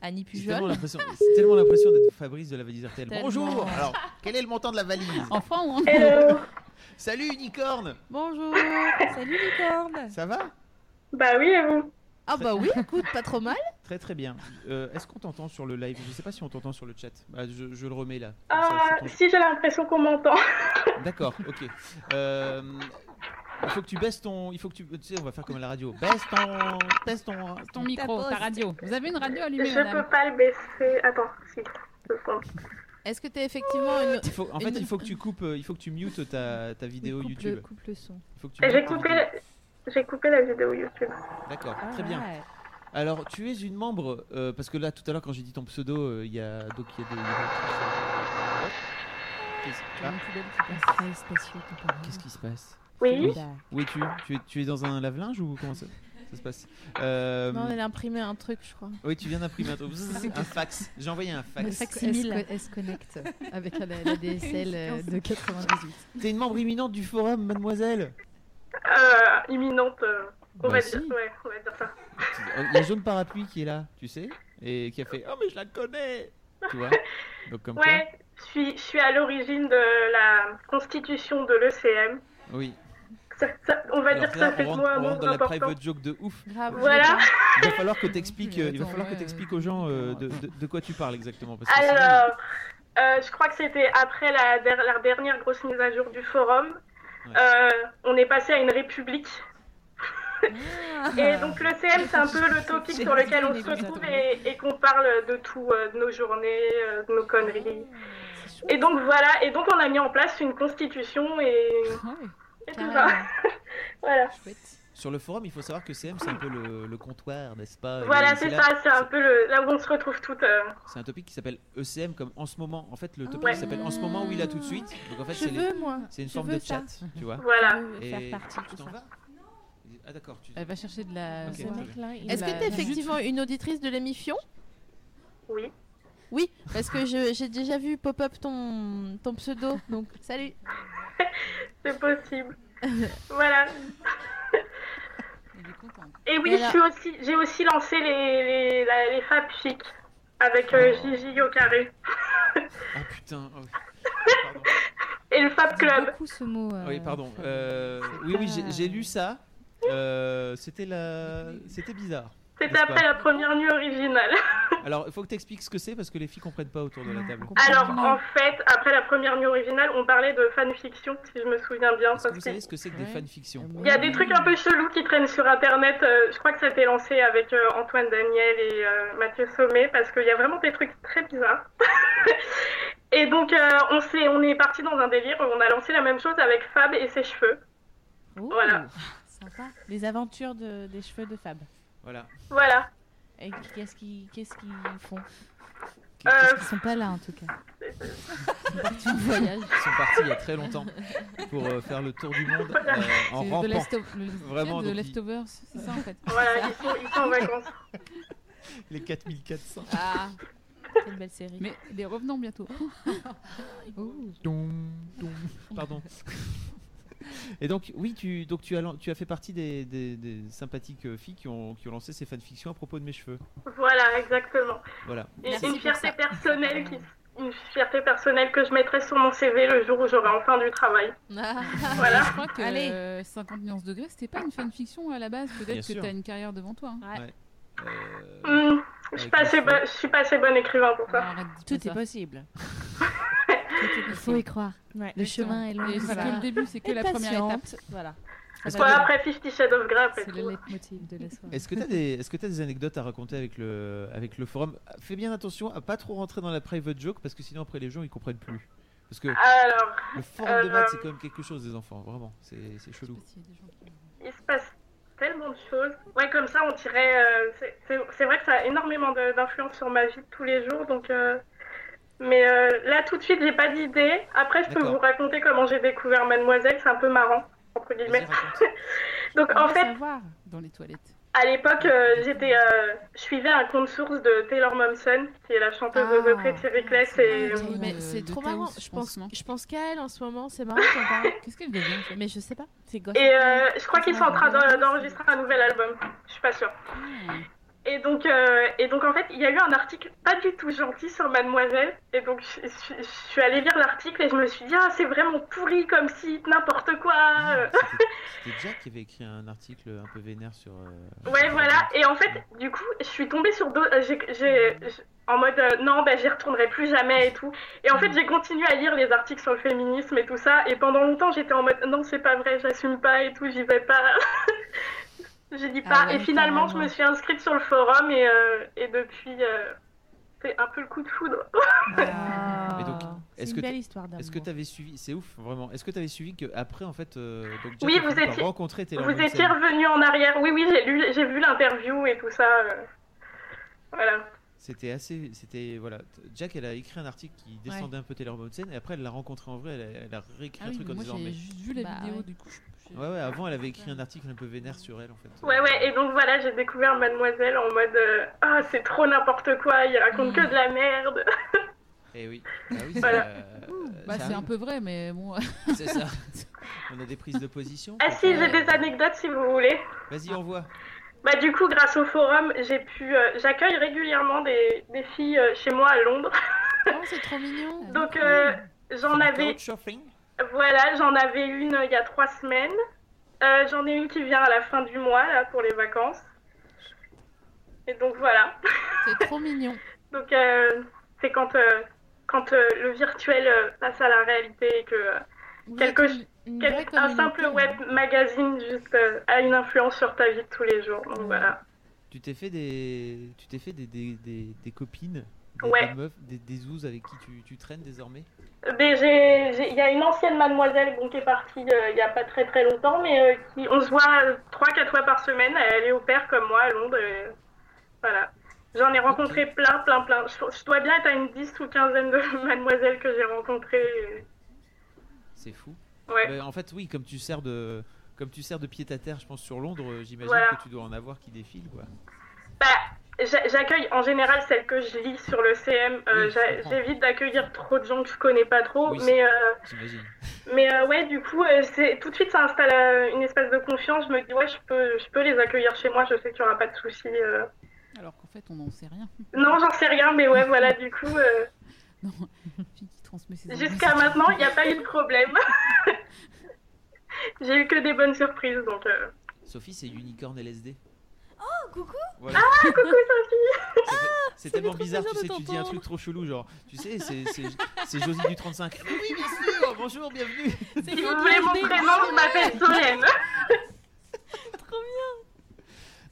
S3: Annie
S4: J'ai tellement
S3: Pujol.
S4: l'impression c'est tellement l'impression d'être Fabrice de la valise RTL.
S3: Tellement.
S4: Bonjour Alors, quel est le montant de la valise
S14: Enfin, on...
S4: Salut Unicorn
S3: Bonjour. Salut Licorne.
S4: Ça va
S5: Bah oui, et vous
S3: Ah bah oui, écoute, pas trop mal.
S4: Très très bien. Euh, Est-ce qu'on t'entend sur le live Je sais pas si on t'entend sur le chat. Bah, je, je le remets là. Comme ça,
S5: Ah,
S4: c'est ton-
S5: si j'ai l'impression qu'on m'entend.
S4: D'accord, ok. Euh, il faut que tu baisses ton. Il faut que tu. Tu sais, on va faire comme à la radio. Baisse ton. Baisse ton.
S16: euh,
S14: Ton micro, ta radio. Vous avez une radio allumée,
S5: Je
S14: madame
S5: peux pas le baisser. Attends, si. deux secondes.
S3: Est-ce que t'es effectivement une.
S4: Il faut- en fait,
S3: une-
S4: il faut que tu coupes. euh, Il faut que tu mutes ta, ta vidéo
S15: coupe
S4: YouTube.
S15: le- coupe le son.
S4: Il faut que tu
S5: J'ai
S4: mutes ta
S5: coupé,
S4: vidéo.
S5: J'ai coupé la vidéo YouTube.
S4: D'accord,
S5: Ah
S4: très bien. Alors, tu es une membre, euh, parce que là, tout à l'heure, quand j'ai dit ton pseudo, euh, il y a donc il y a des. Qu'est-ce- Ah, Qu'est-ce qui se passe
S16: Oui.
S4: Où es-tu tu es, tu es dans un lave-linge ou comment ça, ça se passe Euh,
S16: Non, elle a imprimé un truc, je crois.
S4: Oui, tu viens d'imprimer un truc. un fax. J'ai envoyé un
S14: Bah,
S4: fax.
S11: Le facsimile. Elle se- elle se connecte avec la- la DSL, euh, de 98.
S4: T'es une membre imminente du forum, mademoiselle.
S5: Euh, imminente, euh, on,
S4: Bah
S5: va
S4: si.
S5: dire, ouais, on va dire ça.
S4: Euh, Il y a Jaune Parapluie qui est là, tu sais, et qui a fait. Oh, mais je la connais Tu vois Donc, comme quoi.
S5: ouais, je suis, je suis à l'origine de la constitution de l'ECM.
S4: Oui.
S5: Ça- ça- on va
S4: Alors
S5: dire que
S4: là,
S5: ça fait
S4: on
S5: de
S4: rentre,
S5: moi un
S4: on rentre
S5: membre
S4: dans la
S5: important.
S4: private joke de ouf.
S5: Voilà.
S4: Il va falloir que t'expliques, euh, il va
S5: Attends,
S4: falloir que
S5: ouais,
S4: t'expliques aux gens euh, de, de- de quoi tu parles exactement. Parce que sinon,
S5: Alors, euh, je crois que c'était après la, der- la dernière grosse mise à jour du forum. Euh, on est passé à une république. Et Eh, donc le CM, c'est un peu le topic sur lequel on se retrouve et, et qu'on parle de tout, euh, de nos journées, euh, de nos conneries. Et donc voilà, et donc on a mis en place une constitution et, et tout ça. voilà.
S4: sur le forum, il faut savoir que CM c'est un peu le, le comptoir, n'est-ce pas
S5: Voilà,
S4: Et
S5: c'est
S4: Euh, là-
S5: ça, c'est un peu le, là où on se retrouve toutes. euh.
S4: C'est un topic qui s'appelle ECM comme en ce moment. En fait, le topic
S5: Ouais.
S4: s'appelle en ce moment où il a tout de suite. Donc en fait,
S5: Je
S4: c'est les-
S5: veux, moi.
S4: c'est une
S5: Je
S4: forme
S5: veux
S4: de
S5: ça.
S4: chat, tu vois.
S5: Voilà.
S16: Je veux
S4: Et
S16: faire partie
S4: tu
S16: de
S4: t'en
S16: ça.
S4: vas Ah d'accord, tu
S14: Elle va chercher de la.
S4: Ok,
S14: ce
S4: très bien.
S14: mec-là, il
S16: Est-ce
S14: va-
S16: que t'es effectivement une auditrice de l'émission
S5: Oui.
S16: Oui, parce que je- j'ai déjà vu pop-up ton, ton pseudo, donc salut.
S5: C'est possible. voilà. Et oui,
S16: Et alors-
S5: je suis aussi, j'ai aussi lancé les, les, la- les Fab Chic avec euh,
S4: Oh.
S5: Gigi au carré
S4: Ah putain. oh.
S5: et le Fab Club.
S10: beaucoup ce mot. euh,
S4: Oui, pardon. Euh, oui, oui, j'ai- j'ai lu ça. Euh, c'était la, c'était bizarre.
S5: C'était
S4: n'est-ce
S5: après
S4: pas
S5: la première nuit originale.
S4: Alors, il faut que tu expliques ce que c'est parce que les filles comprennent pas autour de la table.
S5: Alors, en fait, après la première nuit originale, on parlait de fanfiction, si je me souviens bien. parce
S4: vous
S5: que-
S4: savez ce que c'est que des fanfictions
S5: Il y a des trucs un peu chelous qui traînent sur internet. Euh, je crois que ça a été lancé avec euh, Antoine Daniel et euh, Mathieu Sommet parce qu'il y a vraiment des trucs très bizarres. et donc euh, on, s'est- on est parti dans un délire. On a lancé la même chose avec Fab et ses cheveux.
S16: Ouh,
S5: Voilà.
S16: Sympa. Les aventures de- des cheveux de Fab.
S4: Voilà.
S5: Voilà.
S16: Et qu'est-ce qu'ils qu'est-ce qu'ils font
S5: Euh,
S11: Ils sont pas là en tout cas.
S4: Ils sont partis il y a très longtemps pour euh, faire le tour du monde euh, en
S14: C'est
S4: rampant.
S14: de l'efto- le-
S4: Vraiment,
S14: de
S4: donc, ils-
S14: leftovers, c'est ça en fait.
S5: Voilà, ils sont, ils sont en vacances.
S4: les 4400.
S16: Ah, c'est une belle série.
S14: Mais les revenants bientôt. Oh.
S4: Dom, dom. Pardon. Et donc, oui, tu, donc tu, as, lan- tu as fait partie des, des- des sympathiques euh, filles qui ont, qui ont lancé ces fanfictions à propos de mes cheveux.
S5: Voilà, exactement.
S4: Voilà.
S5: Et
S4: C'est-
S5: une fierté personnelle qui- Une fierté personnelle que je mettrai sur mon CV le jour où j'aurai enfin du travail.
S14: voilà. Ah. Je crois que
S5: Allez.
S14: euh, 50 nuances degrés, c'était pas une fanfiction à la base.
S4: Bien
S14: Peut-être que
S4: sûr.
S14: t'as une carrière devant toi. hein.
S4: Ouais. Euh,
S5: Hmm, je, suis pas
S4: avec
S5: assez
S4: les
S5: bo- je suis pas assez bonne écrivain pour ça.
S16: Tout est possible.
S11: Il faut y croire.
S16: Ouais,
S11: le chemin est long.
S14: Et c'est que le début, c'est que
S16: Et
S14: la première étape.
S16: patiente, Voilà.
S4: Est-ce
S5: Voilà,
S4: que-
S5: après Fifty Shades of Grey, après
S11: C'est
S5: tout.
S11: le leitmotiv de la soirée.
S4: Est-ce que tu as des est-ce que t'as des anecdotes à raconter avec le avec le forum Fais bien attention à pas trop rentrer dans la private joke parce que sinon après les gens ils comprennent plus. Parce que
S5: Alors,
S4: le forum de
S5: euh,
S4: maths c'est quand même quelque chose des enfants, vraiment, c'est c'est chelou.
S5: il se passe tellement de choses. Ouais, comme ça, on dirait. euh, c'est- c'est c'est vrai que ça a énormément de- d'influence sur ma vie de tous les jours. Donc, euh, mais euh, là, tout de suite, j'ai pas d'idée. Après, je peux
S9: D'accord.
S5: vous raconter comment j'ai découvert Mademoiselle. C'est un peu marrant, entre guillemets. donc, en fait,
S14: Dans les toilettes.
S5: à l'époque, euh, j'étais, euh, je suivais un compte source de Taylor Momsen, qui est la chanteuse de The Pretty Reckless. Et... euh,
S16: Mais
S4: euh,
S16: c'est trop marrant. Je pense, je pense qu'à elle en ce moment, c'est marrant qu'on parle. Qu'est-ce qu'elle devient Mais je sais pas. C'est gosse.
S5: Et euh, je crois qu'ils sont en train d'en- d'enregistrer un nouvel album. Je suis pas sûre. Et donc, euh, et donc en fait, il y a eu un article pas du tout gentil sur Mademoiselle. Et donc, je, je- je suis allée lire l'article et je me suis dit, ah, c'est vraiment pourri comme site, n'importe quoi. euh.
S4: C'était Jack qui avait écrit un article un peu vénère sur euh,
S5: ouais, voilà. Et en fait, du coup, je suis tombée sur deux. euh, j'ai- j'ai- j'- en mode, euh, non, bah, j'y retournerai plus jamais et tout. Et en fait, j'ai continué à lire les articles sur le féminisme et tout ça. Et pendant longtemps, j'étais en mode, non, c'est pas vrai, j'assume pas et tout, j'y vais pas. Je dis pas.
S9: Ah ouais,
S5: et finalement, je
S9: carrément.
S5: me suis inscrite sur le forum et, euh, et depuis, euh, c'est un peu le coup de foudre.
S4: Mais donc,
S16: C'est
S4: Est-ce
S16: une
S4: que t-
S16: belle histoire d'amour.
S4: Est-ce que tu avais suivi C'est ouf, vraiment. Est-ce que tu avais suivi que après en fait, euh, donc Jack
S5: Oui,
S4: et
S5: vous
S4: Philippe ont
S5: étiez,
S4: rencontré Taylor
S5: vous
S4: Momsen.
S5: étiez revenu en arrière. Oui, oui, j'ai lu, j'ai vu l'interview et tout ça. euh. Voilà.
S4: C'était assez, c'était voilà. t- Jack, elle a écrit un article qui descendait un peu Taylor Momsen et après elle l'a rencontré en vrai. Elle a, elle a réécrit
S14: Ah
S4: un
S14: oui,
S4: truc
S14: mais
S4: en
S14: moi
S4: disant
S14: j'ai
S4: mais.
S14: juste vu la
S16: Bah
S14: vidéo
S16: ouais.
S14: du coup. je-
S4: Ouais, ouais. Avant, elle avait écrit un article un peu vénère sur elle en fait.
S5: Ouais, ouais, et donc voilà, j'ai découvert Mademoiselle en mode euh, Ah, c'est trop n'importe quoi, il
S14: Mm.
S5: raconte que de la merde.
S4: Et oui. Ah oui, c'est,
S5: Voilà.
S4: euh,
S14: Bah,
S4: ça
S14: c'est un
S4: arrive.
S14: peu vrai, mais bon.
S4: C'est ça. On a des prises de position.
S5: Ah, si, j'ai des anecdotes si vous voulez.
S4: Vas-y, envoie.
S5: Bah, du coup, grâce au forum, j'ai pu. euh, J'accueille régulièrement des, des filles euh, chez moi à Londres.
S16: Oh, c'est trop mignon.
S5: donc, euh, j'en avais. Voilà, j'en avais une euh, il y a trois semaines. Euh, j'en ai une qui vient à la fin du mois, là, pour les vacances. Et donc, voilà.
S16: C'est trop mignon.
S5: Donc, euh, c'est quand, euh, quand euh, le virtuel euh, passe à la réalité et que euh, quelque
S16: êtes
S5: ch-
S16: une
S5: quel-
S16: vraie
S5: un
S16: communauté, hein.
S5: simple web magazine juste euh, a une influence sur ta vie de tous les jours. Donc, voilà.
S4: Tu t'es fait des, tu t'es fait des, des, des, des copines, des,
S5: Ouais.
S4: des meufs, des, des zouzes avec qui tu, tu traînes désormais.
S5: Ben, j'ai- j'ai- Il y a une ancienne mademoiselle bon, qui est partie euh, il n'y a pas très très longtemps, mais euh, qui, on se voit 3-4 fois par semaine. Elle est au pair comme moi à Londres. et voilà. J'en ai rencontré plein, plein, plein. Je, je dois bien être à une 10 ou quinzaine de mademoiselles que j'ai rencontrées.
S4: C'est fou.
S5: Ouais.
S4: Mais en fait, oui, comme tu sers de, comme tu sers de pied à terre, je pense sur Londres, euh, j'imagine
S5: Voilà.
S4: que tu dois en avoir qui défilent, quoi.
S5: J'a- J'accueille en général celles que je lis sur le CM. Euh,
S4: Oui, je
S5: j'a-
S4: comprends.
S5: J'évite d'accueillir trop de gens que je connais pas trop,
S4: Oui,
S5: mais.
S4: c'est-
S5: euh,
S4: J'imagine.
S5: Mais euh, ouais, du coup, euh, c'est- tout de suite, ça installe euh, une espèce de confiance. Je me dis, ouais, je peux, je peux les accueillir chez moi, je sais qu'il n'y aura pas de soucis. euh.
S14: Alors qu'en fait, on n'en sait rien.
S5: Non, j'en sais rien, mais ouais, voilà, du coup, euh,
S14: Qui transmet ses
S5: jusqu'à
S14: informations.
S5: maintenant, il n'y a pas eu de problème. J'ai eu que des bonnes surprises, donc. euh.
S4: Sophie, c'est Unicorn LSD.
S17: Oh, coucou
S4: Voilà.
S17: Ah,
S5: coucou Sophie
S4: C'est- C'est tellement bizarre, tu
S17: plaisir de
S4: sais, tu dis un
S17: t'entendre.
S4: truc trop chelou, genre, tu sais, c'est c'est- c'est Josie du 35. Oui, bien sûr, bonjour, bienvenue.
S5: Si vous voulez mon prénom, je m'appelle Solène.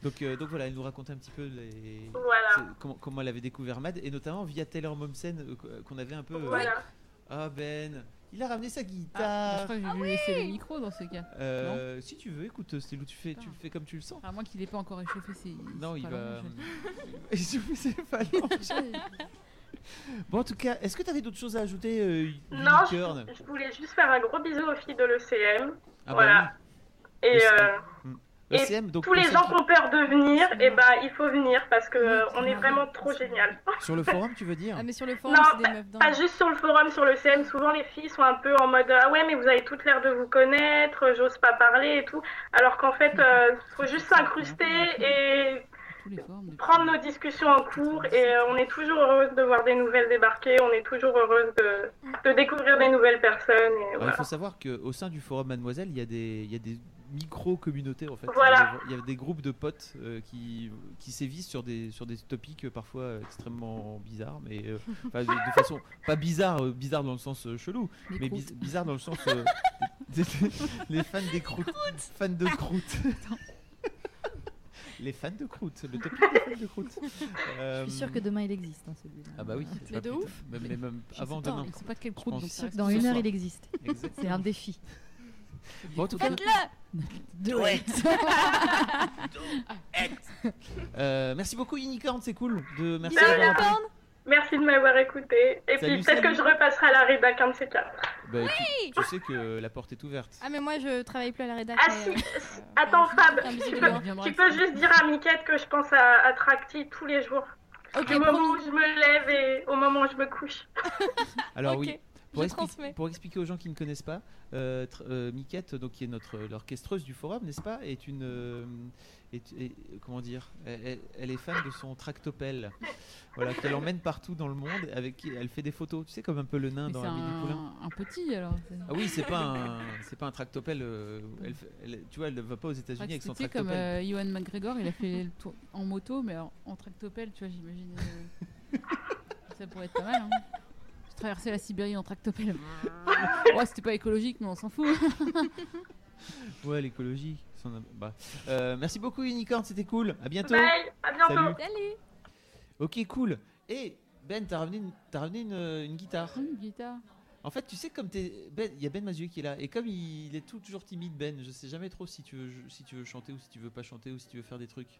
S4: Donc, euh, donc voilà, elle nous racontait un petit peu les...
S5: Voilà.
S4: c'est- comment, comment elle avait découvert Mad, et notamment via Taylor Momsen, euh, qu- qu'on avait un peu. euh,
S5: Voilà.
S4: Ah Ben, il a ramené sa guitare.
S14: Ah, bah, je crois que je vais lui laisser le micro dans ce cas. Non Ah,
S4: Euh, si tu veux, écoute, euh, Stelou, tu fais, tu fais comme tu le sens.
S14: À moins qu'il n'ait pas encore échauffé ses.
S4: Non,
S14: c'est
S4: il
S14: pas
S4: va. euh,
S14: l'enjeu.
S4: Il s'est- c'est pas l'enjeu. bon, en tout cas, est-ce que tu avais d'autres choses à ajouter, euh,
S5: Non, je,
S4: Unicorn
S5: je voulais juste faire un gros bisou aux filles de l'ECM.
S4: Ah bah
S5: voilà.
S4: oui.
S5: Et.
S4: ECM.
S5: euh,
S10: Mm.
S4: Hmm.
S5: Et
S4: ECM, donc
S5: tous les
S4: pour
S5: gens
S4: ceux
S5: qui ont peur de venir, et ben il faut venir parce que euh, on est vraiment trop génial.
S4: Sur le forum, tu veux dire
S10: Ah, mais sur le forum,
S5: Non,
S10: c'est
S5: pas,
S10: des meufs dingues.
S5: pas juste sur le forum, sur le CM, souvent les filles sont un peu en mode ah ouais mais vous avez toutes l'air de vous connaître, euh, j'ose pas parler et tout, alors qu'en
S10: Mm.
S5: fait euh, faut juste
S10: hein.
S5: s'incruster et prendre nos discussions en cours et euh, on est toujours heureuse de voir des nouvelles débarquer, on est toujours heureuse de,
S10: Mm.
S5: de découvrir des nouvelles personnes. Et
S4: Alors,
S5: voilà.
S4: il faut savoir qu'au sein du forum Mademoiselle, il y a des, il y a des micro-communautés en fait.
S5: Voilà.
S4: Il y a- il y a des groupes de potes euh, qui, qui sévissent sur des, sur des topics euh, parfois euh, extrêmement bizarres, mais euh, enfin, de, de façon pas bizarre, euh, bizarre dans le sens euh, chelou,
S7: Des
S4: mais
S7: croûtes.
S4: biz- bizarre dans le sens euh, des- des- les fans des croûtes, fans de croûtes. Les fans de croûtes, le topic des fans de croûtes.
S11: Je suis sûre que demain il existe, hein, celui-là.
S4: Euh, Ah bah oui.
S11: Mais de
S4: putain,
S11: ouf.
S4: Même, mais même
S11: Je sais
S4: avant
S11: pas,
S4: demain.
S11: ils sont pas de quelle
S4: Je
S11: croûte,
S4: pense.
S11: donc c'est sûr que dans une heure, il existe. C'est un défi.
S4: Bon, en tout cas-
S11: Do it.
S4: Euh, merci beaucoup Unicorn, c'est cool. De... Merci
S5: De
S4: d'avoir
S5: rien.
S4: appelé.
S5: Merci de m'avoir écouté et
S4: Salut,
S5: puis peut-être que
S4: salut.
S5: je repasserai à la rédac un de ces quatre.
S4: Bah, tu-
S17: Oui.
S4: tu, sais que la porte est ouverte.
S17: Ah, mais moi je travaille plus à la rédac.
S5: Ah
S17: mais,
S5: si,
S17: euh,
S5: si. attends Fab,
S17: un bisou
S5: tu
S17: de
S5: peux,
S17: loin.
S5: tu peux juste dire à Miquette que je pense à, à Tracti tous les jours. du moment où je me lève et au moment où je me couche.
S4: Alors
S5: Ok,
S4: oui. Pour,
S5: je
S4: expli-
S5: transmets.
S4: pour expliquer aux gens qui ne connaissent pas, euh, tr- euh, Miquette, donc qui est notre euh, l'orchestreuse du forum, n'est-ce pas, est une euh, est- est- comment dire, elle, elle- elle est fan de son tractopelle, voilà qu'elle emmène partout dans le monde, avec qui elle fait des photos, tu sais comme un peu le nain
S14: Mais
S4: dans
S14: c'est
S4: la mini poulain.
S14: un, un petit alors.
S4: Ah oui, c'est pas un c'est pas un tractopelle, euh, elle fait- elle- tu vois, elle ne va pas aux
S14: Je crois
S4: États-Unis
S14: que
S4: avec son
S14: C'était comme
S4: tractopelle.
S14: euh, Ewan McGregor, il a fait le tour en moto, mais alors, en tractopelle, tu vois, j'imagine. euh, ça pourrait être pas mal. Hein. J'ai traversé la Sibérie en tractopelle. oh, c'était pas écologique, mais on s'en fout. euh,
S4: Ouais, l'écologie. son ab- bah. Euh, merci beaucoup Unicorn, c'était cool. À bientôt.
S5: Bye, à bientôt.
S4: Salut.
S17: Salut.
S4: Ok, cool. Et Ben, t'as ramené, une- t'as ramené une, une guitare.
S14: Une guitare.
S4: En fait, tu sais, comme t'es. Ben, il y a Ben Mazué qui est là. Et comme il, il est tout- toujours timide, Ben, je sais jamais trop si tu, veux, si tu veux chanter ou si tu veux pas chanter ou si tu veux faire des trucs.